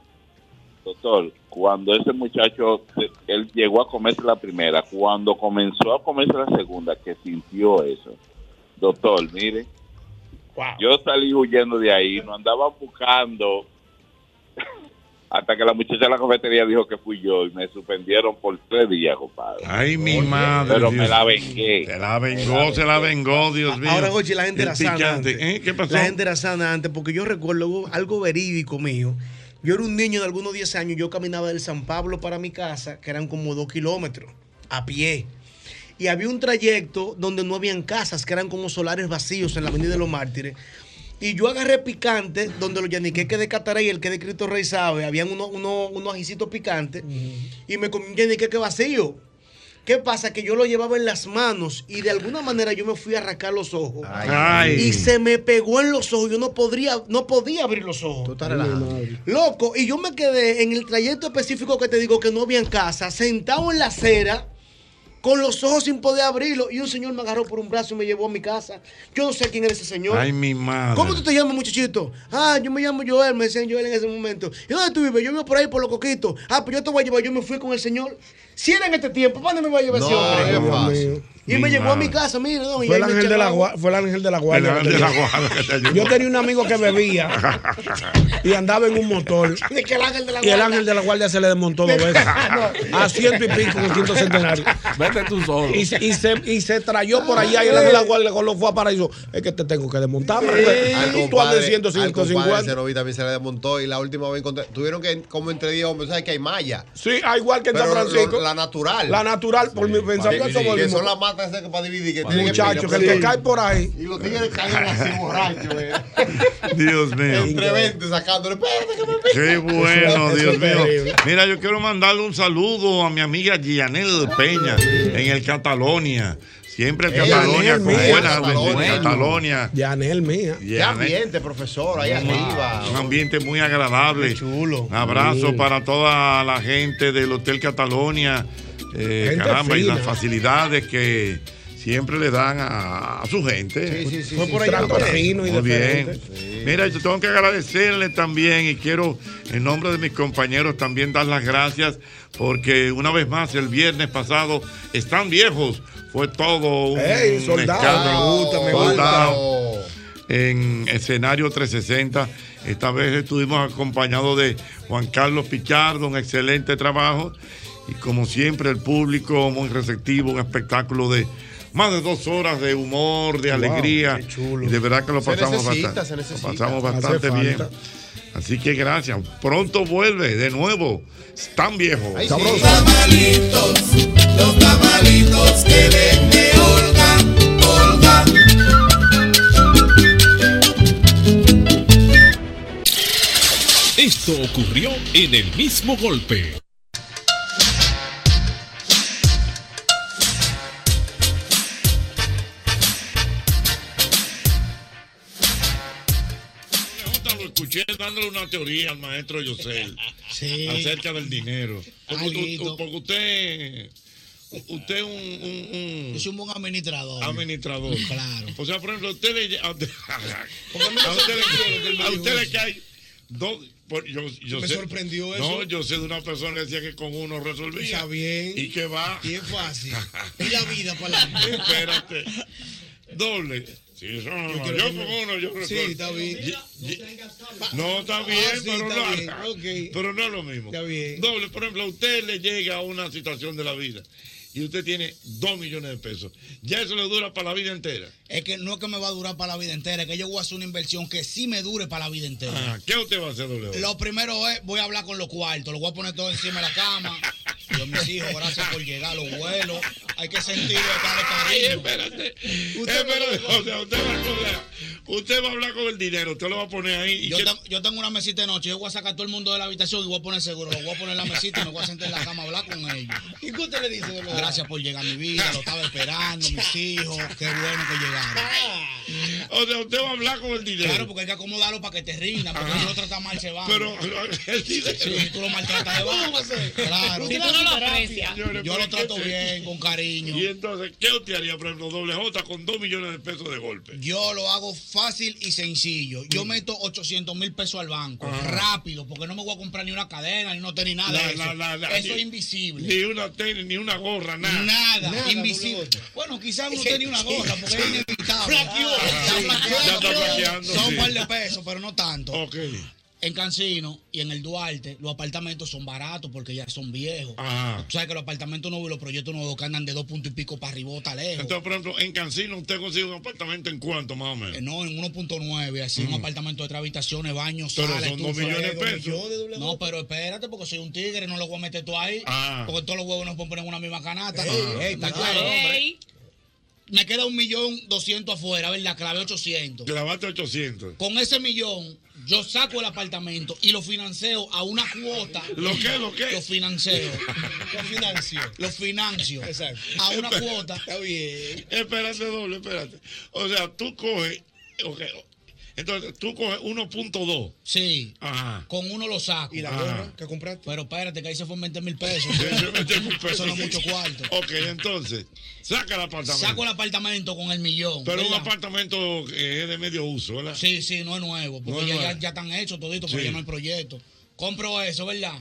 Doctor, cuando ese muchacho, se- él llegó a comerse la primera, cuando comenzó a comerse la segunda, que sintió eso. Doctor, mire, yo salí huyendo de ahí, nos andaban buscando hasta que la muchacha de la cafetería dijo que fui yo y me suspendieron por tres días, compadre. Ay, mi madre. Pero me Dios mío. la vengué. Se la vengó, se la vengó, Dios mío. Ahora, oye, la gente El era sana. picante. Antes. ¿Eh? ¿Qué pasó? La gente era sana antes, porque yo recuerdo algo- algo verídico mío. Yo era un niño de algunos 10 años, yo caminaba del San Pablo para mi casa, que eran como dos kilómetros, a pie. Y había un trayecto donde no habían casas, que eran como solares vacíos en la Avenida de los Mártires. Y yo agarré picante, donde los yaniqueques de Cataray y el que de Cristo Rey sabe, habían unos uno, unos ajicitos picantes, y me comí un yaniqueque vacío. ¿Qué pasa? Que yo lo llevaba en las manos y de alguna manera yo me fui a arrancar los ojos. Ay. Y se me pegó en los ojos. Yo no podría, no podía abrir los ojos. Loco, y yo me quedé en el trayecto específico que te digo que no había en casa, sentado en la acera, con los ojos sin poder abrirlo. Y un señor me agarró por un brazo y me llevó a mi casa. Yo no sé quién era ese señor. Ay, mi madre. ¿Cómo tú te llamas, muchachito? Ah, yo me llamo Joel, me decían Joel en ese momento. ¿Y dónde tú vives? Yo vivo por ahí por los coquitos. Ah, pues yo te voy a llevar. Yo me fui con el señor. Si era en este tiempo, ¿para dónde me iba a llevar ese No, hombre? Dios Y me llevó a mi casa, mira, don. y Fue el ahí me ángel de la echaron. gua- fue el ángel de la guardia. El ángel de la guardia que te ayudó. Yo tenía un amigo que bebía y andaba en un motor. De que el ángel de la Y el guardia. ángel de la guardia se le desmontó dos veces. Ah, A ciento y pico, con ciento centenario. Vete tú solo. Y, se- y se, y se trayó por allá y el ángel de la guardia lo fue a paraíso. Es que te tengo que desmontar. porque Al Tú andas compadre, de 100, al compadre 150. Cenoví también se le desmontó y la última vez encontré, tuvieron que como entre 10 hombres, ¿sabes que hay malla? Sí, ah, igual que en Pero San Francisco. lo- la natural. La natural, por mi pensamiento. Que, eso que volvimos. son las matas esas que para dividir. Que tienen Muchachos, que el pelear. que cae por ahí. Y los tigres caen así borrachos, eh. Dios mío. Entre 20 sacándole. Espérate que me Qué bueno, Eso es Dios mío. terrible. Mira, yo quiero mandarle un saludo a mi amiga Gianel Peña en el Catalonia. Siempre Eh, Yanel Catalonia con mía, buenas Catalonia. bendiciones. Catalonia. Yanel mía. Qué ambiente, profesor, ahí arriba. Un ambiente muy agradable. chulo. Un abrazo Sí. para toda la gente del Hotel Catalonia. Eh, Gente caramba, y fina. las facilidades que siempre le dan a, a su gente. Sí, sí, sí, Fue sí, por sí. allá, Muy Trato fino y bien. diferente. Mira, yo tengo que agradecerle también y quiero, en nombre de mis compañeros, también dar las gracias porque una vez más el viernes pasado están viejos. Fue todo un Ey, soldado. Mm, escándalo. Me gusta, me gusta. Soldado en escenario 360. Esta vez estuvimos acompañados de Juan Carlos Pichardo, un excelente trabajo. Y como siempre, el público muy receptivo, un espectáculo de más de dos horas de humor, de Wow, alegría. qué chulo. Y de verdad que lo Se pasamos necesita, se bastante. Lo necesita. pasamos Hace bastante bien. falta. Así que gracias. Pronto vuelve de nuevo. Tan viejo. Los tamalitos, los tamalitos que vende Olga, Olga. Esto ocurrió en el mismo golpe. Jota, lo escuché dándole una teoría al maestro Yosel acerca del dinero. Porque, Ay, u- u- porque usted, u- usted es un, un- un- Es un buen administrador. administrador. Claro. O sea, por ejemplo, a usted le, a, usted- Porque a mí me a usted sorprende le, a el usted le negocio. cae dos. por- yo, yo Me sé- sorprendió eso. No, yo sé de una persona que decía que con uno resolvía. Está bien. Y que va. Y es fácil. Y la vida para la Espérate. Doble. Sí, eso no, no, quiero Yo que con me- uno, yo recuerdo. Sí, está bien. Ye- No, está Ah, bien, Ah, sí, pero, está no, bien, pero no es lo mismo. Doble, por ejemplo, a usted le llega una situación de la vida y usted tiene dos millones de pesos. Ya eso le dura para la vida entera. Es que no es que me va a durar para la vida entera, es que yo voy a hacer una inversión que sí me dure para la vida entera. Ah, ¿Qué usted va a hacer, doble? Lo primero es, voy a hablar con los cuartos, los voy a poner todo encima de la cama. Yo, mis hijos, gracias por llegar, los vuelos. Hay que sentir Ay, estar espérate. Espérate, o sea, usted va a cobrar. Usted va a hablar con el dinero, usted lo va a poner ahí. ¿Y Yo, qué- tengo- yo tengo una mesita de noche, yo voy a sacar a todo el mundo de la habitación y voy a poner seguro, lo voy a poner en la mesita y me voy a sentar en la cama a hablar con ellos. ¿Y qué usted le dice? Gracias por llegar a mi vida, lo estaba esperando, mis hijos, qué bueno que llegaron. Ah. O sea, usted va a hablar con el dinero. Claro, porque hay que acomodarlo para que te rinda, porque Ajá. si lo tratas mal se va. Pero el dinero. Sí, tú lo maltratas de baja. Claro. Si tú no lo aprecias. Señores, Yo ¿por lo qué trato se- bien, con cariño. Y entonces, ¿qué usted haría, por ejemplo, doble J con dos millones de pesos de golpe? Yo lo hago fácil y sencillo. Yo meto 800 mil pesos al banco, Ajá. rápido, porque no me voy a comprar ni una cadena, ni no tenis, nada. La- de eso la- la- la- Eso ni- es invisible. Ni una tenis, ni una gorra, nada. Nada, invisible. Bueno, quizás uno tenía una gorra, porque es inevitable. Ajá. Está flaqueando. Ya está flaqueando, Son sí. un par de pesos, pero no tanto. En Cancino y en el Duarte, los apartamentos son baratos porque ya son viejos. Ajá. Tú sabes que los apartamentos nuevos y los proyectos nuevos que andan de dos puntos y pico para arribota lejos. Entonces, por ejemplo, en Cancino usted consigue un apartamento en cuánto, más o menos. Eh, No, en 1.9, así un apartamento de tres habitaciones, baños, Mm. Pero sala, son dos estufa. millones de Dos pesos. millones, doble No, pero espérate, porque soy un tigre, no lo voy a meter todo ahí. Ah. Porque todos los huevos nos ponen en una misma canasta. Ey, Ah. ey, ¿Está cuidado, claro? hombre. Me queda un millón doscientos afuera, ¿verdad? Clave 800. Clavaste 800. Con ese millón, yo saco el apartamento y lo financio a una cuota. ¿Lo qué, lo qué? Lo financio. lo financio. Lo financio. Exacto. A una Espera. cuota. Está bien. Espérate, doble, espérate. O sea, tú coges. ok, Entonces, tú coges 1.2. Sí. Ajá. Con uno lo saco. ¿Y la gorra que compraste? Pero espérate, que ahí se fue 20 mil pesos. Eso no es mucho cuarto. Ok, entonces, saca el apartamento. Saco el apartamento con el millón. Pero un ¿verdad? apartamento que es de medio uso, ¿verdad? Sí, sí, no es nuevo. No Porque es ya, ya, nuevo. ya están hechos toditos, porque Sí. ya no hay proyecto. Compro eso, ¿verdad?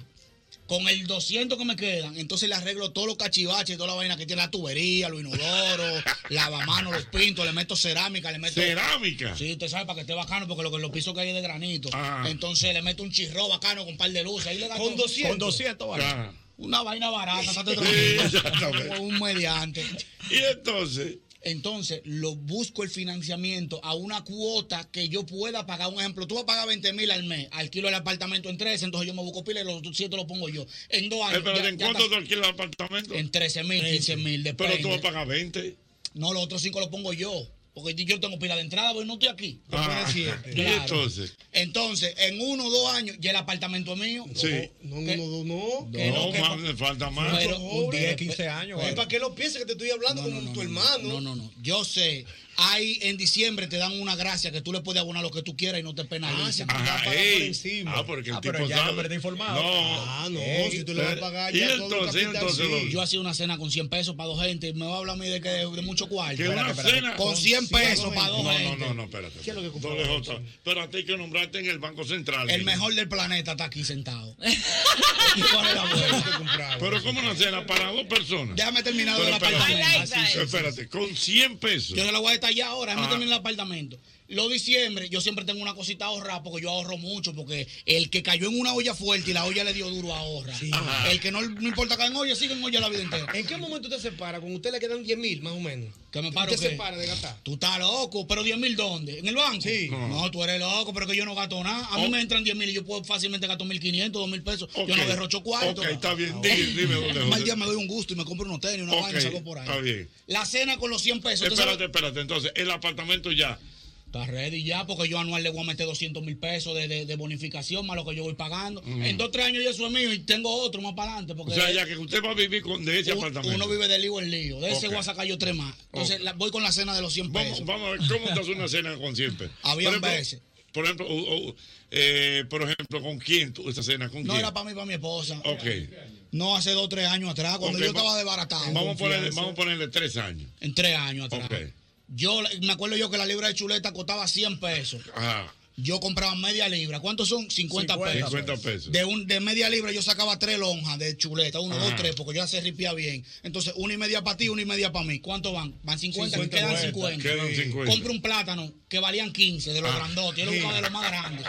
Con el 200 que me quedan, entonces le arreglo todos los cachivaches, toda la vaina que tiene la tubería, los inodoros, lavamanos, los pintos, le meto cerámica, le meto. Cerámica. Sí, usted sabe, para que esté bacano, porque lo que los pisos que hay es de granito. Ah. Entonces le meto un chirro bacano con un par de luces. Ahí le gasto- Con 200. Con 200, vale. Ah. Una vaina barata, estate Sí, tranquilo. exactamente. Como un mediante. Y entonces. Entonces, lo busco el financiamiento a una cuota que yo pueda pagar. Un ejemplo, tú vas a pagar 20 mil al mes, alquilo el apartamento en 13, entonces yo me busco pila y los 200 lo pongo yo. En dos años. Espérate, ya- Eh, ¿en ya cuánto tú está- alquilas el apartamento? En 13 mil, 15 mil. Pero tú vas a pagar 20. No, los otros 5 los pongo yo. Porque yo tengo pila de entrada, porque no estoy aquí. Yo soy de Ah, siete. ¿y Claro. entonces? Entonces, en uno o dos años, ya el apartamento es mío. Sí. No, no, no, no. No, más- falta más. Pero, Joven. pero, pero, pero, ¿Para qué lo piensas que te estoy hablando con tu hermano? No, no, no. Yo sé. Ahí en diciembre te dan una gracia que tú le puedes abonar lo que tú quieras y no te penalizan. Ajá, Ah, ey. Ah, porque el tipo sabe. No. Ah, Ey, pero- Y entonces, entonces, lo- Yo hacía una cena con 100 pesos para dos gente y me va a hablar a mí de, que, de mucho cuarto. Que una cena Con 100 pesos para dos No, gente. no, no, no, espérate. ¿Qué es lo que compró? Doble J. Pero a ti que nombraste en el Banco Central. El mejor del planeta está aquí sentado. Pero ¿cómo una cena para dos personas? Déjame terminar Pero el espérate, apartamento. Así, sí, sí, Espérate, con 100 pesos. Yo se la voy a detallar ahora, déjame Ah. terminar el apartamento. Los diciembre, yo siempre tengo una cosita ahorrada porque yo ahorro mucho, porque el que cayó en una olla fuerte y la olla le dio duro ahorra. Ajá. El que no, no importa caer en olla, sigue en olla la vida entera. ¿En qué momento usted se para? Cuando usted le quedan 10 mil, más o menos. ¿Que me paro ¿Usted qué? se para de gastar? Tú estás loco, pero 10 mil ¿dónde? ¿En el banco? Sí. No, tú eres loco, pero que yo no gasto nada. A mí Oh. me entran 10 mil y yo puedo fácilmente gastar 1.500, 2.000 pesos. Yo Ok. no Ah, derrocho cuarto. Ok, está bien. Dime, dime dónde Un mal dónde. día me doy un gusto y me compro unos tenis, una Ok, vaina, salgo por ahí. Pues, Está bien. La cena con los 100 pesos. ¿tú sabes? Espérate, espérate. Entonces, el apartamento ya. Está ready ya, porque yo anual le voy a meter 200 mil pesos de, de- de bonificación más lo que yo voy pagando. Mm. En dos tres años ya eso es mío y tengo otro más para adelante. O Porque sea, ya que usted va a vivir con, de ese un- apartamento. uno vive de lío en lío. De ese Ok. voy a sacar yo tres más. Entonces la- voy con la cena de los 100 pesos. Vamos, vamos a ver cómo te hace una cena con 100 pesos. Habían Por ejemplo, veces. Por ejemplo, o- o, eh, por ejemplo, ¿con quién tú esa cena? ¿Con No quién? era para mí, para mi esposa. Ok. No hace dos tres años atrás, cuando Ok, yo va- estaba desbaratado. Vamos a, ponerle, vamos a ponerle tres años. En tres años atrás. Ok. Yo me acuerdo yo que la libra de chuleta costaba 100 pesos. Ajá. Yo compraba media libra. ¿Cuántos son? 50, 50 pesos. 50 pesos. De, un, de media libra yo sacaba tres lonjas de chuleta. Uno, Ajá. dos, tres, porque yo ya se ripía bien. Entonces, una y media para ti, una y media para mí. ¿Cuánto van? Van 50, 50, quedan vuelta. 50. Quedan 50. Compro un plátano que valían 15, de los Ah. grandotes. Yo lo Sí. buscaba de los más grandes.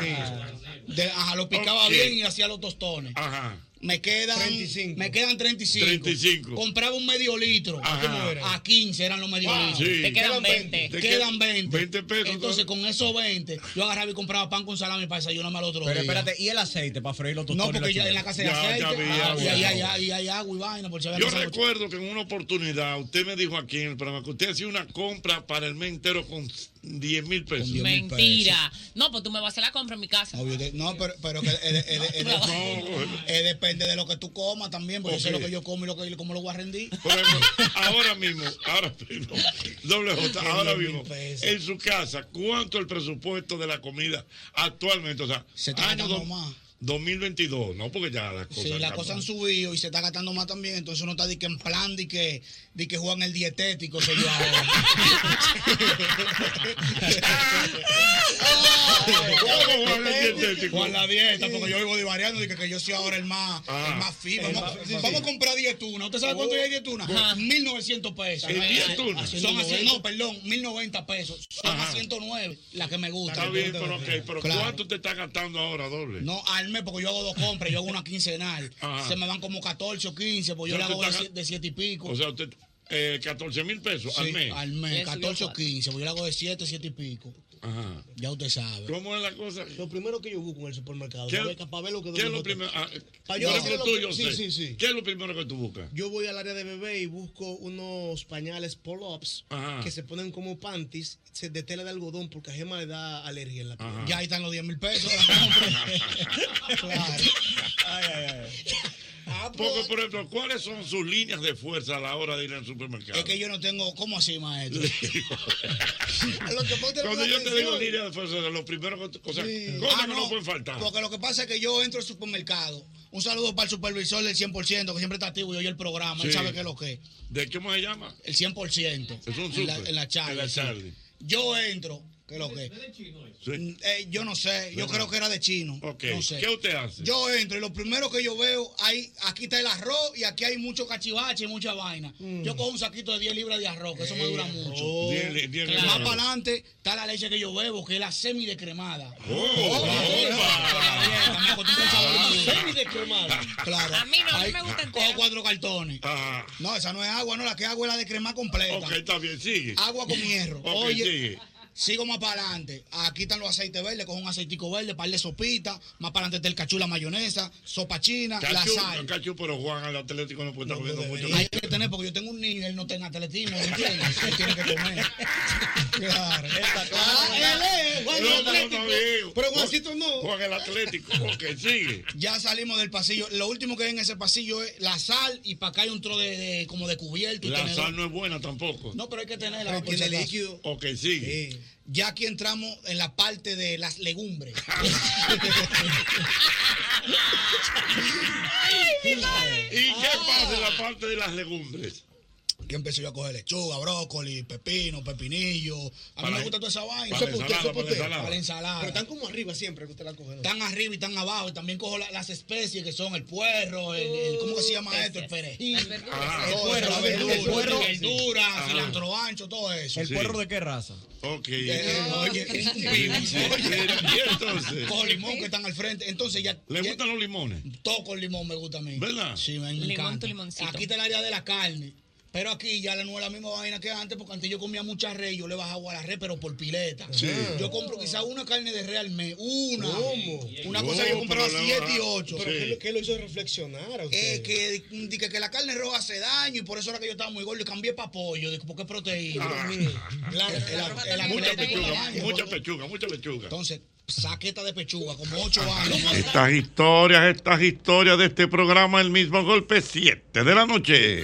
De- ajá, lo picaba Ok. bien y hacía los tostones. Ajá. Me quedan 35. Me quedan 35. 35. Compraba un medio litro. Ajá. ¿Cómo era? A 15 eran los medios Wow. litros. Sí. Te quedan 20. Te quedan 20. 20 pesos, Entonces, con esos 20, yo agarraba y compraba pan con salami para desayunarme al otro Pero día. espérate, ¿y el aceite para freír los No, tostones? porque y la ya en la chuleta? casa de aceite. ah, y ahí hay- ahí hay agua y vaina. Por si había Yo pasado- recuerdo que en una oportunidad usted me dijo aquí en el programa que usted hacía una compra para el mes entero con 10 mil pesos. Mentira. No, pues tú me vas a hacer la compra en mi casa. Obvio, te- No, pero, pero que eh, eh, eh, eh, eh, depende de lo que tú comas también, porque yo sé Ok. lo que yo como y lo que, cómo lo voy a rendir. Por ejemplo, ahora mismo, ahora mismo, doble J, Que ahora 10.000 mismo, pesos. en su casa, ¿cuánto el presupuesto de la comida actualmente? O sea, Se está año gastando do- más. 2022, ¿no? Porque ya las cosas. Sí, las cambian. cosas han subido y se está gastando más también, entonces uno está de que en plan de que, de que juegan el dietético, soy yo ahora. ¿Cómo juegan el dietético? Juegan la dieta, porque yo vivo divariando, de que, que yo soy ahora el más, Ah. el más fit. Vamos, Eh, El más- sí, vamos sí. a comprar dietuna. ¿Usted sabe cuánto Oh. hay Ah, dietuna? Ajá. 1.900 pesos. ¿En dietuna? Son así, 190. no, perdón, 1.090 pesos. Son Ajá. a 109, la que me gusta. Está bien, pero, ok, pero Claro. ¿cuánto te está gastando ahora, doble? No, al mes, porque yo hago dos compras, yo hago una quincenal. Ajá. Se me van como 14 o 15, porque yo Ya le te hago de está- sie- de 7 y pico. O sea, usted, eh, 14 mil pesos al Sí, mes. Al mes, 14 o 15, porque yo le hago de 7, 7 y pico. Ajá. Ya usted sabe. ¿Cómo es la cosa? Lo primero que yo busco en el supermercado, ¿Qué- para ver, para ver lo que ¿Qué es doble lo J- primero? Ah, Pa' por yo ejemplo, hacer lo tú, que- yo sí, sé. sí, sí. ¿Qué es lo primero que tú buscas? Yo voy al área de bebé y busco unos pañales pull-ups Ajá. que se ponen como panties se- de tela de algodón porque a Gema le da alergia en la piel. Ya ahí están los 10 mil pesos. claro. Ah, pues, Porque, por ejemplo, ¿cuáles son sus líneas de fuerza a la hora de ir al supermercado? Es que yo no tengo. ¿Cómo así, maestro? Lo que ponte Cuando yo te atención. digo líneas de fuerza, lo primero que tú- o sea, cosas Ah, que no, pueden faltar. Porque lo que pasa es que yo entro al supermercado. Un saludo para el supervisor del 100%, que siempre está activo y oye el programa. Él Sí. sabe qué es lo que es. ¿De qué más se llama? El 100%. Es un en la, súper. en la Charlie, En la sí. Charlie. Yo entro. ¿Qué es lo que es? Mm, eh, yo no sé, yo Bueno. creo que era de chino. Ok. No sé. ¿Qué usted hace? Yo entro y lo primero que yo veo, hay, aquí está el arroz y aquí hay mucho cachivache y mucha vaina. Yo cojo un saquito de 10 libras de arroz, que eso me dura mucho. Diez li- diez Claro. libras. Más para adelante está la leche que yo bebo, que es la semi decremada. Oh, Claro. A mí no, a mí Ahí me gusta Cojo cuatro cartones. Ajá. No, esa no es agua, no, la que hago es la de crema completa. Ok, está bien, sigue. Agua con hierro. Ok, Oye, sigue. Sigo más para adelante. Aquí están los aceites verdes, cojo un aceitico verde, par de sopita. Más para adelante está el cachú, la mayonesa, sopa china, la Cachu, sal. Cachu, pero Juan al Atlético no puede estar comiendo mucho. Hay que tener, porque yo tengo un niño y él no está en atletismo, ¿me ¿entiendes? Él tiene que comer. Claro, está claro. él es Juan el No, no, no, Atlético. amigo. Pero Juancito no. Juan el Atlético, ok, sigue. Ya salimos del pasillo. Lo último que hay en ese pasillo es la sal y para acá hay un tro de, de- como de cubierto. y La tenedor. sal no es buena tampoco. No, pero hay que tenerla. Pero por si tiene acaso. líquido. Ok, sigue. Sí. Ya aquí entramos en la parte de las legumbres. ¿Y qué Ah. pasa en la parte de las legumbres? Que empecé yo a coger lechuga, brócoli, pepino, pepinillo. A Para mí me la- gusta toda esa vaina. para la ensalada, para la ensalada. Para la ensalada. Pero están como arriba siempre que usted la coge. ¿no? Están arriba y están abajo. Y también cojo la- las especies que son el puerro, el, Uh, el- ¿cómo que se llama esto? El perejil. El Ah. puerro, la El verdura, el puerro. verdura, Ah. Sí. cilantro ancho, todo eso. ¿El Sí. puerro de qué raza? Ok. Oye, ¿y entonces? Cojo limón que están al frente. Entonces ya. ¿Le ya- gustan los limones? todo con limón me gusta a mí. ¿Verdad? Sí, me, me Limón, encanta. tu limoncito. Aquí está el área de la carne. Pero aquí ya no es la misma vaina que antes, porque antes yo comía mucha res, yo le bajaba a la res, pero por pileta. Sí. Yo compro quizás una carne de res al mes, una. Una No, cosa que yo compraba pero le 7 y baja- 8. Pero ¿qué lo- lo hizo reflexionar a usted? que, dije que la carne roja hace daño y por eso era que yo estaba muy gordo y cambié para pollo, dije, porque es proteína. Ah, La- la- la- la- la- mucha pechuga, la- mucha pechuga, mucha pechuga. Entonces, saqueta de pechuga, como 8 Ah, años. Estas historias, estas historias de este programa, el mismo golpe, 7 de la noche.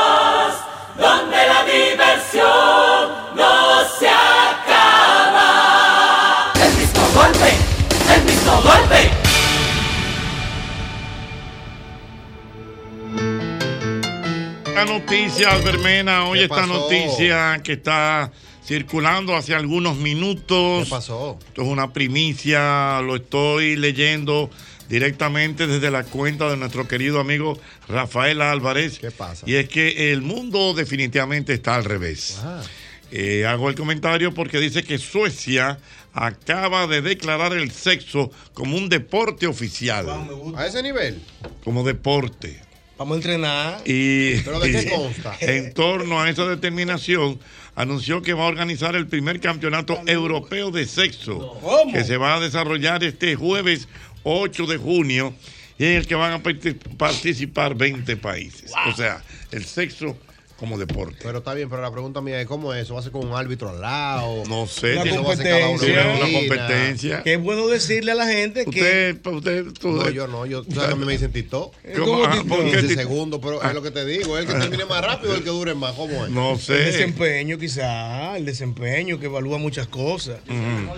donde la diversión no se acaba. El mismo golpe, el mismo golpe. Esta noticia, Albermena, hoy ¿Qué esta pasó? noticia que está circulando hace algunos minutos. ¿Qué pasó? Esto es una primicia, lo estoy leyendo directamente desde la cuenta de nuestro querido amigo Rafael Álvarez. ¿Qué pasa? Y es que el mundo definitivamente está al revés. Eh, hago el comentario porque dice que Suecia acaba de declarar el sexo como un deporte oficial. A ese nivel. Como deporte. Vamos a entrenar. Y ¿Pero de qué consta? en torno a esa determinación, anunció que va a organizar el primer campeonato europeo de sexo, que se va a desarrollar este jueves 8 de junio, y en el que van a parti- participar 20 países. O sea, el sexo como deporte. Pero está bien, pero la pregunta mía es: ¿cómo es eso? ¿Va a ser con un árbitro al lado? No sé, Una tiene- competencia. Una competencia. Qué bueno decirle a la gente que. Usted, No, yo no, yo, tú sabes que a mí me dicen Tito. ¿Cómo ¿Cómo Tito? ¿Por qué 15 Tito? Ah. segundos, pero es lo que te digo, el que termine más rápido, el que dure más, ¿cómo es? El desempeño, quizá, el desempeño que evalúa muchas cosas.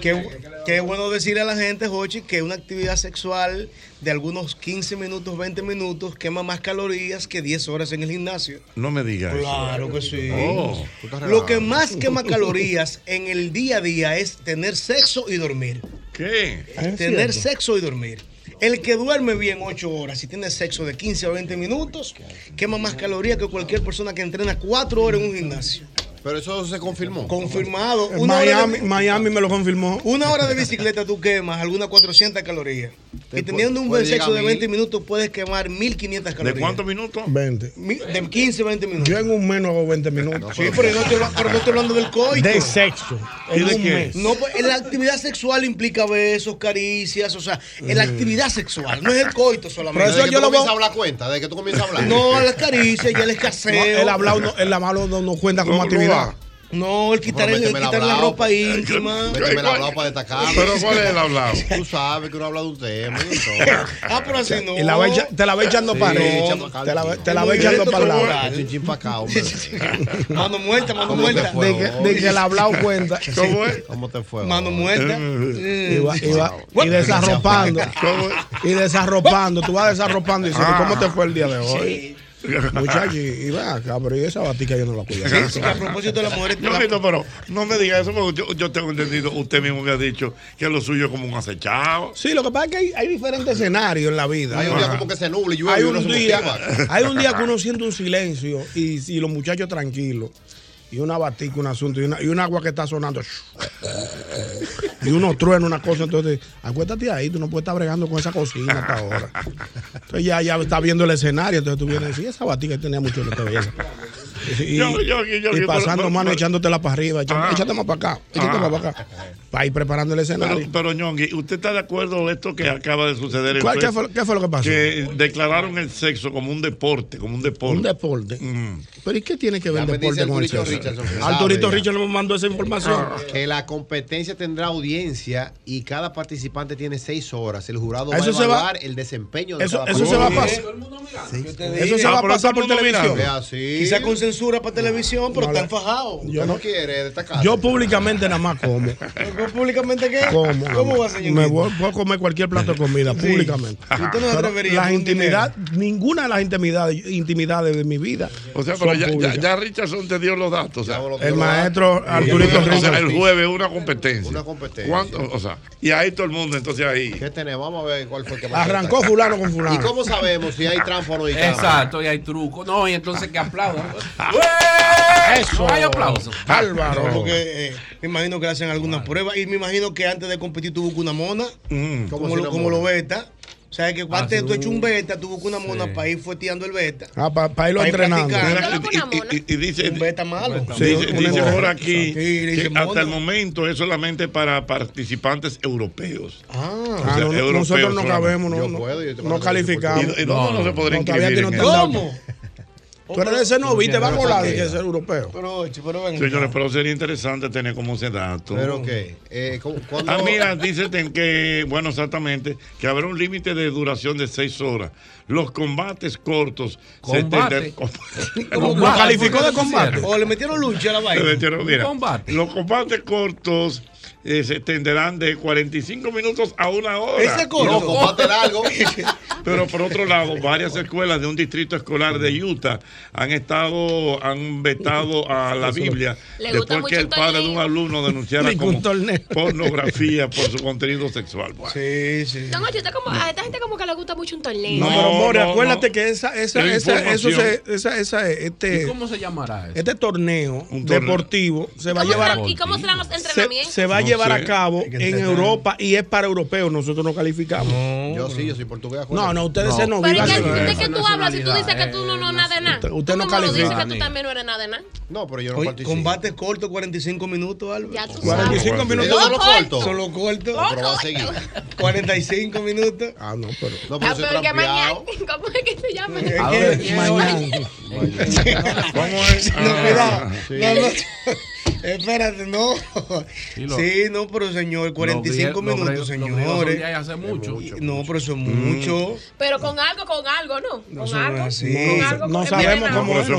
Qué, bu- qué bueno decirle a la gente, Jochi, que una actividad sexual de algunos 15 minutos, 20 minutos quema más calorías que 10 horas en el gimnasio. No me digas. Claro que sí. Oh. Lo que más quema calorías en el día a día es tener sexo y dormir. ¿Qué? Tener sexo y dormir. El que duerme bien 8 horas y tiene sexo de 15 a 20 minutos, quema más calorías que cualquier persona que entrena 4 horas en un gimnasio. Pero eso se confirmó. Confirmado. En Una hora Miami, de- Miami me lo confirmó. Una hora de bicicleta tú quemas algunas 400 calorías. Y teniendo un buen puede llegar sexo de a 20 minutos puedes quemar 1500 calorías. minutos? 20. De 15, 20 minutos. Yo en un mes no hago 20 minutos. Ah, Sí, pero yo no te hablo- pero no estoy hablando del coito. De sexo. En un mes. No, pues, la actividad sexual implica besos, caricias, o sea, es la actividad sexual, no es el coito solamente. Pero eso yo lo voy a hablar cuenta, desde que tú comienzas a hablar. No, las caricias, ya el escaseo. No, el hablado no, el hablado no, no cuenta como actividad. No, el quitar, el, méteme el quitar la hablado. ropa íntima. Méteme el hablado para destacar. ¿Pero cuál es el hablado? Tú sabes que uno habla de un tema. Ah, pero así no. Y la va echa- te la va echando para Te la, va- te la va echando para Chin, chin, pa' acá, hombre. Mano muerta, mano ¿Cómo te muerta. fue, De que, de que el hablado cuenta. ¿Cómo te fue? Mano muerta. Eh, Eh, Y, va- y va- y Ah. desarropando. Y desarropando. Tú vas desarropando y diciendo, ¿cómo te fue el día de hoy? Muchachos, y va acá, pero y esa batica yo no la cuido. Sí, sí, que a propósito de las mujeres- No, Lito, pero no me diga eso, porque yo, yo tengo entendido, usted mismo me ha dicho que lo suyo es como un acechado. Sí, lo que pasa es que hay, hay diferentes escenarios en la vida. Hay un día Ajá. como que se nubla y llueve Hay y uno un, se día, motiva. hay un día que uno siente un silencio y, y los muchachos tranquilos. Y una batica, un asunto, y, una- y un agua que está sonando. Y unos truenos, una cosa. Entonces, acuéstate ahí, tú no puedes estar bregando con esa cocina hasta ahora. Entonces ya, ya está viendo el escenario. Entonces tú vienes y dices, esa batica tenía mucho la cabeza. Y, Yo- yo- yo- y yo- pasando pero- mano, pero- echándotela para arriba, echando- Ah. échate más para acá, échate Ah. más para acá. Para ir preparando el escenario. Pero, pero Ñongui, ¿usted está de acuerdo con esto que acaba de suceder? en ¿Cuál- qué Suecia? fue- qué fue lo que pasó? Que declararon el sexo como un deporte, como un deporte. Mm. Un deporte. ¿Pero y qué tiene que ver Ya el me dice deporte con el Arturito sexo? Richardson que sabe, Arturito ya. Richardson nos mandó esa información. Que la competencia tendrá audiencia y cada participante tiene seis horas. El jurado Eso va a se va- evaluar el desempeño de Eso, cada eso se va a participante. pasar. Eso Ah, se va a pasar por televisión. Quizá con censura para televisión, pero Vale. están fajados. Yo no- quiere destacar. Yo públicamente nada más como. ¿Públicamente qué? Como. ¿Cómo va, señor? Me voy, puedo comer cualquier plato de comida públicamente. ¿Y usted no se Pero atrevería Las con intimidades, ninguna de las intimidades, intimidades de mi vida. O sea, pero son ya, ya, públicas. ya Richardson te dio los datos. o sea. El maestro Arturito O sea, el Richardson. jueves una competencia. Una competencia. ¿Cuánto? O sea, y ahí todo el mundo, entonces ahí. ¿Qué tenemos? Vamos a ver cuál fue el que más Arrancó destacó. fulano con fulano. ¿Y cómo sabemos si hay trampa o no hay trampa? Exacto, y hay truco. No, y entonces que aplaudan. Eso. No hay aplauso. Álvaro. Porque eh, me imagino que le hacen alguna prueba. Y me imagino que antes de competir tú buscas una mona. Mm. Mm. ¿Cómo como, así lo, una como mona? lo beta. O sea, que parte sí. tú echas un beta, tú buscas una mona para ir fueteando el beta. Ah, para irlo Pa' ir entrenando. practicando. Y, y dice, Un beta malo. Sí, dice, una dice mona. ahora Sí, le aquí que dicen hasta el mona. momento es solamente para participantes europeos. Ah. Ah, no, no, nosotros no cabemos, no, Yo no, puedo, yo te no mando calificamos. pasaporte. ¿Y- y dónde no se todavía podría inscribir a ti en no te han eso? dado. Tú eres de ese novi, te va a volar de que ser europeo. Pero, pero ven. Señores, pero sería interesante tener como ese dato. ¿Pero qué? Eh, ¿cu- cuándo- Ah, mira, dicen que, bueno, exactamente, que habrá un límite de duración de seis horas. Los combates cortos Combate. se tendrán- ¿Cómo Combate. que- O le metieron lucha a la vaina. Le metieron, mira, Los combates cortos eh, se extenderán de 45 minutos a una hora. Ese es corto. Los combates largos. Pero por otro lado, varias escuelas de un distrito escolar de Utah han estado, han vetado a la Biblia Le gusta después mucho que el el padre de un torneo. alumno denunciara Ningún como pornografía por su contenido sexual. Sí, sí. Don Ocho, usted como, a esta gente como que le gusta mucho un torneo. No, pero More, acuérdate que esa, esa, Es esa, eso información. se, esa, esa, este, ¿Y cómo se llamará eso? este torneo, torneo. deportivo se va a ¿Cómo llevar a serán- ¿Y cómo serán los se, entrenamientos? se va a No llevar sé. a cabo Hay que en entrenar. Europa y es para europeos. Nosotros no calificamos. Yo sí, yo soy portugués. acuérdate. No, no, ustedes se nos Pero vivan. es que, ¿de qué tú hablas si tú dices que tú no, no nada de nada? Usted- usted Tú no mismo lo dices califica, pues, que tú ni. también no eres nada de nada. No, pero yo no Oye, participo. Combate corto, 45 minutos, Álvaro. Ya tú 45 Bueno, minutos bueno. solo corto. Solo corto. No, pero va a seguir. 45 minutos. Ah, no, pero. No, Ah, pero soy pero que mañana, trampeado. ¿cómo es que se llama? ¿A dónde? Mañana. ¿Cómo es? No, Ah, cuidado. sí. No, no. Espérate, no. lo- Sí, no, pero señor, Los 45 griegos- minutos, los griegos- los griegos son de ahí señores. hace mucho. Mm. No, pero eso es mucho. Pero con algo, con algo, ¿no? Eso con no es algo. así. Con algo, con- Mira,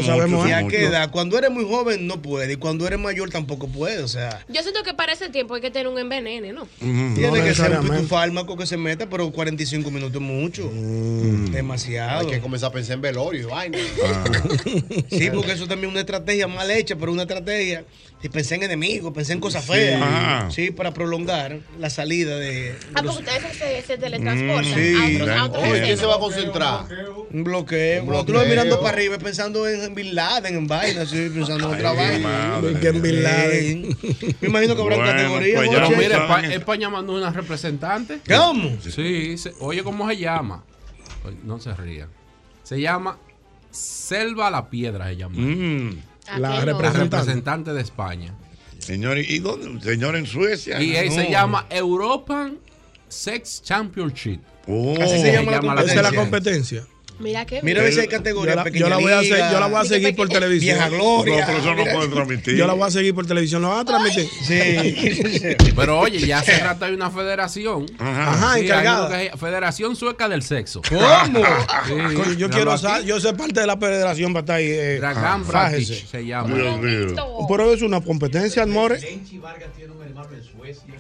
sabemos, ¿Y ¿eh? a qué edad? Cuando eres muy joven no puede. Y cuando eres mayor tampoco puede. O sea, Yo siento que para ese tiempo hay que tener un envenene, ¿no? tiene que ser un- necesariamente. un fármaco que se meta, pero 45 minutos es mucho. Demasiado. Ah. Hay que comenzar a pensar en velorio y vaina. Sí, porque eso también es una estrategia mal hecha, pero una estrategia. Si pensé en enemigos, pensé en cosas Sí. feas. Ajá. Sí, para prolongar la salida de. de Ah, los- Mm, porque ustedes se, Mm, se teletransportan Sí. a otros, a otros Oye, escenarios. ¿quién se va a concentrar? Un bloqueo. Tú lo vas mirando para arriba pensando en Bin Laden, en vainas, sí, pensando en otra vaina. madre. Que en Bin Laden. Sí. Me imagino que habrá Bueno, categorías. pues ya Jorge. lo mire, Espa- España mandó una representante. ¿Cómo? Sí, se- oye, ¿cómo se llama? Oye, No se ría. Se llama Selva la Piedra, se llama. Ah, La qué loco. representante. representante de España. Señor, ¿y dónde? Señor, en Suecia. Y ahí se No. llama European Sex Championship. Oh. Así se llama la competencia. Esa es la competencia. Mira qué Mira a ver si hay categorías. Yo la, yo la voy a hacer- yo la voy a seguir por televisión. Vieja Gloria. No, pero eso no Mira. puede transmitir. Yo la voy a seguir por televisión. ¿Lo van a transmitir? Sí. Pero oye, ya hace rato hay una federación. Ajá, hay encargada. uno que es Federación Sueca del Sexo. ¿Cómo? Sí, Coño, yo míralo quiero aquí. saber, yo sé parte de la federación para estar ahí. Eh, Dragán ah, Bratic fájese. se llama. Dios mío. Pero es una competencia, amores.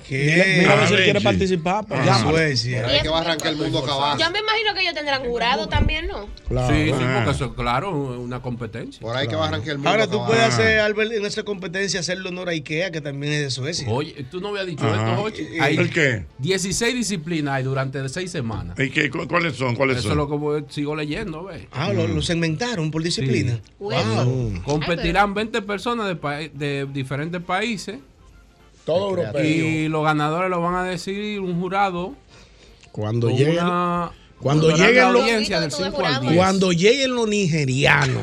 Mira, mira a ver si él quiere participar. Pues, Ah, llámalo. Suecia. Por ahí que va a arrancar el mundo a acabar. Yo me imagino que ellos tendrán jurado también, gobierno. Sí, sí, porque eso, claro, es una competencia. Por ahí que va a arrancar el mundo Ahora tú acabado. puedes Ah. hacer, Albert, en esa competencia, hacerle honor a Ikea, que también es de Suecia. Oye, tú no habías dicho Ajá. esto, oye. ¿El Hay qué? 16 eh, disciplinas hay durante seis semanas. ¿Y qué, cu- ¿Cuáles son? ¿Cuáles Eso son? es lo que voy- sigo leyendo, ¿ves? Ah, lo, lo segmentaron por disciplina. Ah, Wow. Competirán 20 personas de, pa- de diferentes países. Todo europeo. Y los ganadores lo van a decidir un jurado. Cuando con lleguen, una- cuando durante lleguen la los- audiencia del 5 al 10. cuando lleguen los nigerianos,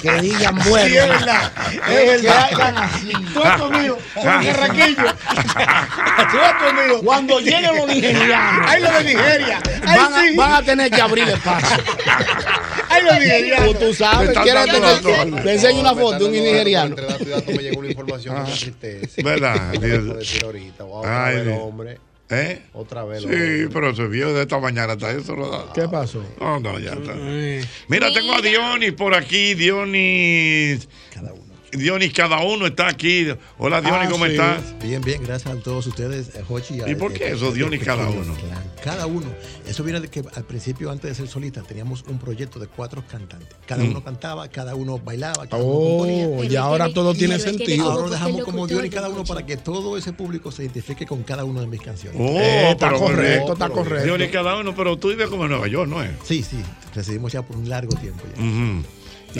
que digan bueno. Sí, es verdad, es verdad. Tú has comido ah. con carraquillo. Tú has comido. Cuando lleguen los nigerianos. Ay, los de Nigeria. Ay, Van a, sí. van a tener que abrir espacio. Ay, los nigerianos. Tú, tú Me sabes, están ¿quieres dando que te, dolor. te enseño una No, me foto de un están dando dolor nigeriano? por Entre datos y datos me llegó una información que me entristece. ¿Verdad? No voy a poder decir ahorita. Wow, otra Ay, vez, Dios. hombre. ¿Eh? Otra vez. Sí, hombre. pero se vio de esta mañana hasta eso. lo da. ¿Qué pasó? No, no, ya está. Mira, tengo a Dionis por aquí. Dionis. Cada uno. Dionis, cada uno está aquí. Hola, Dionis, Ah, ¿cómo sí. estás? Bien, bien, gracias a todos ustedes, eh, Jochi. ¿Y por qué eso, Dionis, cada uno? Claro, Cada uno. Eso viene de que al principio, antes de ser solista, teníamos un proyecto de cuatro cantantes. Cada Mm. uno cantaba, cada uno bailaba, cada uno componía. Oh, y ahora todo tiene sentido. Ahora lo dejamos como Dionis cada uno para que todo ese público se identifique con cada una de mis canciones. Eh, Oh, Eh, pero muy bien. Dionis, cada uno, pero tú vives como en Nueva York, ¿no es? Sí, sí. Residimos ya por un largo tiempo. ya.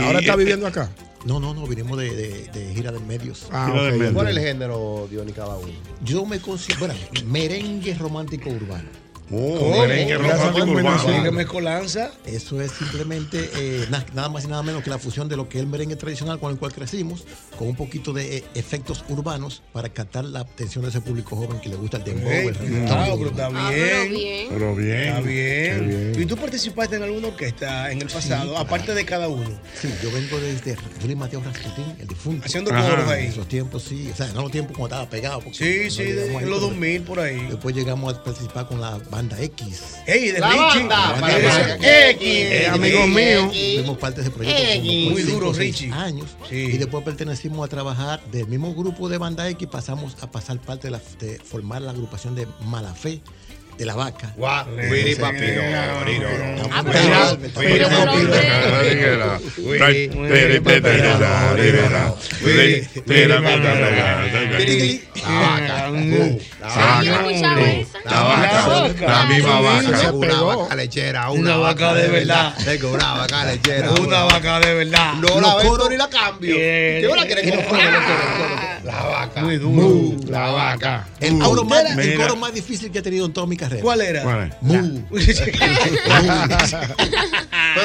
Y- ¿Ahora eh, está viviendo acá? No, no, no, vinimos de, de- de gira de medios. Ah, Gira de ok. medios. ¿Cuál es el género, Dionis, cada uno? Yo me considero, bueno, merengue romántico urbano. Oh, merengue Gracias, romántico Juan urbano. Venezuela. Sí, qué mezcolanza. Eso es simplemente eh, na- nada más y nada menos que la fusión de lo que es el merengue tradicional con el cual crecimos, con un poquito de eh, efectos urbanos para captar la atención de ese público joven que le gusta el dembow. el reggaetón. Ah, pero está bien. Pero bien. Está bien. Qué bien. ¿Y tú participaste en alguna orquesta en el pasado, claro. aparte de cada uno? Sí, yo vengo desde Juli Mateo Rasputín, el difunto. Haciendo coros ahí. En esos tiempos, sí. O sea, no los tiempos cuando estaba pegado. porque Sí, no sí, llegamos en ahí, los pero 2000 por ahí. Después llegamos a participar con la banda X. ¡Ey, de La Richie! banda, La para- X, para- X, Eh, amigo mío. Fuimos parte de ese proyecto. X. como por Muy cinco duro, o seis Richie. años. Y después pertenecimos a trabajar del mismo grupo de banda X. Pasamos a pasar parte de, la, de formar la agrupación de Malafé de la vaca. Guau, Wiri papiro, Estamos- Ah, pero- pero- pero- La misma vaca. Una vaca lechera, Una vaca de verdad. Tengo una vaca lechera. Una vaca de verdad. No Los la vendo coros- ni la cambio. Eh, ¿Qué hora quieres que los lo coros- La vaca. Muy duro. La vaca. El, coro más, el Mira. coro más difícil que he tenido en toda mi carrera. ¿Cuál era? ¿Cuál es? Mu. Pero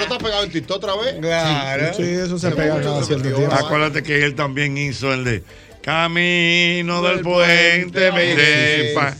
está pegado en TikTok otra vez. Claro. Sí, eso se Tengo pega mucho cada que cierto me tiempo. Acuérdate que él también hizo el de Camino del puente me iré. pa-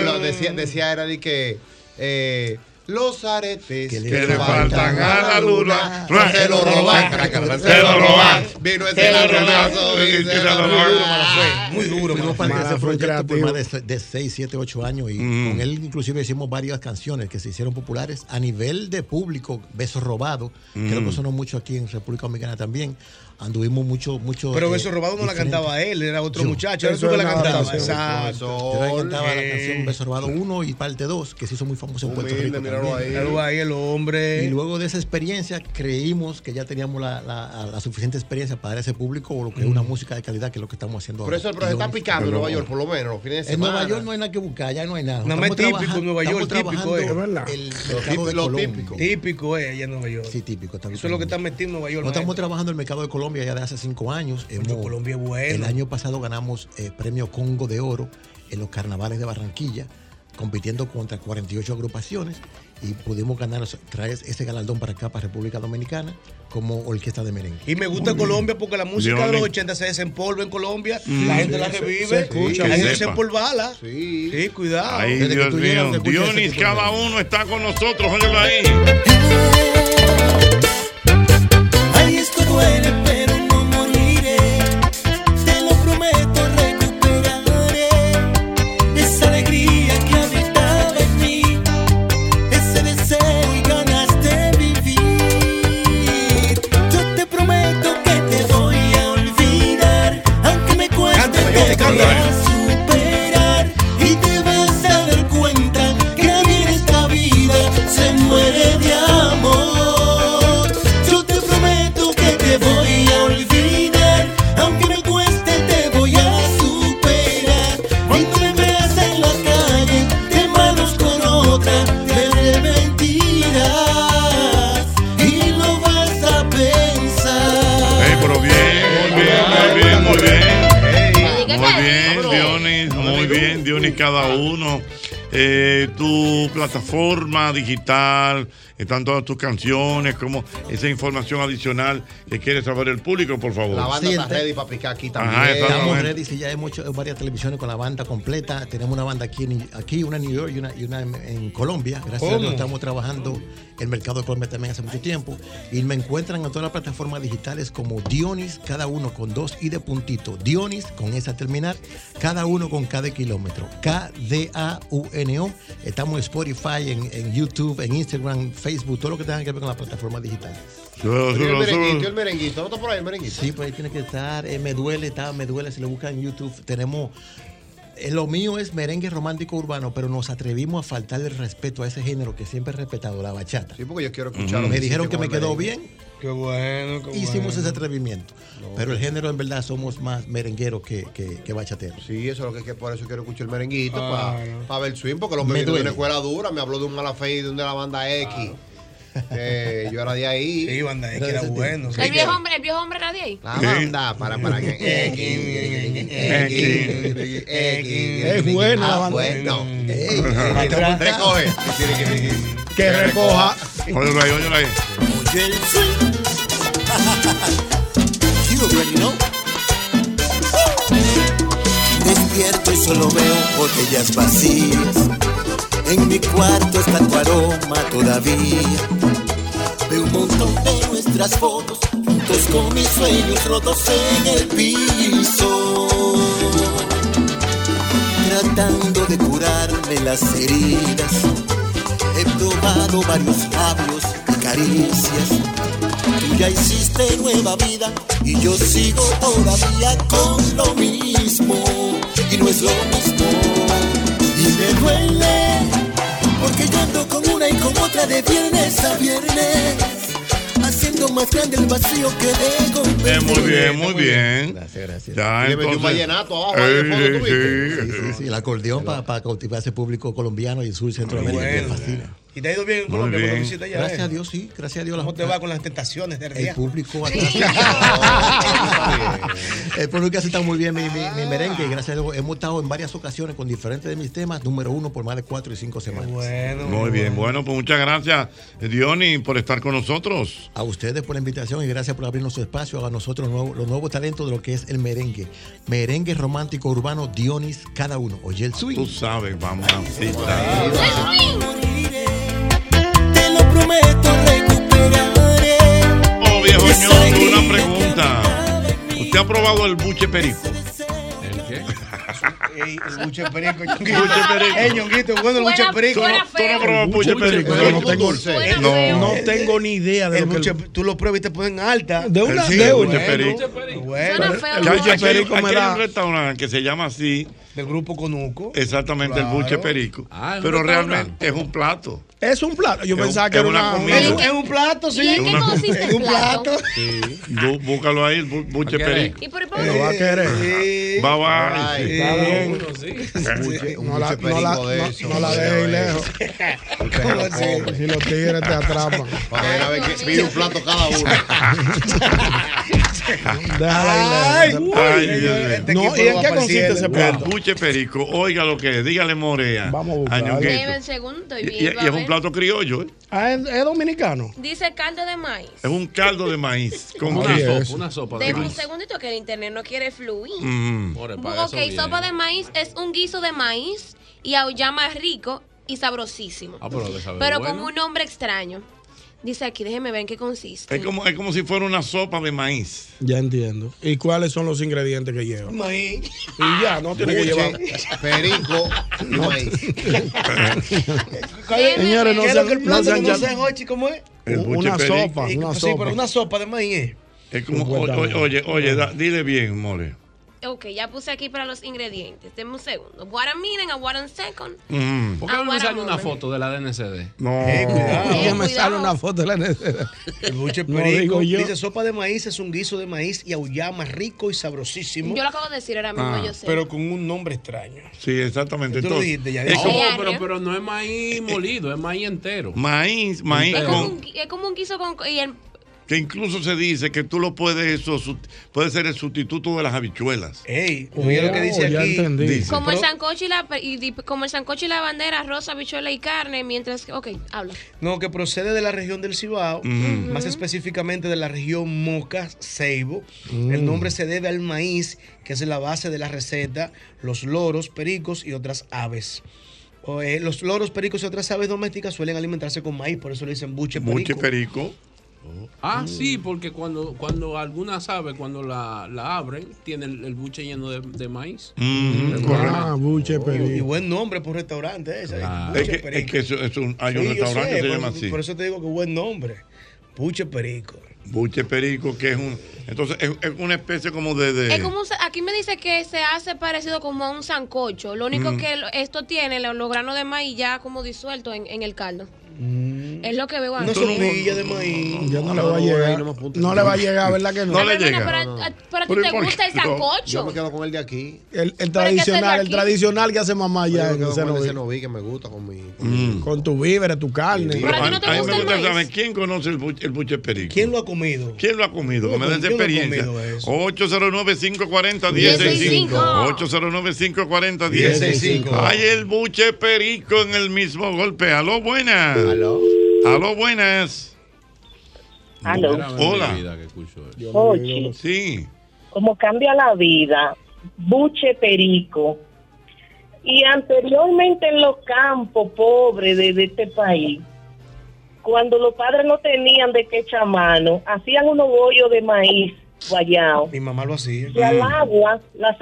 No, lo decía, decía era de que eh, los aretes que le faltan a la luna, ra- se lo roban, caraca, se lo roban. Vino ese ladronazo y se lo roban. Muy duro, Fuimos parte de ese Malafé proyecto por más de, se- de 6, 7, 8 años y Mm. con él inclusive hicimos varias canciones que se hicieron populares a nivel de público, Besos Robados, creo que Mm. sonó mucho aquí en República Dominicana también. Anduvimos mucho, mucho. Pero eh, Beso Robado no la diferente. cantaba él, era otro Yo. muchacho. Era tú que la cantaba. Exacto. Yo la cantaba la Eh. canción Beso Robado 1 y parte 2, que se hizo muy famosa en Puerto Humilde, Rico. míralo también. ahí. Míralo ahí, el hombre. Y luego de esa experiencia, creímos que ya teníamos la, la- la suficiente experiencia para dar a ese público lo que es una Mm. música de calidad, que es lo que estamos haciendo Por eso el proyecto está picando en Nueva York, por lo menos, los fines de en semana. Nueva York no hay nada que buscar, ya no hay nada. Nada más típico, Estamos trabajando- Nueva York, estamos típico eh. es. trabajando Es El Lo mercado de típico, lo Colombia. típico. Típico es allá en Nueva York. Sí, típico. está Eso es lo que está metido en Nueva York. Nosotros estamos maestro. trabajando en el mercado de Colombia ya de hace cinco años. Hemos- Colombia es bueno. El año pasado ganamos eh, premio Congo de Oro en los carnavales de Barranquilla, compitiendo contra 48 agrupaciones y pudimos ganar, traer ese galardón para acá, para República Dominicana, como orquesta de merengue. Y me gusta Colombia porque la música de los 80 se desempolva en Colombia, la Mm. gente la Sí, se- revive, se escucha. la Que gente se sepa. empolvala. Sí. cuidado. Ay, Dios mío. Dionis, cada uno está con nosotros. Óyelo ahí. Ay, esto duele, pero no moriré. Te lo prometo, recuperaré esa alegría que habitaba en mí, ese deseo y ganas de vivir. Yo te prometo que te voy a olvidar, aunque me cueste, te voy a superar. Y te vas a dar cuenta que nadie en esta vida se muere. bien, Dionis, muy bien, Dionis, cada uno. Eh, tu plataforma digital, están todas tus canciones, como esa información adicional que quiere saber el público, por favor. La banda Sí, está entonces- ready para aplicar aquí también. Ajá, Estamos exactamente. ready, sí, ya hemos hecho varias televisiones con la banda completa. Tenemos una banda aquí, en- aquí una en New York y una, y una en, en Colombia. Gracias a ¿Cómo? Dios estamos trabajando el mercado de Colombia también hace mucho tiempo. Y me encuentran en todas las plataformas digitales como Dionis, cada uno con dos y de puntito. Dionis, con esa terminar, cada uno con cada kilómetro. K-D-A-U-N-O. Estamos en Spotify, en, en YouTube, en Instagram, Facebook, todo lo que tenga que ver con las plataformas digitales. Pero y el merenguito, y el merenguito. ¿No está por ahí el merenguito? Sí, pues ahí tiene que estar. eh, me duele, está, me duele. Si lo buscan en YouTube, tenemos. eh, lo mío es merengue romántico urbano, pero nos atrevimos a faltarle el respeto a ese género que siempre he respetado, la bachata. Sí, porque yo quiero escucharlo. escucharlo. Me dijeron que me quedó bien. Qué bueno, qué Hicimos bueno. ese atrevimiento. Pero el género, en verdad, somos más merengueros que, que, que bachateros. Sí, eso es lo que, que por eso quiero escuchar el merenguito, Ah, para no. ver el swing, porque los Me me de duele. una escuela dura, me habló de un Malafe y de una de la banda X. Eh, yo era de ahí. Sí, banda X era bueno. El viejo hombre, el viejo hombre era de ahí. La banda, para, para que. Es buena la banda. Ah, Bueno. Atrás. Recoge. Que recoja. Óyelo ahí, óyelo ahí. You already know. Despierto y solo veo botellas vacías. En mi cuarto está tu aroma todavía. Veo un montón de nuestras fotos juntos con mis sueños rotos en el piso. Tratando de curarme las heridas. He probado varios labios y caricias. Tú ya hiciste nueva vida y yo sigo todavía con lo mismo. Y no es lo mismo. Y me duele porque yo ando con una y con otra de viernes a viernes. Haciendo más grande el vacío que dejo. Eh, muy bien, muy bien. Gracias, gracias. Ya, Y le metió un vallenato abajo, ahí de Ey, fondo, ¿tú sí, sí, Sí, el acordeón para, cautivar ese público colombiano y el sur centroamérica que Bueno. fascina. ¿Y te ha ido bien en Muy Colombia bien. cuando visita allá? Gracias eh? a Dios, sí. Gracias a Dios. ¿Cómo te va con las tentaciones de El RDA? público El público está muy bien mi, mi- mi merengue. y Gracias a Dios. Hemos estado en varias ocasiones con diferentes de mis temas, número uno por más de cuatro y cinco semanas. Muy bien, bueno, pues muchas gracias, Dionis, por estar con nosotros. A ustedes por la invitación y gracias por abrirnos su espacio a nosotros nuevo- los nuevos talentos de lo que es el merengue. Merengue romántico urbano Dionis cada uno. Oye el swing. Tú sabes, vamos a Te lo prometo, recuperaré. Oh, viejo ñongo, una pregunta. ¿Usted ha probado el buche perico? ¿El qué? Ey, el buche perico. Buche perico. Ey, ñonguito, bueno, el buche Fuera- perico. fuera Tú no- tú no feo. probas buche perico. Yo no Fuera tengo- feo. Eh, No. no. No tengo ni idea de lo que tú lo pruebas y te ponen alta. De una- Sí, de el una. buche Bueno, perico. Bueno, El pero- buche Aquí- perico aquí me hay da. un un restaurante que se llama así. Del grupo Conuco. Exactamente, el Claro. buche perico. Ah, es un Pero restaurante. realmente es un plato. Es un plato. Yo Es un- pensaba que es era una una. comida. Es un- es plato, sí. ¿Y en qué Una- consiste Es un plato. Bú- Búscalo ahí, el bu- buche ¿Va a querer? perico. ¿Y por Eh, Lo va a querer. Bye bye. Está bien. No la, no la, de no- eso, no la señor, dejes eh. lejos. ¿Cómo así? Si los tigres te atrapan. Para ver a ver que pide un plato cada uno. Déjala ahí lejos. Ay, este Dios mío. No, ¿y en qué consiste ese El plato? buche perico, oiga lo que es, dígale Morea. Vamos a Deme el segundo y Y, y viendo, es a ver. un plato criollo, ¿eh? Ah, ¿es, es dominicano. Dice caldo de maíz. es un caldo de maíz con Una queso. sopa, una sopa Deme un segundito que el internet no quiere fluir. Mm. Ok, sopa de maíz es un guiso de maíz y auyama rico y sabrosísimo. Ah, pero de saber pero bueno. con un nombre extraño. Dice aquí, déjeme ver en qué consiste. Es como, es como si fuera una sopa de maíz. Ya entiendo. ¿Y cuáles son los ingredientes que lleva? Maíz. Y ya, no tiene que Buche, llevar. Perico y maíz. Señores, no ¿Qué es sean- lo que el no plato sean que no ya- sé, Jochi, cómo es? El buche Una perico. sopa, una sí, sopa. pero una sopa de maíz eh. es. Es como, o- o- oye, oye, da- dile bien, More. Ok, ya puse aquí para los ingredientes. Deme un segundo. What a minute and what a second. Mm. ¿Por qué no me Aguara sale una Moment. foto de la DNCD? No. ¿Por Ah, pues qué me cuidado. sale una foto de la necesidad? El buche No perico. digo yo. Dice sopa de maíz es un guiso de maíz y auyama rico y sabrosísimo. Yo lo acabo de decir ahora mismo, Ah. yo sé. Pero con un nombre extraño. Sí, exactamente. Tú lo Entonces, dijiste ya, es ya. como Ay, Pero, pero no es maíz molido, es maíz entero. maíz, maíz es, como con. un, es como un guiso con... Y el que incluso se dice que tú lo puedes, eso, su- puede ser el sustituto de las habichuelas. Ey, mira lo que dice ya aquí. entendí. Dice, Como el pero- sancocho y la y di- como el sancocho y la bandera, rosa, bichuela y carne, mientras que, ok, habla. No, que procede de la región del Cibao, Ujú. más específicamente de la región Moca, Ceibo. Mm. El nombre se debe al maíz, que es la base de la receta, los loros, pericos y otras aves. O, eh, los loros, pericos y otras aves domésticas suelen alimentarse con maíz, por eso le dicen buche perico. Mm. Buche perico. Ah, sí, porque cuando, cuando algunas aves, cuando la, la abren, tiene el, el buche lleno de, de maíz. Mm, Ah, buche Oh, Y, y perico. buen nombre por restaurante ese. ¿eh? buche Es que, es perico. que eso- es un- hay Ah. Sí, yo un restaurante sé, que se por- llama así. Por eso te digo que buen nombre. Buche perico. Buche perico, que es un. Entonces, es, es una especie como de. de- Es como un sa- aquí me dice que se hace parecido como a un sancocho. Lo único Mm. que lo- esto tiene, lo- los granos de maíz ya como disueltos en, en el caldo. Es lo que veo aquí. Una sopilla de maíz. Yo no le va a llegar. No le va a llegar, ¿verdad que no? Pero, hermano, Ah, pero a- a- pero a ti te gusta el Yo me sancocho. quedo con el de aquí. El, Pero hay el que tradicional, hacerlo el aquí. tradicional que hace mamá ya Yo me en quedo con el de Cenoví. Cenoví que me gusta con mi. Con tu víveres, tu carne. Mm. Pero a, a mí me gusta saber quién conoce el buche, el buche perico. ¿Quién lo ha comido? ¿Quién lo ha comido? Que me den esa ¿Quién lo ha experiencia. comido eso? 809-540-165. 809-540-165. Hay el buche perico en el mismo golpe. Aló, buenas. Aló. Aló, buenas. Aló. Hola. Ochi, Sí. como cambia la vida, buche perico. Y anteriormente en los campos pobres de, de este país, cuando los padres no tenían de qué echar mano, hacían unos bollos de maíz guayao. Mi mamá lo hacía. Y al agua, las-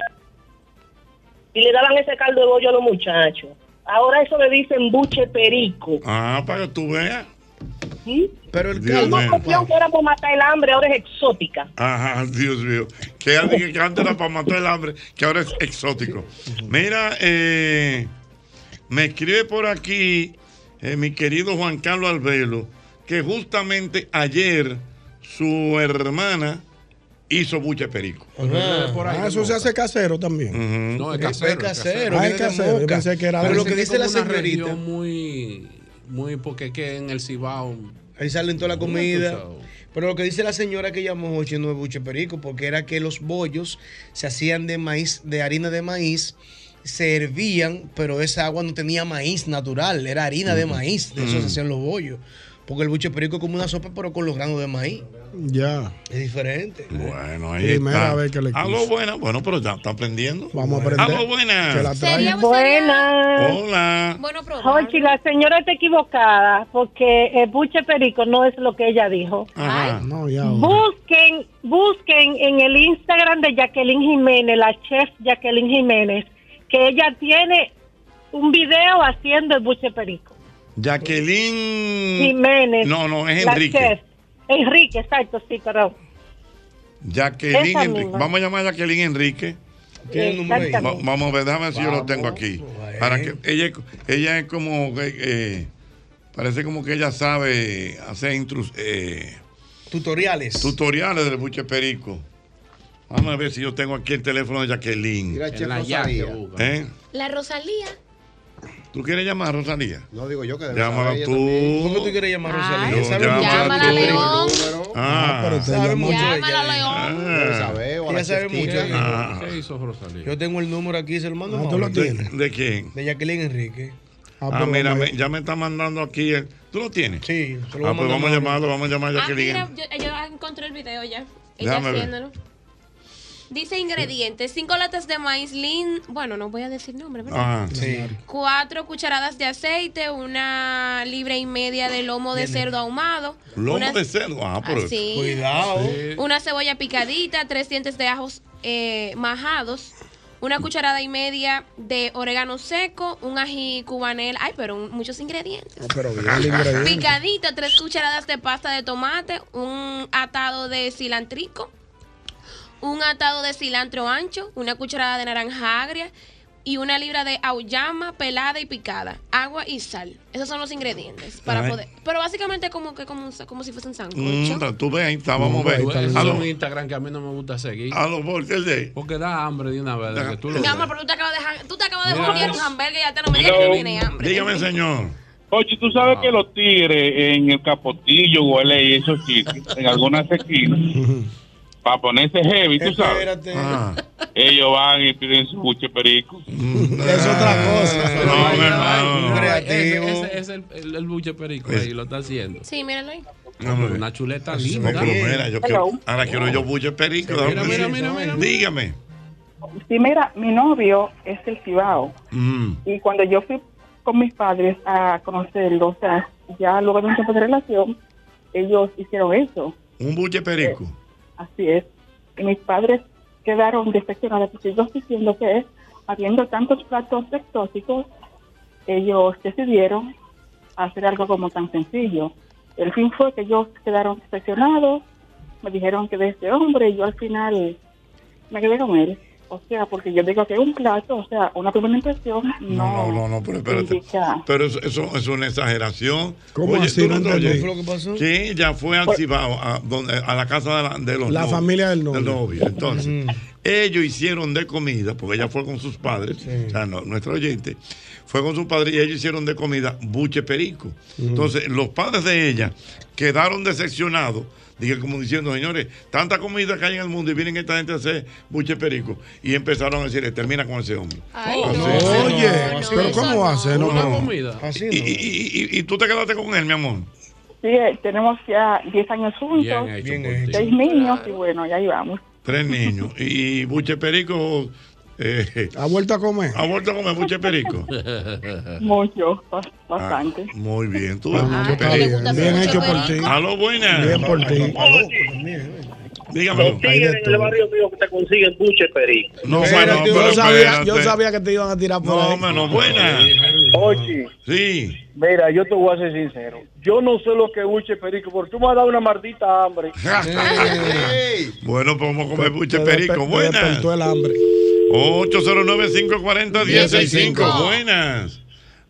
y le daban ese caldo de bollo a los muchachos. Ahora eso le dicen buche perico. Ah, para que tú veas. ¿sí? Pero el Dios Una mío. cuestión que era por matar el hambre ahora es exótica. Ajá, Dios mío. Que alguien que antes era para matar el hambre, que ahora es exótico. Mira, eh, me escribe por aquí eh, mi querido Juan Carlos Albelo, que justamente ayer su hermana hizo buche perico. Ah, ah, eso se hace casero también. No, es casero. Ah, es casero. Yo pensé que era Pero de- lo que dice la señorita. Muy, muy, porque es que en el Cibao. Ahí salen toda la comida. Pero lo que dice la señora que llamó ocho no es buche perico, porque era que los bollos se hacían de maíz, de harina de maíz, se hervían, pero esa agua no tenía maíz natural, era harina de maíz, de eso se Ujú. hacían los bollos. Porque el buche perico es como una sopa, pero con los granos de maíz. Ya. Es diferente. Bueno, ahí Primera está. vez que le Aló, escucho. buena. Bueno, pero ya está aprendiendo. Vamos a aprender. Aló, buenas. Que la traiga. Buenas. Hola. Bueno, Jochi, la señora está equivocada porque el buche perico no es lo que ella dijo. Ajá. Ah, No, ya. Busquen, busquen en el Instagram de Jacqueline Jiménez, la chef Jacqueline Jiménez, que ella tiene un video haciendo el buche perico. Jacqueline. Jiménez. No, no, es la Enrique. chef. Enrique, exacto, sí, perdón. Jacqueline Esa Enrique. misma. Vamos a llamar a Jacqueline Enrique. Tiene el número ahí. Va- vamos a ver, déjame ver si yo lo tengo aquí. Para que ella, ella es como que, eh, parece como que ella sabe hacer intrus- eh, Tutoriales. tutoriales del buche perico. Vamos a ver si yo tengo aquí el teléfono de Jacqueline. Mira, En Chef la Rosalía. Yaque ¿Eh? La Rosalía. ¿Tú quieres llamar a Rosalía? No digo yo que debe Llámala saber ella tú. también. ¿Cómo tú quieres llamar a Rosalía? Yo, ¿Sabe llámala mucho de tú. buche perico? Ah, Sabe mucho de ella. Ah. Debe saber, o a la Ella sabe chefcita. mucho. Ah. ¿Qué hizo Rosalía? Yo tengo el número aquí, se lo mando. Ah, a ¿tú lo Mauri. tienes? ¿De quién? De Jacqueline Enrique. Ah, mira, me- ya me está mandando aquí. el- ¿Tú lo tienes? Sí, lo Ah, voy a pues mandar vamos a ahora. llamarlo, vamos a llamar a Ah, Jacqueline. mira, yo, yo encontré el video ya. Ella Déjame ver. haciéndolo. Dice ingredientes: 5 latas de maíz lin. Bueno, no voy a decir nombre, ¿verdad? Ah, sí. Cuatro cucharadas de aceite, una libra y media de lomo de Viene. cerdo ahumado. Lomo una- de cerdo. Ah, pero. Así. Una cebolla picadita, tres dientes de ajos eh, majados, una cucharada y media de orégano seco, un ají cubanel. Ay, pero un- muchos ingredientes. Pero bien, el ingrediente. Picadita, tres cucharadas de pasta de tomate, un atado de cilantrico, un atado de cilantro ancho, una cucharada de naranja agria y una libra de auyama pelada y picada, agua y sal. Esos son los ingredientes para Ay. poder. Pero básicamente como que como, un sa- como si fuese un sancocho. Mm, tú ves, ahí está, vamos a ver. Eso es Aló. un Instagram que a mí no me gusta seguir. A los de. Porque da hambre de una vez. de que tú lo Mi veas. amor, pero tú te acabas de dejar, tú te acabas de Mira, poner es- un hamburger y ya te lo me digas que no tienes hambre. Dígame, señor. Oye, tú sabes que los tigres en el capotillo huele y esos sitios, en algunas esquinas, para ponerse heavy, tú sabes, Espérate. ellos van y piden su buche perico. Es otra cosa. No, Pues, Ese, ese es el, el, el buche perico ahí, lo está haciendo. Sí, míralo ahí. Una chuleta No, linda. Pues, pero mira, yo quiero- ahora quiero yo buche perico. Sí, mira, déjame mira, decir. mira, mira, mira. Dígame. Sí, mira, mi novio es el Cibao. Mm. Y cuando yo fui con mis padres a conocerlo, o sea, ya luego de un tiempo de relación, ellos hicieron eso. Un buche perico. Así es. Y mis padres quedaron decepcionados porque ellos diciendo que es, habiendo tantos platos exóticos, ellos decidieron hacer algo como tan sencillo. El fin fue que ellos quedaron decepcionados, me dijeron que de este hombre, y yo al final me quedé con él. O sea, porque yo digo que un plato, o sea, una primera impresión, No, no, no, no, pero espérate. indica. Pero eso, eso es una exageración. ¿Cómo así? tú No te entendí. oyes. ¿Fue lo que pasó? Sí, ya fue al Cibao, a, donde- a la casa de, la, de los La novios, familia del novio. Entonces, ellos hicieron de comida, porque ella fue con sus padres, o sea, no- nuestro oyente, fue con sus padres y ellos hicieron de comida buche perico. Mm. Entonces, los padres de ella quedaron decepcionados. Dije, como diciendo, señores, tanta comida que hay en el mundo y vienen esta gente a hacer buche perico. Y empezaron a decirle, termina con ese hombre. Ay, Así. no, Oye, no, no, pero eso ¿cómo no. hace? No, Una no. comida. Y, y- y- y tú te quedaste con él, mi amor. Sí, eh, tenemos ya 10 años juntos, Bien eh, hecho por ti. seis niños, y bueno, ya íbamos. Tres niños. Y Buche Perico. ¿Ha vuelto a comer? ¿Ha vuelto a comer Buche Perico? Mucho, bas- Ah. bastante. Muy bien, tú. Ah, Buche no, le gusta Perico. hacer Bien Buche hecho por Perico. ti. Aló, buenas. Bien por ti. Dígame. Los tigres en el barrio mío que te consiguen buche perico. No, Espérate, bueno, pero yo, sabía, espérate. yo sabía que te iban a tirar por No, ahí. hombre, no, buena. Oye. Sí. Mira, yo te voy a ser sincero. Yo no sé lo que es buche perico, porque tú me has dado una maldita hambre. Bueno, podemos comer Buche Te Perico. desper- te Buenas. despertó el hambre. 809-540-1065. Buenas.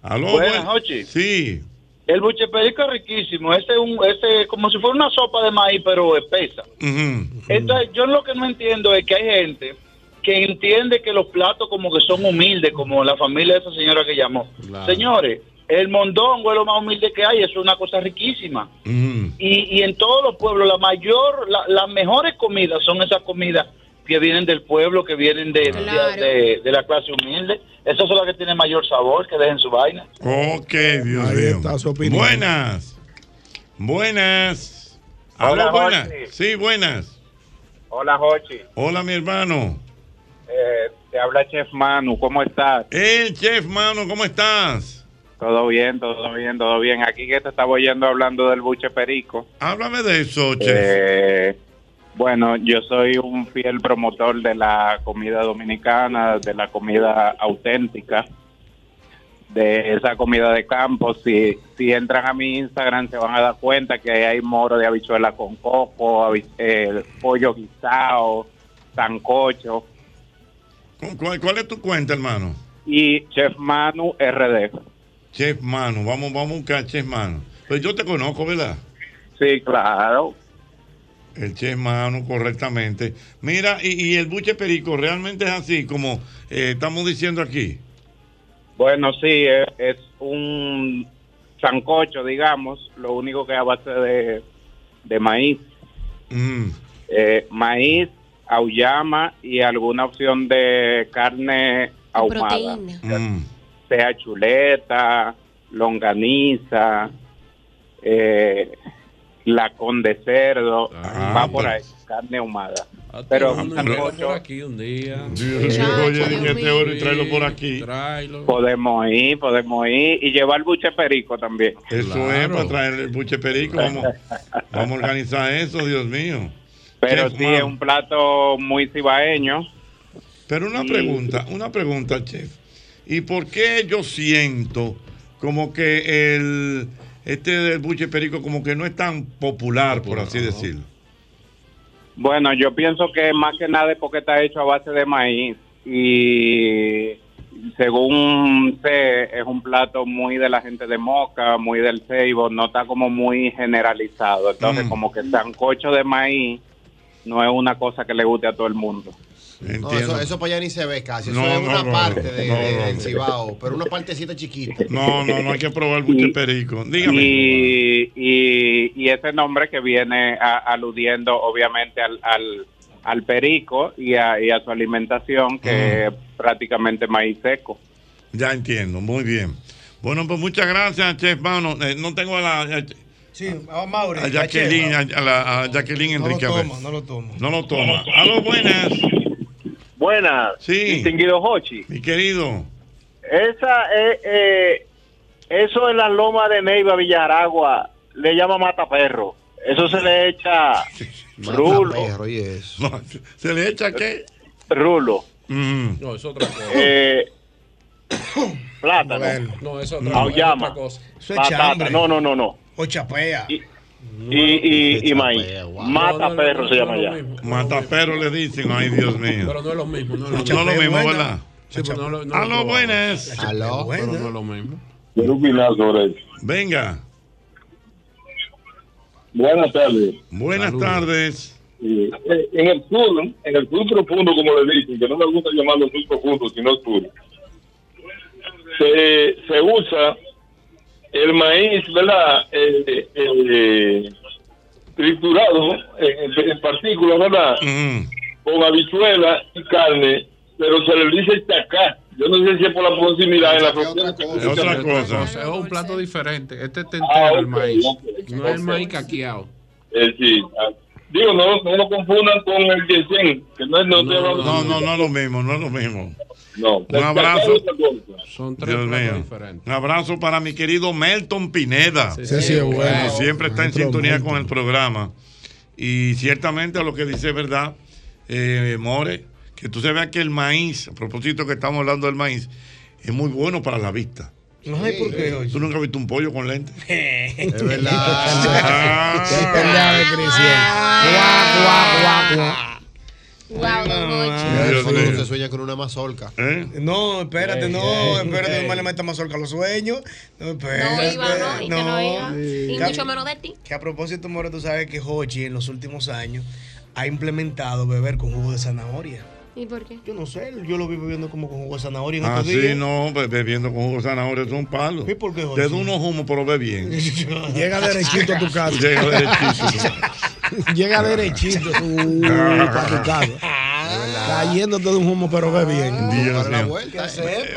Aló, Buenas, buen- Jochi. Sí. El buche perico es riquísimo. Este es un, este es como si fuera una sopa de maíz, pero espesa. Ujú. Entonces, yo lo que no entiendo es que hay gente que entiende que los platos como que son humildes, como la familia de esa señora que llamó. Ah. Señores, el mondongo es lo más humilde que hay, eso es una cosa riquísima. Mm, Y, y en todos los pueblos, la mayor, la- las mejores comidas son esas comidas que vienen del pueblo, que vienen de, de- de- de la clase humilde. Esas son las que tienen mayor sabor, que dejen su vaina. Ok, Dios mío. Buenas. Buenas. Hola, Aló, buenas. Jorge. Sí, buenas. Hola, Jochi. Hola, mi hermano. Eh, te habla Chef Manu. ¿Cómo estás? El Chef Manu, ¿cómo estás? Todo bien, todo bien, todo bien. Aquí que te estaba oyendo hablando del buche perico. Háblame de eso, Oh, Chef. Eh, bueno, yo soy un fiel promotor de la comida dominicana, de la comida auténtica, de esa comida de campo. Si, si entran a mi Instagram se van a dar cuenta que hay moro de habichuela con coco, habi- eh, pollo guisado, sancocho. ¿Cuál, cuál es tu cuenta, hermano? Y Chef Manu RD. Chef Manu, vamos, vamos a buscar Chef Manu. Pero yo te conozco, ¿verdad? Sí, claro. El Chef Manu, correctamente. Mira, y, y el buche perico realmente es así, como eh, estamos diciendo aquí. Bueno, sí, es, es un sancocho, digamos, lo único que es a base de, de maíz. mm. Eh, maíz, auyama y alguna opción de carne ahumada, Mm, sea chuleta, longaniza, eh, lacón de cerdo, Ah, va por ahí, carne ahumada. Pero un sancocho, por aquí un día. oye, dime este oro y tráelo por aquí. podemos ir, podemos ir y llevar buche perico también. Eso es para traer el buche perico. Vamos, vamos a organizar eso, Dios mío. Pero Chef sí, Manu. es un plato muy cibaeño. Pero una Y- pregunta, una pregunta, chef. ¿Y por qué yo siento como que el este del buche perico como que no es tan popular, por así decirlo? Bueno, yo pienso que más que nada es porque está hecho a base de maíz y según sé, es un plato muy de la gente de Moca, muy del Ceibo, no está como muy generalizado. Entonces, como que sancocho de maíz no es una cosa que le guste a todo el mundo. No, eso, eso para allá ni se ve casi. Eso No, es no, una no, parte no, de, no, de- no. del Cibao, pero una partecita chiquita. No, no, no hay que probar mucho perico. Dígame. Y, y- y ese nombre que viene a- aludiendo obviamente al, al, al perico y a, y a su alimentación, que es prácticamente maíz seco. Ya entiendo, muy bien. Bueno, pues muchas gracias, Chef Mano. Eh, no tengo a la a, Sí, a Mauri. a Jacqueline, a, a la- a Jacqueline No lo Enrique. a ver. toma, no lo toma. No lo toma. Aló, buenas. Buenas. Sí. Distinguido Hochi. Mi querido. Esa es, eh, eso en la loma de Neiva, Villaragua, le llama mataperro. Eso se le echa rulo. ¿Se le echa qué? Rulo. Mm. No, es otra cosa. Eh, plátano. No, es No, otra, es auyama. otra cosa. Eso es Patata. chambre. No, no, no, no. O chapea. Y, y, y maíz. Mata perro se llama ya. Mataperro le dicen, ay Dios mío. Pero no es lo mismo. No es lo mismo, No lo mismo, ¿verdad? Sí, pero no, lo- no Aló, buenas. Aló, pero no es lo mismo. Quiero opinar sobre eso. Venga. Buenas tardes. Buenas tardes. Eh, En el sur, en el sur profundo, como le dicen, que no me gusta llamarlo sur profundo, sino sur, se, se usa el maíz, ¿verdad? Eh, eh, triturado en, en- en partículas, ¿verdad? Con habichuela y carne, pero se le dice chacá. Yo no sé si es por la proximidad en la frontera. Es otra cosa. Es un plato diferente. Este es entero Ah, el ok, maíz. ok, No es el ok. maíz caqueado. Eh, sí. Ah, Digo, no, no lo confundan con el ginseng, que no, es- no, estoy hablando- No, no, no es lo mismo, no es lo mismo. No. Un abrazo. Son tres Un abrazo para mi querido Melton Pineda. Sí, sí, es bueno. Como Siempre está en Maestro sintonía Melton. con el programa. Y ciertamente lo que dice es verdad, eh, More, que tú se veas que el maíz, a propósito que estamos hablando del maíz, es muy bueno para la vista. No sé por qué hoy. ¿Tú nunca has visto un pollo con lentes? Es Ah. Es verdad, Dios Dios mío. ¿Eh? se sueña con una mazorca. Eh, No, espérate, no, espérate, no me le metas más cerca a los sueños. No, espérate. iba, no, y que no iba. Y Que a- mucho menos de ti. Que a propósito, More, tú sabes que Hochi en los últimos años ha implementado beber con jugo de zanahoria. ¿Y por qué? Yo no sé, yo lo vi bebiendo como con jugo de zanahoria en Ah, estos sí, días. no, be- bebiendo con jugo de zanahoria es un palo. ¿Y por qué, Jorge? Te da unos humos, pero ve bien. Llega derechito a tu casa. Llega derechito. Llega derechito uh, para tu casa. Cayéndote de un humo, pero ve bien. Dios mío. Vuelta,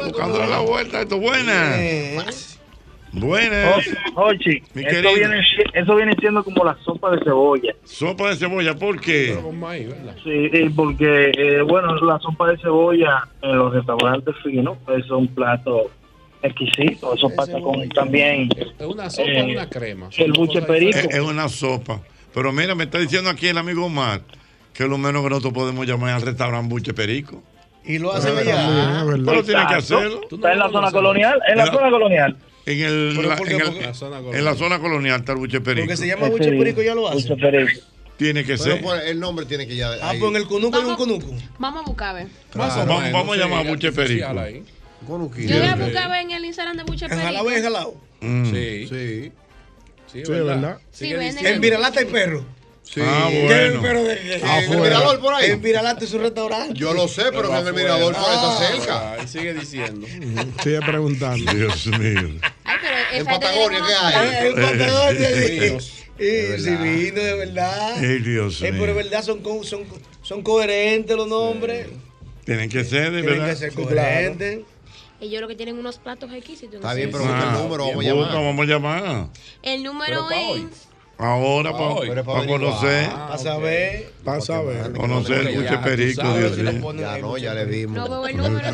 Buscándole eh. la vuelta, esto buenas. Buenas. Ochi, Mi Oh, eso querido. viene, si- eso viene siendo como la sopa de cebolla. Sopa de cebolla, ¿por qué? Sí, eh, porque, eh, bueno, la sopa de cebolla en los restaurantes finos pues, es un plato exquisito. Eso pasa con también. Es una sopa, eh, una crema. El buche Es, perico. es una sopa. Pero mira, me está diciendo aquí el amigo Omar que lo menos que nosotros podemos llamar al restaurante buche perico. Y lo hacen Pero allá. también, es verdad. Pero tiene que hacerlo. Está en la zona colonial. En la Era- zona colonial. En, el- Pero la, ¿por qué? en el- Porque- La zona en la zona colonial está el buche perico. Porque se llama buche perico, ya lo hace. Tiene que Pero ser. por- el nombre tiene que ya. Ah, pues en el cunuco hay un cunuco. Vamos a buscar, a ver. Vamos, vamos, Ah, vamos a llamar a buche perico. Yo voy a buscar a ver en el Instagram de Buche Perico. Enjalado, enjalado. Sí. Sí. Sí, ¿verdad? Sí, venden En Viralata hay perro. Sí. Ah, bueno. Pero de que. Ah, Afuera. En Viralata es un restaurante. Yo lo sé, pero que en el mirador por ahí está cerca. Ahí sigue diciendo. Sigue preguntando. Dios mío. Ay, pero En esa Patagonia, ¿qué hay? En Patagonia, Eh, sí. Eh, Sí, vino, de verdad. Ay, Dios Eh, mío. pero de verdad son, co- son, co- son coherentes los nombres. Tienen que ser, de Tienen verdad. que ser coherentes. Ellos lo que tienen unos platos exquisitos. Está entonces- bien, pero Ah, busca el número, vamos a llamar. Vamos a llamar. El número es. Ahora, para, hoy. para, Pero para conocer. Ah, Para saber. Para saber. Conocer el buche perico, Dios mío. Ya no, ya le dimos. No veo el número.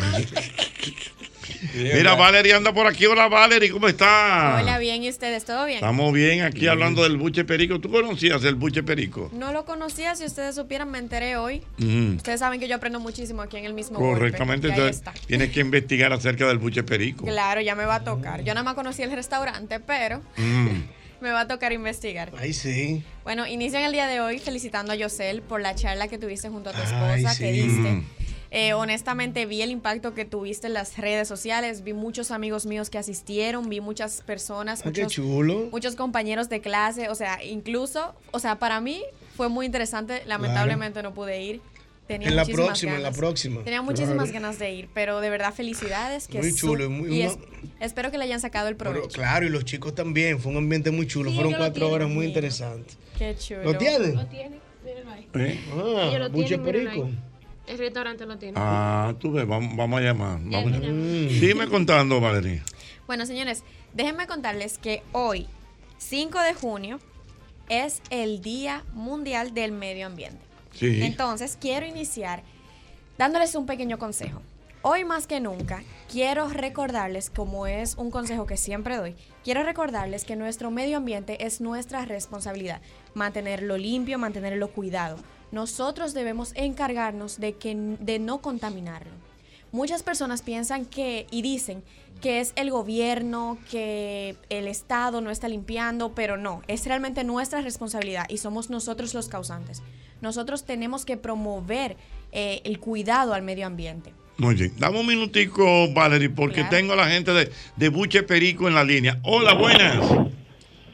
Mira, Valerie anda por aquí. Hola, Valerie, ¿cómo está? Hola, bien, ¿y ustedes? ¿Todo bien? Estamos bien aquí hablando del buche perico. ¿Tú conocías el buche perico? No lo conocía, si ustedes supieran, me enteré hoy. Ujú. Ustedes saben que yo aprendo muchísimo aquí en el mismo golpe. Correctamente, Y ahí entonces está. tienes que investigar acerca del buche perico. Claro, ya me va a tocar. Yo nada más conocí el restaurante, pero Mm. me va a tocar investigar. Ay, sí. Bueno, inician el día de hoy felicitando a Yosel por la charla que tuviste junto a tu Ay, esposa, que sí. diste. Mm. Eh, honestamente vi el impacto que tuviste en las redes sociales, vi muchos amigos míos que asistieron, vi muchas personas, Ah, qué muchos, chulo. muchos compañeros de clase, o sea, incluso, o sea, para mí fue muy interesante, lamentablemente no pude ir, Tenía en la muchísimas próxima, en la ganas. próxima. Tenía muchísimas Claro. ganas de ir, pero de verdad felicidades. Que Muy su- chulo, muy- y una- es- espero que le hayan sacado el Pero, provecho. claro, y los chicos también. Fue un ambiente muy chulo. Sí, Fueron ellos lo cuatro horas tienen, muy sí. interesantes. Qué chulo. ¿Lo tiene? Lo tiene, mírenlo ahí. ¿Eh? Ah, Ellos lo buche tienen, mírenlo perico. ahí. El restaurante lo tiene. Ah, tú ves, vamos, vamos a llamar. Vamos a llamar. Mm. Dime contando, Valeria. Bueno, señores, déjenme contarles que hoy, 5 de junio, es el Día Mundial del Medio Ambiente. Sí. Entonces, quiero iniciar dándoles un pequeño consejo. Hoy más que nunca, quiero recordarles, como es un consejo que siempre doy, quiero recordarles que nuestro medio ambiente es nuestra responsabilidad. Mantenerlo limpio, mantenerlo cuidado. Nosotros debemos encargarnos de, que, de no contaminarlo. Muchas personas piensan que y dicen que es el gobierno, que el Estado no está limpiando, pero no, es realmente nuestra responsabilidad y somos nosotros los causantes. Nosotros tenemos que promover eh, el cuidado al medio ambiente. Muy bien. Dame un minutico, Valerie, porque Claro. tengo a la gente de, de Buche Perico en la línea. Hola, buenas.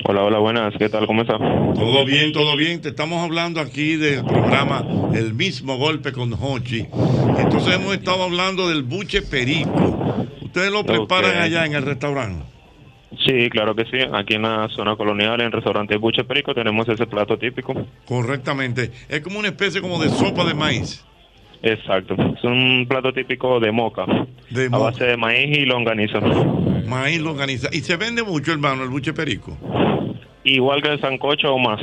Hola, hola, buenas. ¿Qué tal? ¿Cómo está? Todo bien, todo bien. Te estamos hablando aquí del programa El mismo golpe con Hochi. Entonces hemos estado hablando del buche perico. Ustedes lo preparan Ok. allá en el restaurante. Sí, claro que sí. Aquí en la zona colonial, en el restaurante Buche Perico, tenemos ese plato típico. Correctamente. Es como una especie como de sopa de maíz. Exacto. Es un plato típico de moca. De a moca. base de maíz y longaniza. Maíz longaniza. Y se vende mucho, hermano, el buche perico. Igual que el sancocho o más.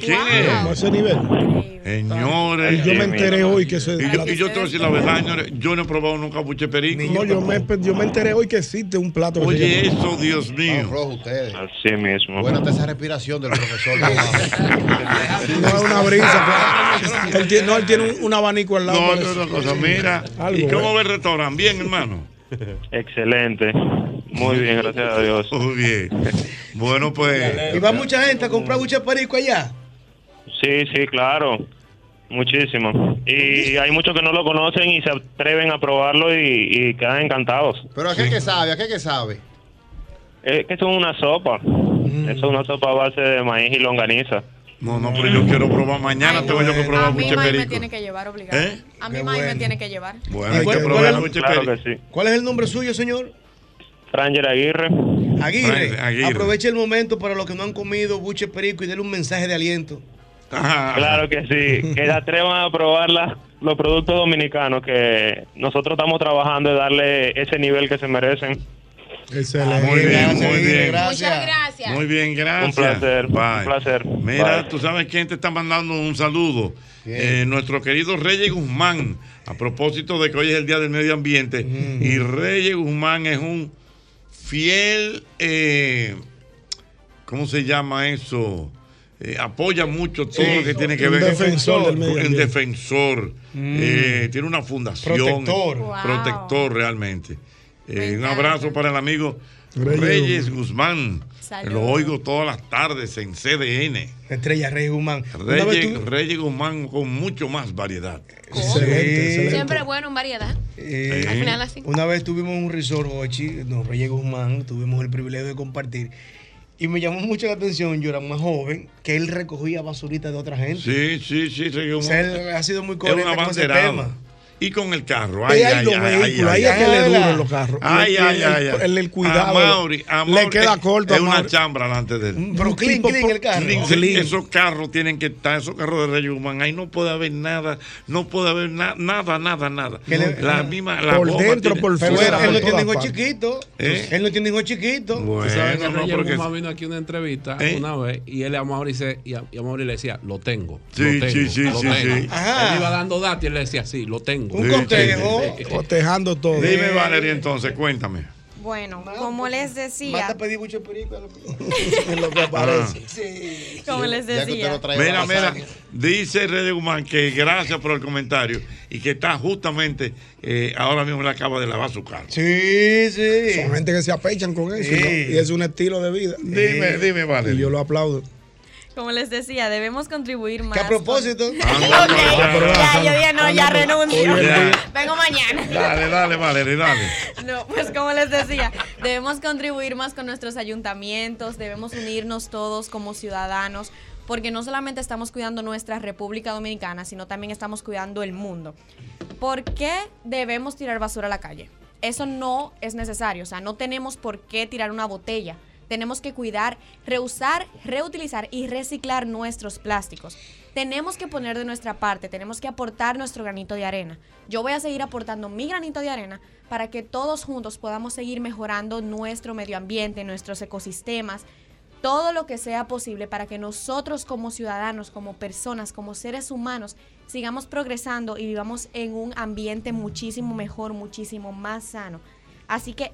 ¿Qué? A ese nivel. Señores. eh, Yo me enteré hoy que se. Y yo, y yo te voy a decir la verdad, señores, yo no he probado nunca buche perico. No, yo me, yo me enteré hoy que existe un plato. que se Oye, llama- eso, Dios mío. Así mismo. Bueno, está esa respiración del profesor. No es una brisa. pues. Él tiene- no, él tiene un, un abanico al lado. No, por no, eso. no, cosa, mira. Algo, eh. ¿Y cómo bueno. ve el restaurante? Bien, hermano. Excelente. Muy bien, gracias a Dios. Muy bien. Bueno, pues. Y va mucha gente a comprar buche perico allá. Sí, sí, claro. Muchísimo. Y hay muchos que no lo conocen y se atreven a probarlo y, y quedan encantados. Pero ¿a qué que sabe? ¿A qué que sabe? Es que eso es una sopa. Eso es una sopa a base de maíz y longaniza. Mm. No, no, pero yo quiero probar mañana. tengo yo que A probar mí buche May me perico. tiene que llevar obligado. ¿Eh? A mí Qué May me bueno. tiene que llevar. Bueno, hay que cuál- probar cuál el buche es- perico. claro que sí. ¿Cuál es el nombre suyo, señor? Franger Aguirre. Aguirre. Frank Aguirre. Aproveche el momento para los que no han comido buche perico y denle un mensaje de aliento. Claro que sí. Que se atrevan a probar las- los productos dominicanos que nosotros estamos trabajando de darle ese nivel que se merecen. Excelente. Ah, Muy bien, muy bien. Muchas gracias. Muy bien, gracias. Un placer, un Bye. placer. Mira, Bye. tú sabes quién te está mandando un saludo. Eh, nuestro querido Reyes Guzmán, a propósito de que hoy es el Día del Medio Ambiente, y Reyes Guzmán es un fiel, eh, ¿cómo se llama eso? Eh, apoya mucho todo Sí, lo que tiene que un ver. defensor del medio Un ambiente. Mm. defensor. Eh, tiene una fundación. Protector. eh, Wow. Protector realmente. Eh, un abrazo para el amigo Reyes, Reyes Guzmán. Saludos. Lo oigo todas las tardes en CDN. Estrella Rey Guzmán. Una vez Reyes, Reyes Guzmán con mucho más variedad. Siempre bueno en variedad. Eh, Al final así. Una vez tuvimos un resort, Ochi, no, Reyes Guzmán, tuvimos el privilegio de compartir. Y me llamó mucho la atención, yo era más joven, que él recogía basurita de otra gente. Sí, sí, sí, Reyes O Guzmán. sea, él ha sido muy Es un coherente con ese abanderado. tema. Y con el carro. Ahí Ay, hay ay, los ay, vehículos, ahí ay, es ay, que le ay. duran los carros. Ay, El- ay, el- ay. ay. el- el cuidado. A Mauri, a Le Mauri, queda es- corto a Es una Mauri. chambra delante de él. Pero clean, clean el carro. Clean, Esos carros tienen que estar, esos carros de Reyes Guzmán, ahí no puede haber nada, no puede haber na- nada, nada, nada. la misma, la por goma dentro, tiene- por Pero fuera. él por no todas tiene Hijo partes. chiquito. ¿Eh? Él no tiene hijo chiquito. Tú sabes que Bueno, no, Reyes porque- Guzmán vino aquí a una entrevista ¿Eh? una vez y él a Mauri se- y a, y a Mauri le decía, lo tengo. Sí, lo tengo, sí, sí, lo sí, tengo". sí. Él iba dando datos y él le decía, sí, lo tengo. Un Sí, cotejo. Cotejando todo. Dime, Valeria, entonces, cuéntame. Bueno, como les decía. Mata pedí mucho perico. a lo que- aparece. Sí. Como les Ya que usted decía. lo trae Mira, mira, lasaña. dice Reyes Guzmán que gracias por el comentario y que está justamente eh, ahora mismo le acaba de lavar su carro. Sí, sí. Son gente que se apechan con eso. Sí. ¿no? Y es un estilo de vida. Dime, dime, Valeria. Y yo lo aplaudo. Como les decía, debemos contribuir más. a propósito. Ok, Ya, yo dije, no, ya renuncio. Oye, Vengo mañana. Dale, dale, Valeria, dale. No, pues como les decía, debemos contribuir más con nuestros ayuntamientos, debemos unirnos todos como ciudadanos, porque no solamente estamos cuidando nuestra República Dominicana, sino también estamos cuidando el mundo. ¿Por qué debemos tirar basura a la calle? Eso no es necesario, o sea, no tenemos por qué tirar una botella. Tenemos que cuidar, reusar, reutilizar y reciclar nuestros plásticos. Tenemos que poner de nuestra parte, tenemos que aportar nuestro granito de arena. Yo voy a seguir aportando mi granito de arena para que todos juntos podamos seguir mejorando nuestro medio ambiente, nuestros ecosistemas, todo lo que sea posible para que nosotros como ciudadanos, como personas, como seres humanos, sigamos progresando y vivamos en un ambiente muchísimo mejor, muchísimo más sano. Así que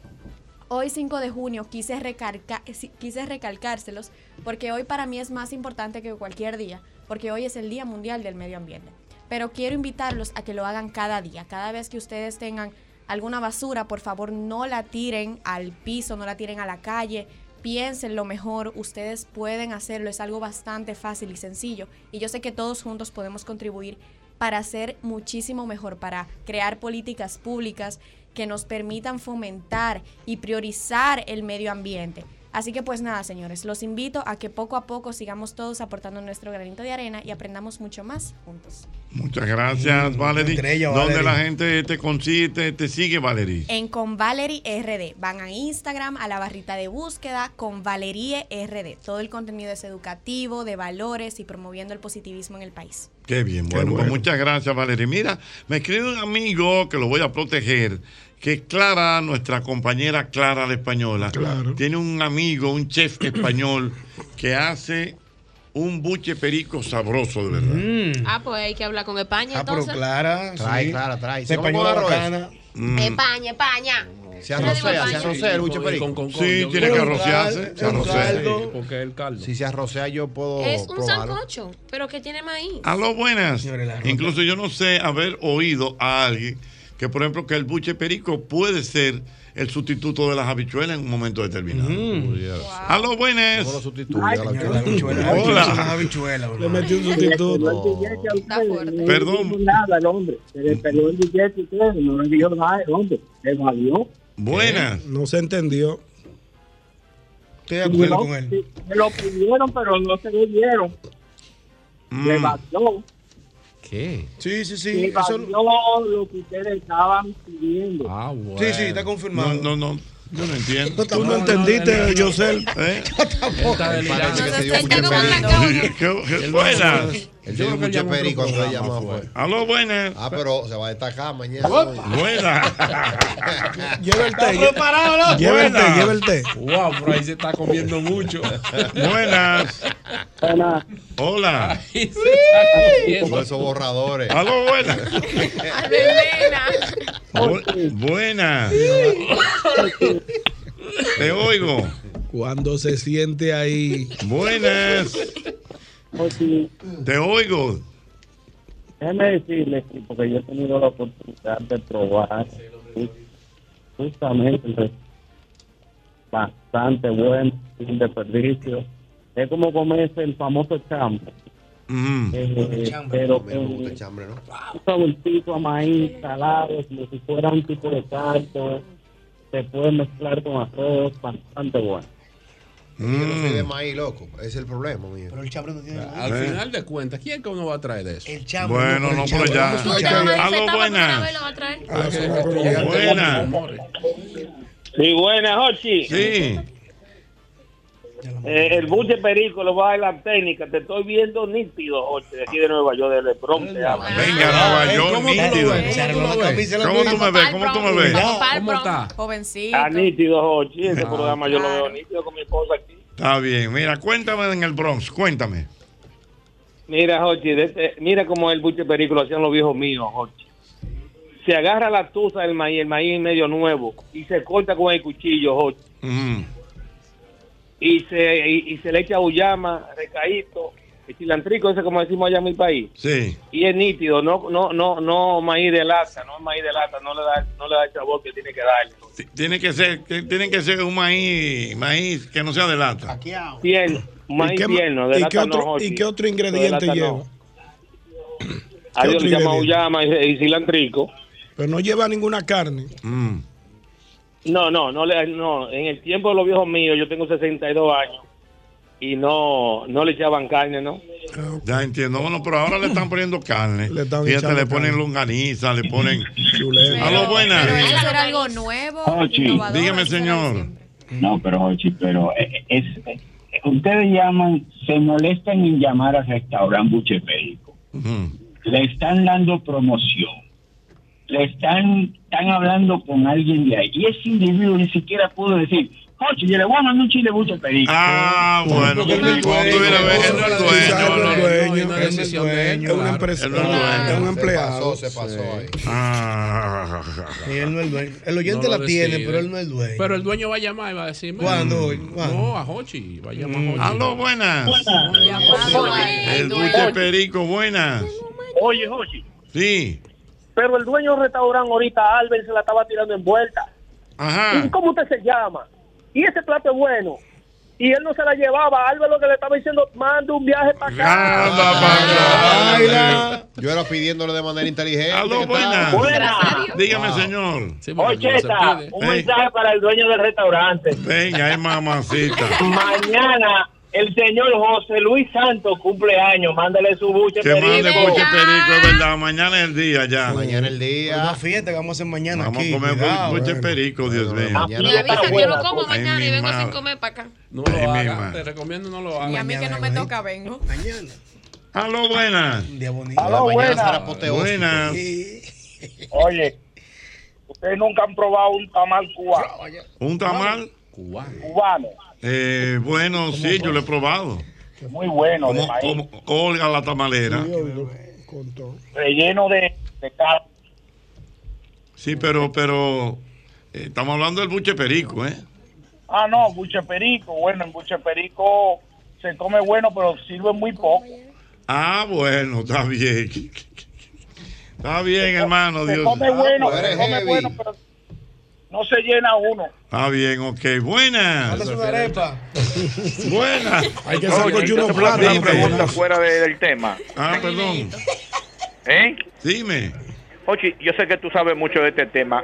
hoy 5 de junio quise, recarca- si- quise recalcárselos porque hoy para mí es más importante que cualquier día, porque hoy es el Día Mundial del Medio Ambiente. Pero quiero invitarlos a que lo hagan cada día, cada vez que ustedes tengan alguna basura, por favor no la tiren al piso, no la tiren a la calle, piensen lo mejor, ustedes pueden hacerlo, es algo bastante fácil y sencillo y yo sé que todos juntos podemos contribuir para hacer muchísimo mejor, para crear políticas públicas que nos permitan fomentar y priorizar el medio ambiente. Así que pues nada, señores, los invito a que poco a poco sigamos todos aportando nuestro granito de arena y aprendamos mucho más juntos. Muchas gracias, Mm, Valerie. estrella, ¿Dónde Valerie. la gente te consigue, te, te sigue, Valerie? En Con Valerie RD. Van a Instagram, a la barrita de búsqueda, Con Valerie RD. Todo el contenido es educativo, de valores y promoviendo el positivismo en el país. Qué bien, bueno, pues muchas gracias, Valeria. Mira, me escribe un amigo que lo voy a proteger, que es Clara, nuestra compañera Clara la española. Tiene un amigo, un chef español, que hace un buche perico sabroso, de verdad. Ah, pues hay que hablar con Ah, España entonces. Mm. Trae, Clara, trae. De ¿Se come con española arroz? ¿eh? bacana. Mm. España, España. Se Yo le digo arrocea, se España. arrocea el buche perico. Sí, tiene que arrocearse. Se arrocea. Porque el caldo. Si se arrocea, yo puedo. Oh, Es un probarlo. sancocho, pero que tiene maíz. Aló, buenas. Incluso yo no sé haber oído a alguien que, por ejemplo, que el buche perico puede ser el sustituto de las habichuelas en un momento determinado. Mm. Pudiera ser. Aló, buenas. Hola. Le metí un sustituto. Perdón. nada el hombre. Se le peleó el billete y todo, No le dijo nada el hombre. Le valió. Buenas. ¿Eh? No se entendió. Estoy de No, acuerdo con él. sí, Se lo pidieron, pero no se lo dieron. Le Mm. valió. ¿Qué? Sí, sí, sí. le eso- valió lo que ustedes estaban pidiendo. Ah, bueno. Sí, sí, está confirmado. No, no, no. Yo no entiendo. Tú no entendiste, José. ¿Eh? Parece que se dio Está mucho perico. ¿Qué- qué- Él buenas. Él dio mucho perico cuando le llamó fue. Aló, buenas. Ah, pero se va a destacar mañana. Buenas. Lleva el té. ¿Está preparado, no? Lleva el té, Buena. lleva el té. Wow, por ahí se está comiendo mucho. Buenas. Hola. Por esos borradores. Aló, buenas. Bu- buenas. Te oigo. Cuando se siente ahí. Buenas. Te oigo. Déjeme decirles, sí, porque yo he tenido la oportunidad de probar sí, justamente entonces, bastante buen sin desperdicio. Es como comerse el famoso chambre. Mm. Eh, pero con un saborcito a maíz salado, como si fuera un tipo de caldo. Se puede mezclar con arroz, bastante bueno. Yo no soy de maíz, loco. Ese es el problema, mío. Pero el chambre no tiene Al final de cuentas, ¿quién es que uno va a traer de eso? El chavo, Bueno, no, no, pero el pero chavo. ya. Tú te vas a manifestar Aló, por primera buenas. vez, lo va a traer. Ah, Buenas. Sí, buenas, Jorge. Sí. Eh, el buche perico lo va a la técnica. Te estoy viendo nítido, Jorge, de aquí de Nueva York, del Bronx. te hablo. Venga, Nueva York, nítido. ¿Cómo tú me ves? ¿Cómo tú me ves? ¿Cómo está? Jovencito. Está nítido, Jorge. Ese Ah, programa yo lo veo nítido con mi esposa aquí. Está bien. Mira, cuéntame en el Bronx, cuéntame. Mira, Jorge, de este- mira como el buche perico lo hacían los viejos míos, Jorge. Se agarra la tusa del maíz, el maíz medio nuevo, y se corta con el cuchillo, Jorge. Mm, Y se, y, y se le echa uyama, recaíto, el chilantrico, ese como decimos allá en mi país. Sí. Y es nítido, no, no, no, no maíz de lata, no es maíz de lata, no le da, no le da el sabor que tiene que darle. T- Tiene que ser, que- tiene que ser un maíz, maíz que no sea de lata. Tierno, maíz qué ma- tierno, de y lata qué otro- no, Jorge. y qué otro De ingrediente lata no. lleva? A ¿Qué Dios le otro llama ingrediente? uyama y, y cilantrico. Pero no lleva ninguna carne. No, no, no, le- no. En el tiempo de los viejos míos, yo tengo 62 años. y no, no le echaban carne, ¿no? Ya entiendo. Bueno, pero ahora le están poniendo carne. Le están Fíjate, echando le ponen carne. longaniza, le ponen. Pero- a lo buenas. pero eso era algo nuevo, Oh, innovador. Dígame, señor. No, pero Jochi, pero eh, eh, es, eh, ustedes llaman, se molestan en llamar al restaurante buchepérico. Le están dando promoción. Le están, están hablando con alguien de ahí. Y ese individuo ni siquiera pudo decir, Jochi, yo le voy a mandar un chile buchepérico. Ah, bueno, porque cuando viene a ver, él no es dueño. no es el dueño, Es una empresa. Es un empleado. Se pasó, se pasó ahí. Ah. Y él no es el dueño. El oyente No lo la tiene, decide. pero él no es el dueño. Pero el dueño va a llamar y va a decir: ¿Cuándo? No, a Hochi. Va a llamar Mm. a Hochi. Aló, buenas. El buche Buenas. perico, buenas. Oye, Jochi, Sí. pero el dueño del restaurante ahorita, Albert, se la estaba tirando en vuelta. Ajá. ¿Y cómo usted se llama? Y ese plato es bueno. Y él no se la llevaba. Albert lo que le estaba diciendo, manda un viaje para acá. Yo era pidiéndole de manera inteligente. Aló, ¿qué tal? buenas. Dígame, Wow. señor. Oye, Cheta, un mensaje para el dueño del restaurante. Venga, es mamacita. Mañana el señor José Luis Santos cumpleaños. Mándale su buche. Que perico. mande buche perico, es verdad. Mañana es el día ya. Mañana el Pues Una fiesta que vamos a hacer mañana. Vamos aquí, a comer bu- cuidado. eh. buche perico, Dios mío. mañana. Me avisa, yo lo como Ay, mañana y mi vengo madre. sin comer para acá. No Ay, lo mi hagas. madre. Te recomiendo no lo hagas. Y a mí que no me toca, vengo. Mañana. Aló, buenas. Aló, Mañana buenas. será apoteósico. Buenas. Oye, ustedes nunca han probado un tamal cubano. ¿Un tamal? Cubano, Eh, bueno, sí, yo lo he probado. muy bueno, de Como, maíz, como Olga la tamalera. relleno de, de carne. Sí, pero, pero eh, estamos hablando del buche perico, ¿eh? Ah, no, buche perico. Bueno, en buche perico se come bueno, pero sirve muy poco. Ah, bueno, está bien. Está bien, hermano, Se Dios. come bueno, se come bueno, pero no se llena uno. Está bien, ok. Buenas. Buenas. Hay que sacar sacar uno uno plato. una pregunta fuera de- del tema. Ah, perdón. ¿Eh? Dime. Ochi, yo sé que tú sabes mucho de este tema.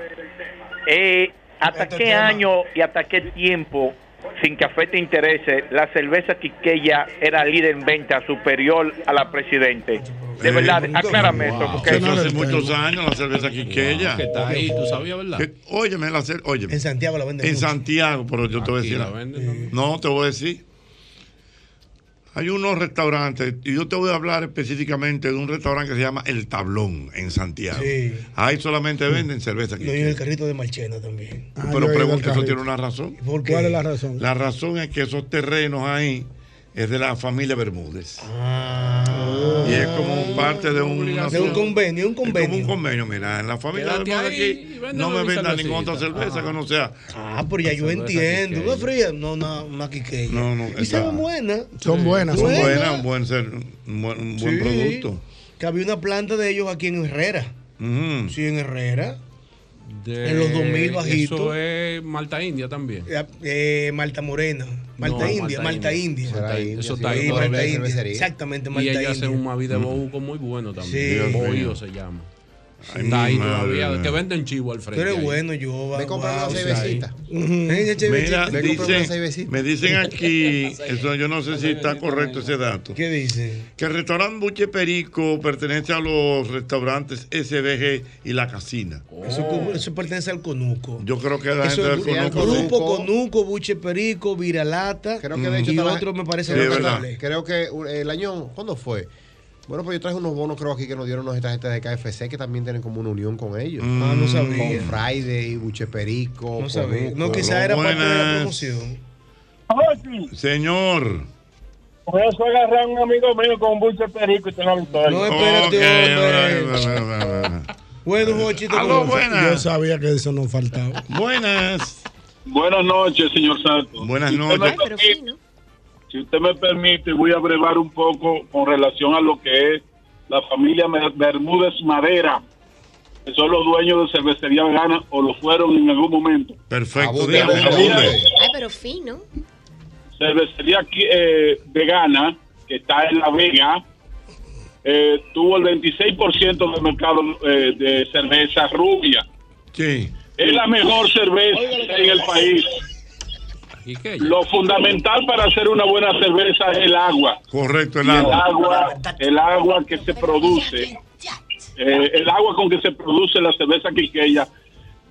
Eh, ¿Hasta qué año y hasta qué tiempo, sin que afecte interese, la cerveza quiqueya era líder en venta superior a la presidente? De verdad, aclárame eso. Porque Eso hace muchos años, la cerveza quiqueya. Wow, que está ahí, tú sabías, ¿verdad? Que- óyeme, la cer- óyeme. En Santiago la venden En mucho. Santiago, pero yo te voy a Aquí decir. la algo. venden también. No, te voy a decir. Hay unos restaurantes, y yo te voy a hablar específicamente de un restaurante que se llama El Tablón en Santiago. Sí. Ahí solamente venden cerveza Lo oí en quiqueya. el carrito de Marchena también. Pero pregunta, eso tiene una razón. ¿Por qué? ¿Cuál es la razón? La razón es que esos terrenos ahí es de la familia Bermúdez. Ah. Y es como parte de un, De un convenio, un convenio. como un convenio, mira, en la familia Quédate Bermúdez ahí aquí y véndeme no me mi vendan ninguna otra cervecita. cerveza que no sea. Ah, pero ya yo entiendo. ¿Una fría? No, no, una quiqueya. No, no, Y está- saben buenas. Son buenas, Son Buena. buenas, un buen, ser- un buen, un buen Sí. producto. Que había una planta de ellos aquí en Herrera. Ujú. Sí, en Herrera. De- En los 2000 bajito. Eh, Eso es Malta India también. Eh, eh, Malta Morena. Malta No, India, Malta India. Malta India, Eso está sí, ahí. Malta todavía. India, Exactamente, Malta Y ella hace India. Mm. un mavi de bouco muy bueno Sí. también. Dios mío. Bohío se llama. Ay, está ahí mi madre todavía. mía. Que venden chivo al Tú frente. eres ahí. bueno, yo. va- Ve comprando wow, una sí. cervecita. Ujú, esa cervecita. Mira, dicen, me dicen aquí, eso yo no sé si está correcto ese dato. ¿Qué dice? Que el restaurante Buche Perico pertenece a los restaurantes SBG y La Casina. Eso, eso pertenece al Conuco. Yo creo que la Eso gente del es el Conuco. sí. grupo Conuco, Buche Perico, Viralata. Creo Mm. que de hecho y está la- otro me parece creo no que- notable. Creo que uh, el año, ¿cuándo fue? Bueno, pues yo traje unos bonos, creo aquí que nos dieron unos tarjetas de KFC que también tienen como una unión con ellos. Ah, no sabía. Con Friday, Buche Perico. No sabía. Conuco. No, quizá era parte de la Buenas. Mm. promoción. Oh, Señor. Por eso agarré a un amigo mío con un buche perico y te lo victoria. No, espérate, Bueno, Jochito. Aló, buenas. Yo sabía que eso no faltaba. Buenas. Buenas noches, señor Santos. Buenas Si usted me noches. permite- Si usted me permite, voy a brevar un poco con relación a lo que es la familia Mer- Bermúdez Madera, que son los dueños de cervecería vegana o lo fueron en algún momento. Perfecto, Abunde, dígame, abunde. abunde. Ay, pero fino. cervecería aquí, eh, vegana, que está en La Vega, eh, tuvo el 26% del mercado eh, de cerveza rubia. Sí. Es la mejor cerveza que hay en el país. Quiqueya. Lo fundamental para hacer una buena cerveza es el agua. Correcto, el agua. El agua, que se produce, eh, el agua con que se produce la cerveza quiqueya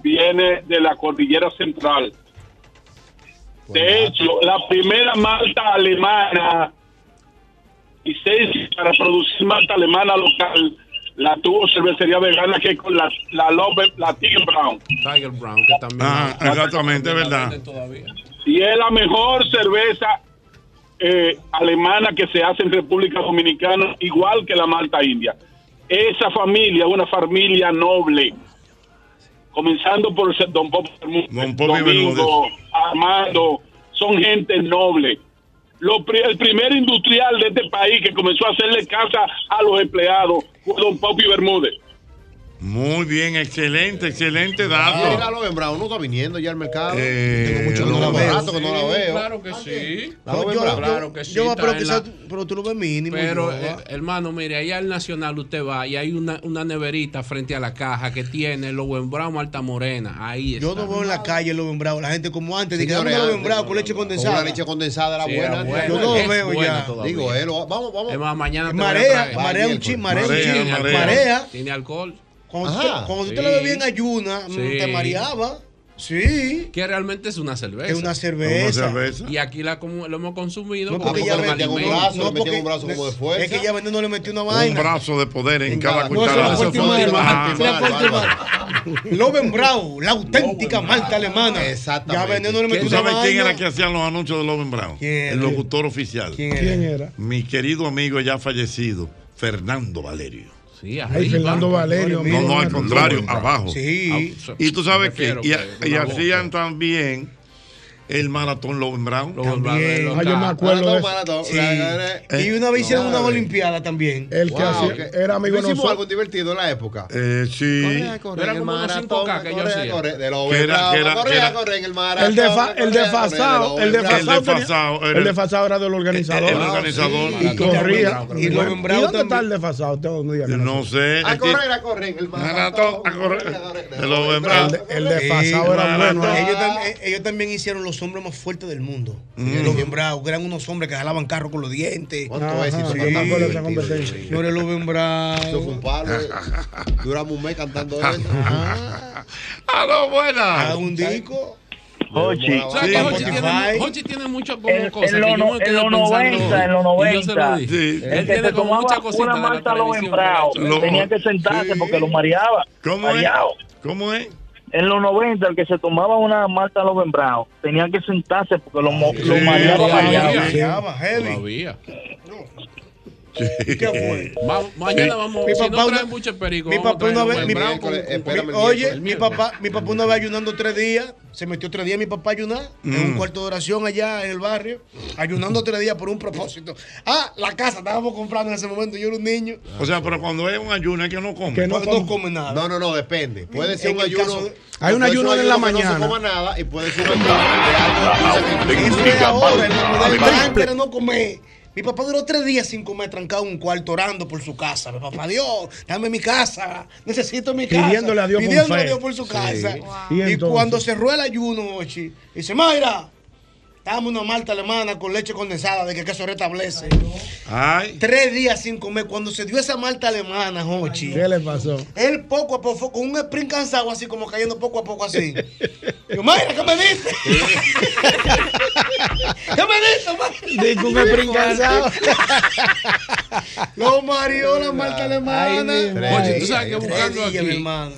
viene de la cordillera central. Pues De hecho, la primera malta alemana licencia para producir malta alemana local la tuvo cervecería vegana que con la la Lobe- la Tiger Brown Tiger Brown, que también. Ah, exactamente, también la verdad. venden todavía. y es la mejor cerveza eh, alemana que se hace en República Dominicana, igual que la Malta India. Esa familia, una familia noble, comenzando por se- Don Popo Bermúdez, Domingo, Armando, son gente noble. Lo pri- el primer industrial de este país que comenzó a hacerle casa a los empleados fue Don Popi Bermúdez. Muy bien, excelente, excelente dato. Mira, lo ven, Brown, no está viniendo ya al mercado. Eh, Tengo mucho lo- rato que no la veo. Claro que sí. La voy a ver. claro que sí. Yo, está pero, en quizá la- tú- pero tú lo ves mínimo. Pero, yo, eh, ah. hermano, mire, allá al Nacional usted va y hay una, una neverita frente a la caja que tiene lo buen Brown Alta Morena. Ahí está. yo no veo en la calle lo bravo. La gente como antes, de que Señores, dame lo antes, bravo con leche condensada. Con la leche condensada era Sí, buena. era buena. Yo no Es veo buena ya. todavía. Digo, eh, lo- vamos, vamos. Es más, mañana te voy a Marea, traer. marea un chin, marea un Marea, chin. marea. Marea. Tiene alcohol. Cuando, tú, te- cuando tú te la bebías en ayuna, mm, te mareaba. Sí. Que realmente es una cerveza. Es una cerveza. Una cerveza. Y aquí la, como- lo hemos consumido. No, porque ya como venden alimento. Es que ya venden no le metió una Un vaina. brazo de poder en cada No, eso cuchara. fue Eso fue Ultimar, Ultimar. eso fue Ultimar. Loben Brau, la auténtica malta alemana. Exactamente. Ya veneno le metió ¿Tú una sabes vaina. quién era que hacían los anuncios de Loven Brown? ¿Quién? El locutor oficial. ¿Quién era? ¿Quién Mi querido amigo ya fallecido, Fernando Valerio. Sí, Ay, Fernando Valerio. No, no, mira. al contrario, abajo. Sí. Y tú sabes que, Prefiero y, que y una hacían también el maratón Loven Brown. También. Brown, Ah, yo me acuerdo de eso. Sí. Eh, Y una vez hicieron una olimpiada también. El que Wow, hacía, que- era amigo de ¿No hicimos nosotros. algo divertido en la época? Eh, sí. Corre, corre, Era en el como unos maratón, 5K que yo corre, hacía. corre, de lo Que era- bravo, que era- corre, que era- corre en el maratón, El, defa- el corre, desfasado, corre, el de lo desfasado, bravo. tenía- era- el desfasado era del organizador. El- el organizador. Y corría. Y ¿Y lo dónde membrado está el desfasado? Tengo un día que No sé. A es que- correr, a correr, en el maratón. A correr, de Loven Brown. El desfasado era maratón. bueno. Ellos, Ah. tam- eh, ellos también hicieron los hombres más fuertes del mundo. Mm. Los Brau, que eran unos hombres que jalaban carro con los dientes. ¿Cuánto es? Sí, Si tú no sí. te acuerdas de esa competencia. Señores, Loven Eso fue un palo. eh. Duramos un mes cantando eso. ¡A lo Ah, buena! A un disco. Hochi. O sea, que Sí. Hochi tiene, Spotify. Hochi tiene muchas como En, cosas. en que yo me los no- quedo en los pensando 90, en los hoy. Y yo se lo 90, dije. el Él que tiene se como muchas tomaba cositas una de la malta lo televisión. embrao, Lo- tenía que sentarse porque lo mareaba. ¿Cómo es? mareado. ¿Cómo es? En los 90, el que se tomaba una malta lo embrao, tenía que sentarse porque lo, mo- lo Sí, mareaba, todavía, mareaba. sí. Todavía. Sí. Vamos- mañana Sí. vamos. Mi si papá no una- traen mucho perico. Mi vamos a papá una traer vez. Rubén mi- Brown con- mi- con- con- oye, el mi miércoles. papá, mi papá una vez ayunando tres días, se metió tres días mi papá a ayunar en un Mm. cuarto de oración allá en el barrio, ayunando tres días por un propósito. Ah, la casa estábamos comprando en ese momento, yo era un niño. O sea, pero cuando es un ayuno es que no Pues, come. Que no come. No come nada. No, no, no, depende. Puede ser En un el ayuno. caso de- Hay un puede ser ayuno en la que No mañana. se coma nada y puede ser un ayuno de algo que no se- Ahora, el padre era no comer. Mi papá duró tres días sin comer, trancado en un cuarto, orando por su casa. Mi papá, Dios, dame mi casa, necesito mi casa. Pidiéndole a Dios con Pidiéndole a fe. Dios por su Sí. casa. Y Y, entonces- cuando cerró el ayuno, Ochi, dice, Mayra, dame una malta alemana con leche condensada de que que se restablece. Ay. Tres días sin comer. Cuando se dio esa malta alemana, Ochi, ¿Qué le pasó? él poco a poco, con un sprint cansado así, como cayendo poco a poco así. Yo, Mayra, ¿qué me dices? ¿Qué me dices, Mayra? Dijo un sprint cansado. Lo mareó la malta alemana. Oye, tú sabes que buscando Tres días, mi aquí. hermano.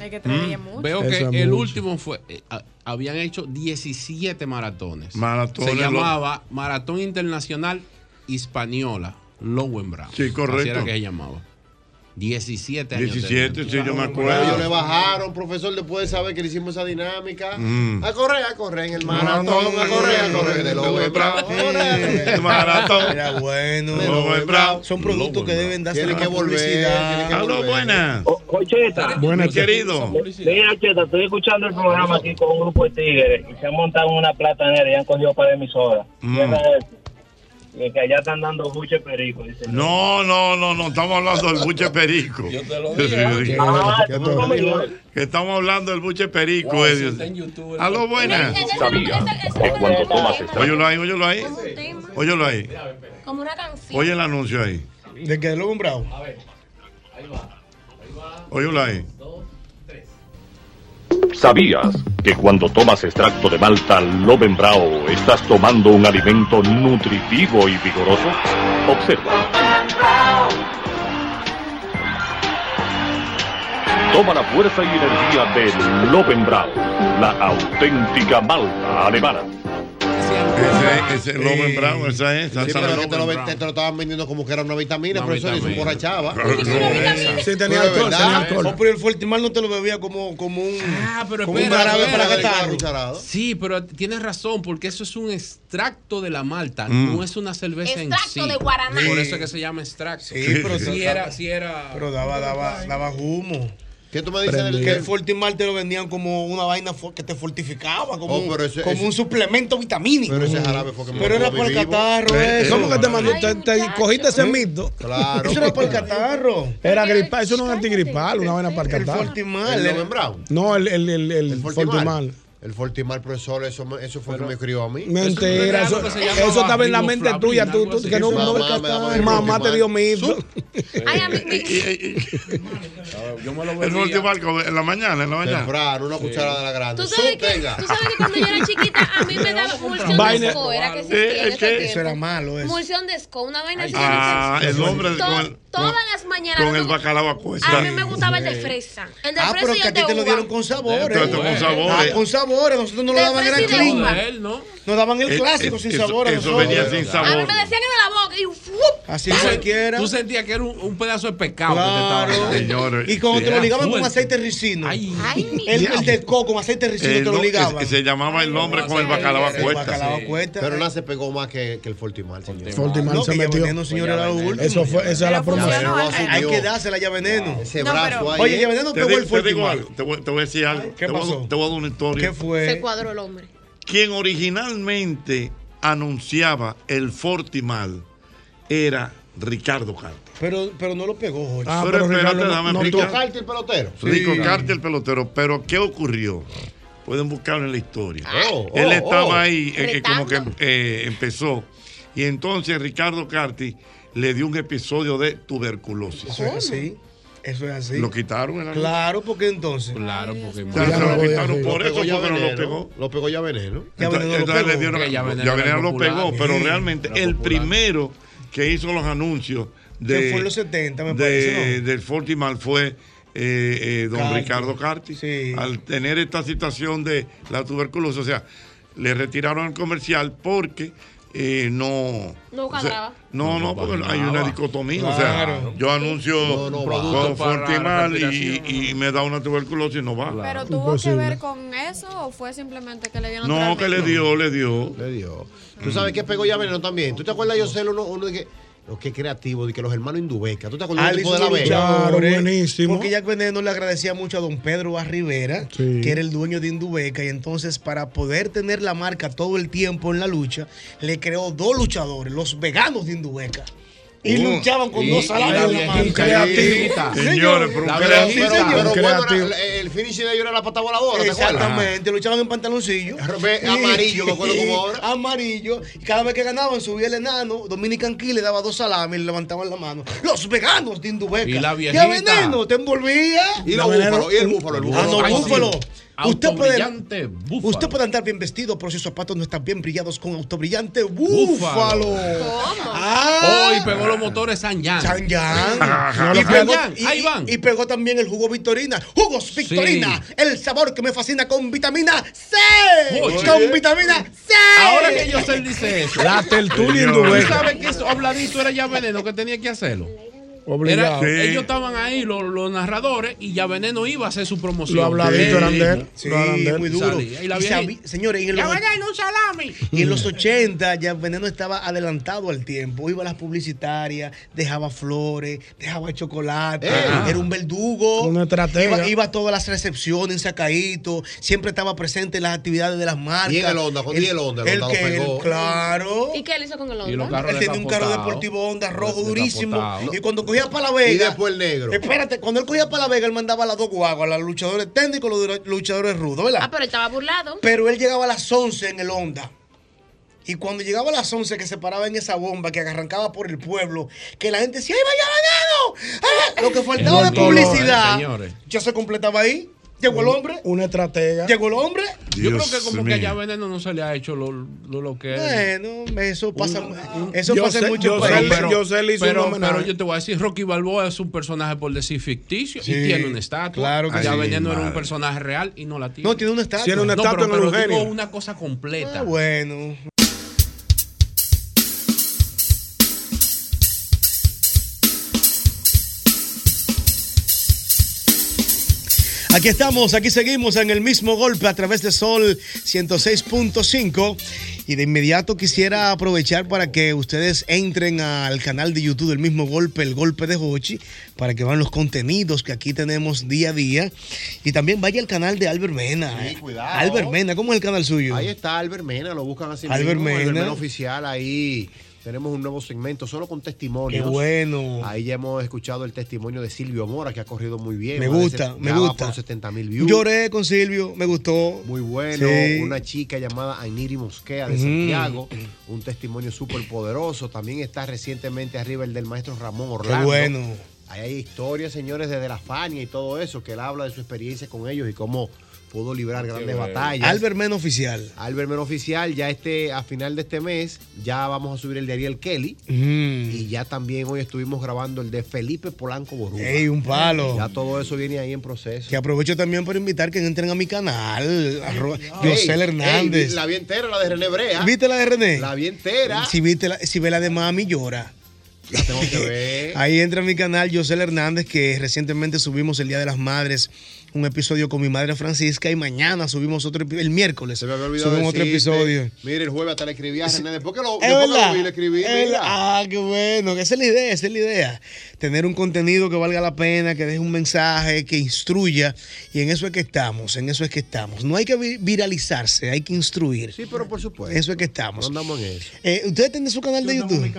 Mm, Veo que Eso es el mucho. último fue. eh, a- habían hecho 17 maratones. Maratones, Se lo- llamaba Maratón Internacional Hispaniola. Lowenbrau. Sí, correcto. Así era que se llamaba. 17 años. 17, sí, yo me Bueno, ellos le acuerdo. bajaron, profesor, después de saber que le hicimos esa dinámica. Mm. A correr, a correr en el maratón, a correr, a correr de lo bravo. a correr. Maratón. Era bueno. Lobo Bravo. Son productos que deben darse Tiene la que volver, publicidad. tiene que A lo buena. Ocheta, Buenas, Mi querido. Mira, Ocheta, estoy escuchando el programa aquí con un grupo de tigres y se han montado en una platanera y han cogido para emisoras. Mm. Mierda eso. de que allá están dando buche perico. Dice, No, no, no, no, estamos hablando del buche perico. Sí, sí. Ah, tú no me digas. Que estamos hablando del buche perico. eh, Dios. Aló, buenas. Sabía. Cuando tomas Óyelo ahí, óyelo ahí. Óyelo ahí. Como una canción. Oye el anuncio ahí. ¿De que luego un bravo? Óyelo ahí. ¿Sabías que cuando tomas extracto de malta Lovenbrau estás tomando un alimento nutritivo y vigoroso? Observa. Toma la fuerza y energía de Lovenbrau, la auténtica malta alemana. Ese es Loven Brown, esa es. Sí, salsa pero de que te lo, Loven ven- te- te lo estaban vendiendo como que era una vitamina, Una profesor, y se vitamina. emborrachaba. Claro, Sí, tenía Sí, vitamina. tenía Pero de alcohol, verdad, tenía alcohol. No, pero el fuerte mal no te lo bebía como, como un. Ah, pero como un jarabe para catarro. Sí, pero tienes razón, porque eso es un extracto de la malta, Mm. no es una cerveza en sí. Extracto de guaraná. Por eso es que se llama extracto. Sí, pero si sí. era, sí era. Pero daba, daba, daba humo. ¿Qué tú me dices del- Que el Fortimal te lo vendían como una vaina fu- que te fortificaba, como, Oh, pero ese- como ese- un suplemento vitamínico. Pero ese jarabe fue que me Pero lo era comí por el vivo. catarro. Eh, eso. ¿cómo que te mandó? Ay, Te, te cogiste ese mito. Claro. Eso era por el catarro. Era gripal, eso no es antigripal, una vaina para el El catarro. Fortimal, ¿El Loven Brown? No, el, el, el, el, Fortimal. El Fortimal, profesor, eso, me- eso fue lo que me crió a mí. Mentira, eso, eso estaba en la mente tuya, tú, tú- que no, no Mamá ves me catarro. daba mamá, el te dio mito. Yo me lo El Fortimal como en la mañana, en la mañana. Temprano, una cucharada de la grande. ¿Tú sabes, que, tú sabes que cuando yo era chiquita a mí me daba emulsión de esco, era que se Eh, ¿el qué? Eso era malo, eso. Emulsión de esco, una vaina así. Ah, que- el hombre To- con el- Todas las mañanas. Con el bacalao a cuesta. a mí me gustaba el de fresa. El de Pues Ah, fresa pero y que a el ti de te lo uva. dieron con sabores. Pero con sabores. Ah, con sabores. Nosotros no lo De daban era fresa y de clean. uva. Nos daban el Eh, clásico eh, sin eso- sabor. a eso nosotros. venía sin A mí sabor. me decían en la boca y ¡fup! Así Tú sen- cualquiera. Tú sentías que era un, un pedazo de pecado Claro. que te estaba Señores. Y cuando te lo Era ligaban con fuerte. aceite ricino. Ay, el, el de coco con aceite ricino El te lo Eh, no- ligaban. que se llamaba el nombre con el bacalao a cuesta. Sí. Pero nada se pegó más que, que el Fortimal. señor. Fortimal se metió. Eso fue, esa era la promoción. Hay que dársela ya veneno. Ese brazo ahí. ¿eh? Oye, ya veneno Te pegó di- el fuerte. Te digo algo, te voy, te voy a decir algo. Te voy, a- pasó? te voy a dar una historia. ¿Qué fue? Se cuadró el hombre. Quien originalmente anunciaba el Fortimal era Ricardo Carter. Pero, pero no lo pegó, Jorge. Ah, pero, espérate, déjame explicar. Carter, el pelotero. Rico Sí. Carter, el pelotero. Pero, ¿qué ocurrió? Pueden buscarlo en la historia. Ah. Oh, Él oh, estaba oh. ahí, eh, eh, como que Retando. eh, empezó. Y entonces Ricardo Carti le dio un episodio de tuberculosis. Eso es así. Eso es así. Lo quitaron. el anuncio. Claro, porque entonces. Claro, porque. O sea, se lo quitaron por Lo eso, pegó ya porque no lo veneno. pegó. Lo pegó ya veneno. Entonces, entonces le dieron- Ya ya veneno veneno, era lo popular. pegó, pero Sí, realmente era el popular. primero que hizo los anuncios de, Que fue en los 70, me de- parece, del Fortimal fue eh, eh, don Carti. Ricardo Carti. Al tener esta situación de la tuberculosis, o sea, le retiraron el comercial porque eh, no. No o sea, cuadraba. no, no, porque hay una dicotomía. O Claro. sea, yo anuncio No, no va. con Producto para la Fortimal y, respiración. y me da una tuberculosis y no va. Pero tuvo que ver con eso o fue simplemente que le dieron No, que naturalmente? le dio, le dio. Le dio. Tú sabes que pegó ya veneno también. ¿Tú te acuerdas, yo sé, uno, uno de que. Los que creativo, de que los hermanos Indubeca. ¿Tú te acuerdas del Alice tipo de la Luchadores, vega? e- Porque ya Veneno le agradecía mucho a don Pedro A. Rivera, que era el dueño de Indubeca, y entonces para poder tener la marca todo el tiempo en la lucha, le creó dos luchadores, los veganos de Indubeca. Y Oh. luchaban con Y- dos salarios y en la la mano. viejita. Señores, pero un La creativo. verdad, Pero- pero señor. bueno, era- el finish de ellos era la pata voladora, ¿te acuerdas? Exactamente, luchaban en pantaloncillos. Ve, amarillo, me acuerdo como ahora. Amarillo. Y cada vez que ganaban, subía el enano, Dominican Key le daba dos salames y le levantaban la mano. Los veganos de Indubeca. Y la a viejita. veneno, te envolvía. Y los búfalos, y el búfalo, el búfalo. Ah, no, el Ay, sí. búfalo. Usted puede, Autobrillante búfalo. usted puede andar bien vestido, pero sus zapatos no están bien brillados con autobrillante Búfalo. búfalo. Ah. Hoy pegó los motores San Yan. San Yan. No, y, San pegó, Yan, y- ahí y- van. y pegó también el jugo Victorina. Jugos Victorina. El sabor que me fascina con vitamina C. Oye. Con vitamina C. Ahora que yo sé dice eso. La tertulia en ¿Tú Dubeca. sabes que eso habladito era ya veneno que tenía que hacerlo? Obligado. Era- Sí. Ellos estaban ahí, los, los narradores, y ya Veneno iba a hacer su promoción. Los habladitos eran de él. Sí, Los eran de él. muy duro. Salía. Y la Y vieja- sabi- Señores, en el Ya momento- vayan un salami. Y en los 80 ya Veneno estaba adelantado al tiempo. Iba a las publicitarias, dejaba flores, dejaba chocolate. Ajá. Era un verdugo. Un estratega. Iba, iba a todas las recepciones en Sacaíto. Siempre estaba presente en las actividades de las marcas. Y en el Honda, con 10 el Honda, el el Honda lo que- el- pegó. Claro. ¿Y qué él hizo con el Él Honda? tenía un carro deportivo Honda rojo durísimo. Y cuando cogía para la Vega. Y después el negro. Espérate, cuando él cogía para la Vega, él mandaba a las dos guaguas, a los luchadores técnicos, los dura- luchadores rudos, ¿verdad? Ah, pero estaba burlado. Pero él llegaba a las 11 en el Honda. Y cuando llegaba a las 11 que se paraba en esa bomba que arrancaba por el pueblo, que la gente decía, ¡ay, vaya ganado! ¡Ah! Lo que faltaba de Buen color, publicidad señores. ya se completaba ahí. Llegó el hombre, Un estratega. llegó el hombre. Yo creo que como que allá a Veneno no se le ha hecho lo, lo, lo que Bueno, eso pasa, eso Yo pasa sé- en muchos yo países. sé- pero- pero, homenaje. pero yo te voy a decir, Rocky Balboa es un personaje por decir ficticio Sí, y tiene una estatua. claro que ya sí. Veneno era Madre. un personaje real y no la tiene. No, tiene una estatua. Tiene una estatua en el Eugenio. una cosa Ah, completa. bueno. Aquí estamos, aquí seguimos en el mismo golpe a través de Sol 106.5 y de inmediato quisiera aprovechar para que ustedes entren al canal de YouTube del mismo golpe, el golpe de Hochi, para que vean los contenidos que aquí tenemos día a día y también vaya al canal de Albert Mena. Sí, eh. cuidado. Albert Mena, ¿cómo es el canal suyo? Ahí está Albert Mena, lo buscan así Albert mismo, Mena. oficial ahí. Tenemos un nuevo segmento solo con testimonios. Qué bueno. Ahí ya hemos escuchado el testimonio de Silvio Mora que ha corrido muy bien. Me Más de gusta, se- me ya va gusta. por 70 mil views. Lloré con Silvio, me gustó. Muy bueno, Sí. una chica llamada Ainiri Mosquea de Ujú. Santiago, un testimonio súper poderoso. También está recientemente arriba el del maestro Ramón Orlando. bueno. Ahí hay historias, señores, desde la Fania y todo eso, que él habla de su experiencia con ellos y cómo pudo librar grandes bueno. batallas. Albert Mena oficial. Albert Mena oficial, ya este, a final de este mes, ya vamos a subir el de Ariel Kelly. Mm. Y ya también hoy estuvimos grabando el de Felipe Polanco Boruga. Ey, un palo. Ya todo eso viene ahí en proceso. Que aprovecho también para invitar que entren a mi canal, arroba Yosel Ey, Hernández. ey, la vi entera, la de René Brea. ¿Viste la de René? La vi entera. Si, viste la, si ve la de mami, llora. La tengo que ver. Ahí entra en mi canal Yosel Hernández, que recientemente subimos el Día de las Madres, un episodio con mi madre Francisca, y mañana subimos otro, epi- el miércoles, Olvidado subimos otro decirte. episodio. Mire, el jueves hasta le escribí a René. Después que lo, Es después que lo verdad, vi, le escribí. es mira. verdad. Ah, qué bueno, que esa es la idea, esa es la idea. Tener un contenido que valga la pena, que deje un mensaje, que instruya. Y en eso es que estamos, en eso es que estamos. No hay que vi- viralizarse, hay que instruir. Sí, pero por supuesto. En eso es que estamos. No andamos en eso. Eh, ¿Ustedes tienen su canal de YouTube?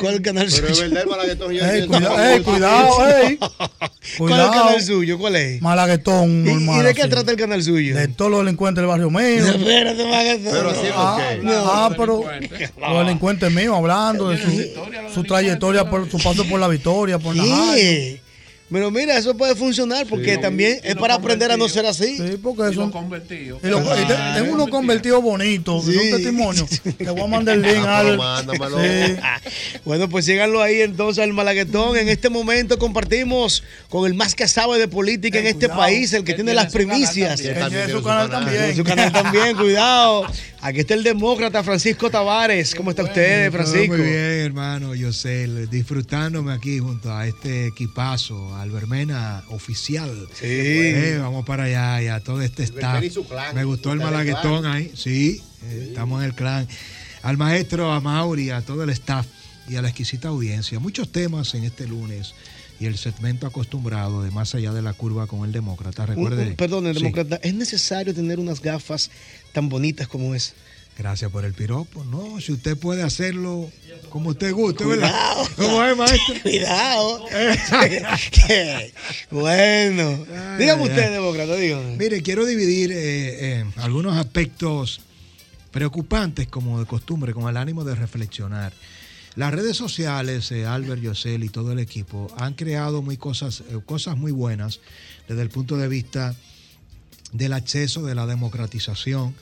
¿Cuál canal Pero es suyo? verdad, el malaguetón, yo Ey, entiendo. cuida- ey, cuidado, ey. ¿Cuál es el Cuidado. canal suyo? ¿Cuál es? Malaguetón, ¿Y- y normal. de qué así. trata el canal suyo? De todos los delincuentes del barrio mío. Espérate, Malaguetón. Pero así es, ah, ok. no, ah, pero No. los delincuentes míos hablando de su, su trayectoria, por, su paso por la victoria, por la Sí. Pero mira, eso puede funcionar porque Sí. también es para aprender a no ser así. Sí, porque eso. Convertido. Y lo- Ah, y te- tengo unos convertidos bonitos, de un testimonio. Te voy a mandar el link, Ah, pero Albert. mándamelo. Sí. Bueno, pues síganlo ahí entonces al Malaguetón. En este momento compartimos con el más que sabe de política en este país, el que tiene las primicias. también. Él Eh, tiene su canal también. Tiene su canal también, cuidado. Aquí está el demócrata Francisco Tavares. ¿Cómo está usted, Francisco? Todo Muy bien, hermano Yosel, disfrutándome aquí junto a este equipazo, Albermena oficial. Sí. Eh, vamos para allá y a todo este Albermena staff. y su clan. Me gustó el Está en el malaguetón clan. ahí, sí, eh, estamos en el clan. Al maestro, a Mauri, a todo el staff y a la exquisita audiencia. Muchos temas en este lunes y el segmento acostumbrado de Más allá de la curva con el demócrata. Un- un- Recuerde. perdón, el Sí. demócrata, ¿es necesario tener unas gafas tan bonitas como es? Gracias por el piropo. No, si usted puede hacerlo como usted guste, ¿verdad? ¿Cómo es, maestro? Eh, Cuidado. bueno, dígame ay. usted, demócrata, dígame. Mire, quiero dividir eh, eh, algunos aspectos preocupantes, como de costumbre, con el ánimo de reflexionar. Las redes sociales, eh, Albert, Yosel y todo el equipo han creado muy cosas, eh, cosas muy buenas desde el punto de vista del acceso, de la democratización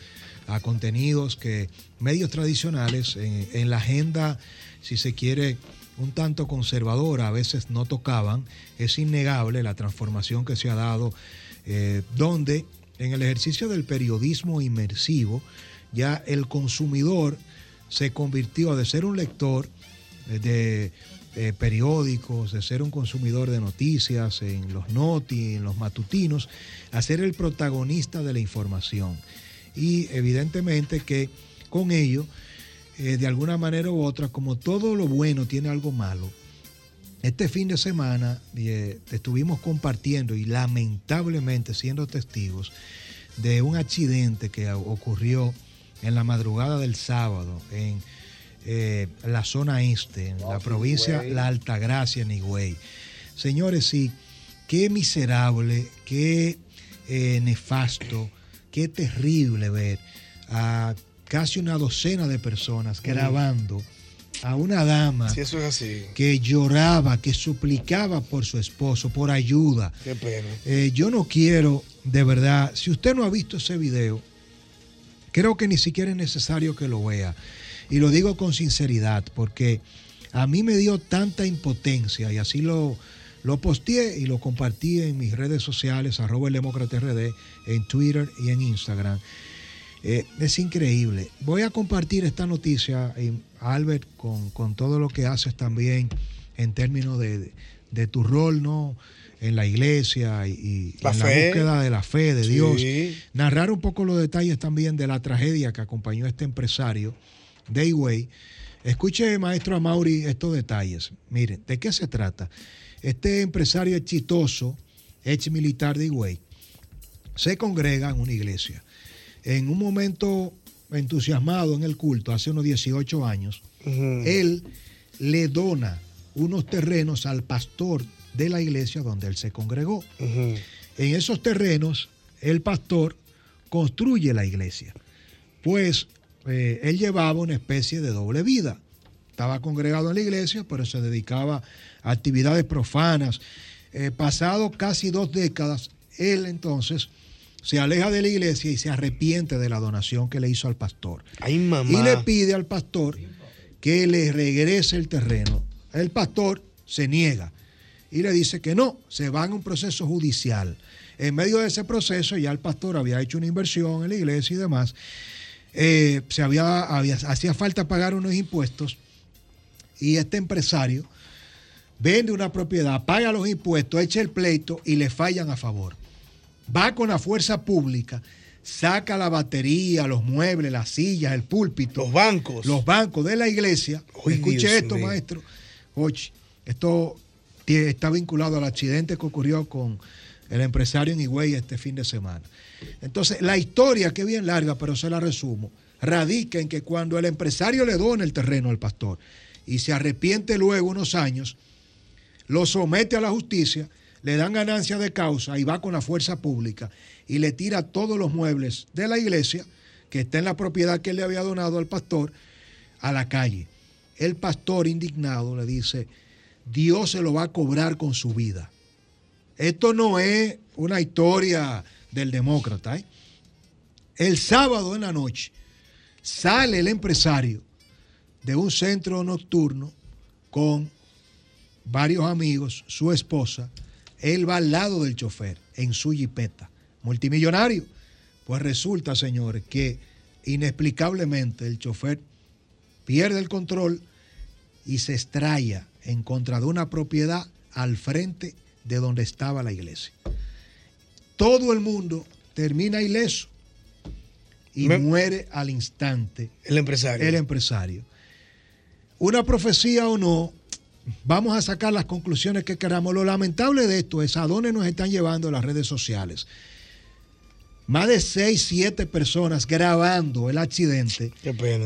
a contenidos que medios tradicionales en, en la agenda, si se quiere, un tanto conservadora, a veces no tocaban. Es innegable la transformación que se ha dado, eh, donde en el ejercicio del periodismo inmersivo, ya el consumidor se convirtió de ser un lector eh, de eh, periódicos, de ser un consumidor de noticias en los noti, en los matutinos, a ser el protagonista de la información. Y evidentemente que con ello, eh, de alguna manera u otra, como todo lo bueno tiene algo malo, este fin de semana eh, estuvimos compartiendo y lamentablemente siendo testigos de un accidente que ocurrió en la madrugada del sábado en eh, la zona este, en la provincia La Altagracia, en Higüey. Señores, sí, qué miserable, qué eh, nefasto, qué terrible ver a casi una docena de personas grabando a una dama Si eso es así, que lloraba, que suplicaba por su esposo, por ayuda. qué pena. Eh, yo no quiero, de verdad, si usted no ha visto ese video, creo que ni siquiera es necesario que lo vea. Y lo digo con sinceridad, porque a mí me dio tanta impotencia y así lo, lo posteé y lo compartí en mis redes sociales, arroba el demócrata RD, en Twitter y en Instagram. Eh, es increíble. Voy a compartir esta noticia, eh, Albert, con, con todo lo que haces también en términos de, de- de tu rol, ¿no? En la iglesia y, y La en fe. la búsqueda de la fe de Sí. Dios. Narrar un poco los detalles también de la tragedia que acompañó a este empresario, Dayway. Escuche, maestro Amauri, estos detalles. Miren, ¿de qué se trata? Este empresario exitoso, ex militar de Higüey, se congrega en una iglesia. En un momento entusiasmado en el culto, hace unos 18 años, él le dona unos terrenos al pastor de la iglesia donde él se congregó. En esos terrenos, el pastor construye la iglesia, pues eh, él llevaba una especie de doble vida. Estaba congregado en la iglesia, pero se dedicaba a actividades profanas. Eh, pasado casi dos décadas, él entonces se aleja de la iglesia y se arrepiente de la donación que le hizo al pastor. Y le pide al pastor que le regrese el terreno. El pastor se niega y le dice que no, se va en un proceso judicial. En medio de ese proceso ya el pastor había hecho una inversión en la iglesia y demás. Eh, se había, había- hacía falta pagar unos impuestos y este empresario vende una propiedad, paga los impuestos, echa el pleito y le fallan a favor. Va con la fuerza pública, saca la batería, los muebles, las sillas, el púlpito. Los bancos. Los bancos de la iglesia. Escuche Dios esto, mío. maestro. Oye, esto tie- está vinculado al accidente que ocurrió con el empresario en Higüey este fin de semana. Entonces, la historia, que es bien larga, pero se la resumo, radica en que cuando el empresario le dona el terreno al pastor y se arrepiente luego unos años, lo somete a la justicia, le dan ganancia de causa y va con la fuerza pública y le tira todos los muebles de la iglesia que está en la propiedad que él le había donado al pastor a la calle. El pastor indignado le dice, Dios se lo va a cobrar con su vida. Esto no es una historia del demócrata. ¿eh? El sábado en la noche sale el empresario de un centro nocturno con varios amigos, su esposa. Él va al lado del chofer en su jipeta, multimillonario. Pues resulta, señores, que inexplicablemente el chofer pierde el control y se estrella en contra de una propiedad al frente de donde estaba la iglesia. Todo el mundo termina ileso y muere al instante. El empresario. El empresario. Una profecía o no, vamos a sacar las conclusiones que queramos. Lo lamentable de esto es a dónde nos están llevando las redes sociales. Más de 6, 7 personas grabando el accidente.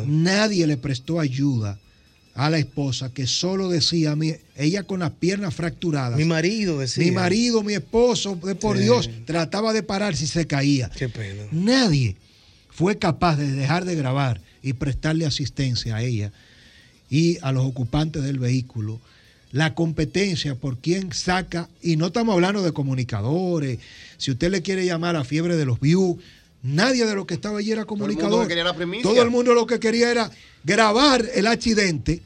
Nadie le prestó ayuda a la esposa que solo decía, mi- ella con las piernas fracturadas. Mi marido decía. Mi marido, mi esposo, de por Sí. Dios, trataba de parar si se caía. Qué pena. Nadie fue capaz de dejar de grabar y prestarle asistencia a ella y a los ocupantes del vehículo. La competencia por quién saca, y no estamos hablando de comunicadores, si usted le quiere llamar a fiebre de los views, nadie de los que estaba allí era mundo comunicador. quería la primicia. Todo el mundo lo que quería era grabar el accidente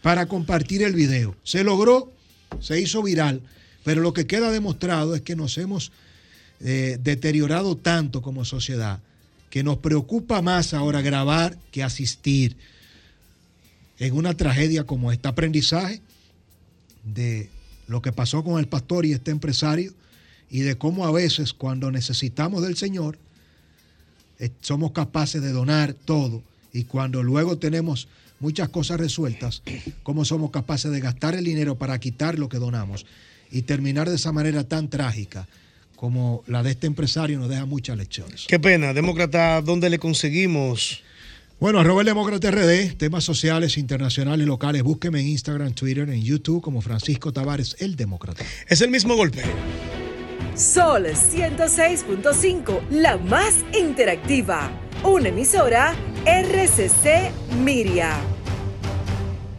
para compartir el video. Se logró, se hizo viral, pero lo que queda demostrado es que nos hemos eh, deteriorado tanto como sociedad que nos preocupa más ahora grabar que asistir en una tragedia como este. Aprendizaje, de lo que pasó con el pastor y este empresario y de cómo a veces cuando necesitamos del Señor eh, somos capaces de donar todo y cuando luego tenemos muchas cosas resueltas, cómo somos capaces de gastar el dinero para quitar lo que donamos y terminar de esa manera tan trágica como la de este empresario nos deja muchas lecciones. Qué pena, demócrata, ¿dónde le conseguimos? Bueno, arroba el Demócrata RD, temas sociales, internacionales, locales, búsqueme en Instagram, Twitter, en YouTube como Francisco Tavares, el Demócrata. Es el mismo golpe. Sol 106.5, la más interactiva. Una emisora RCC Miria.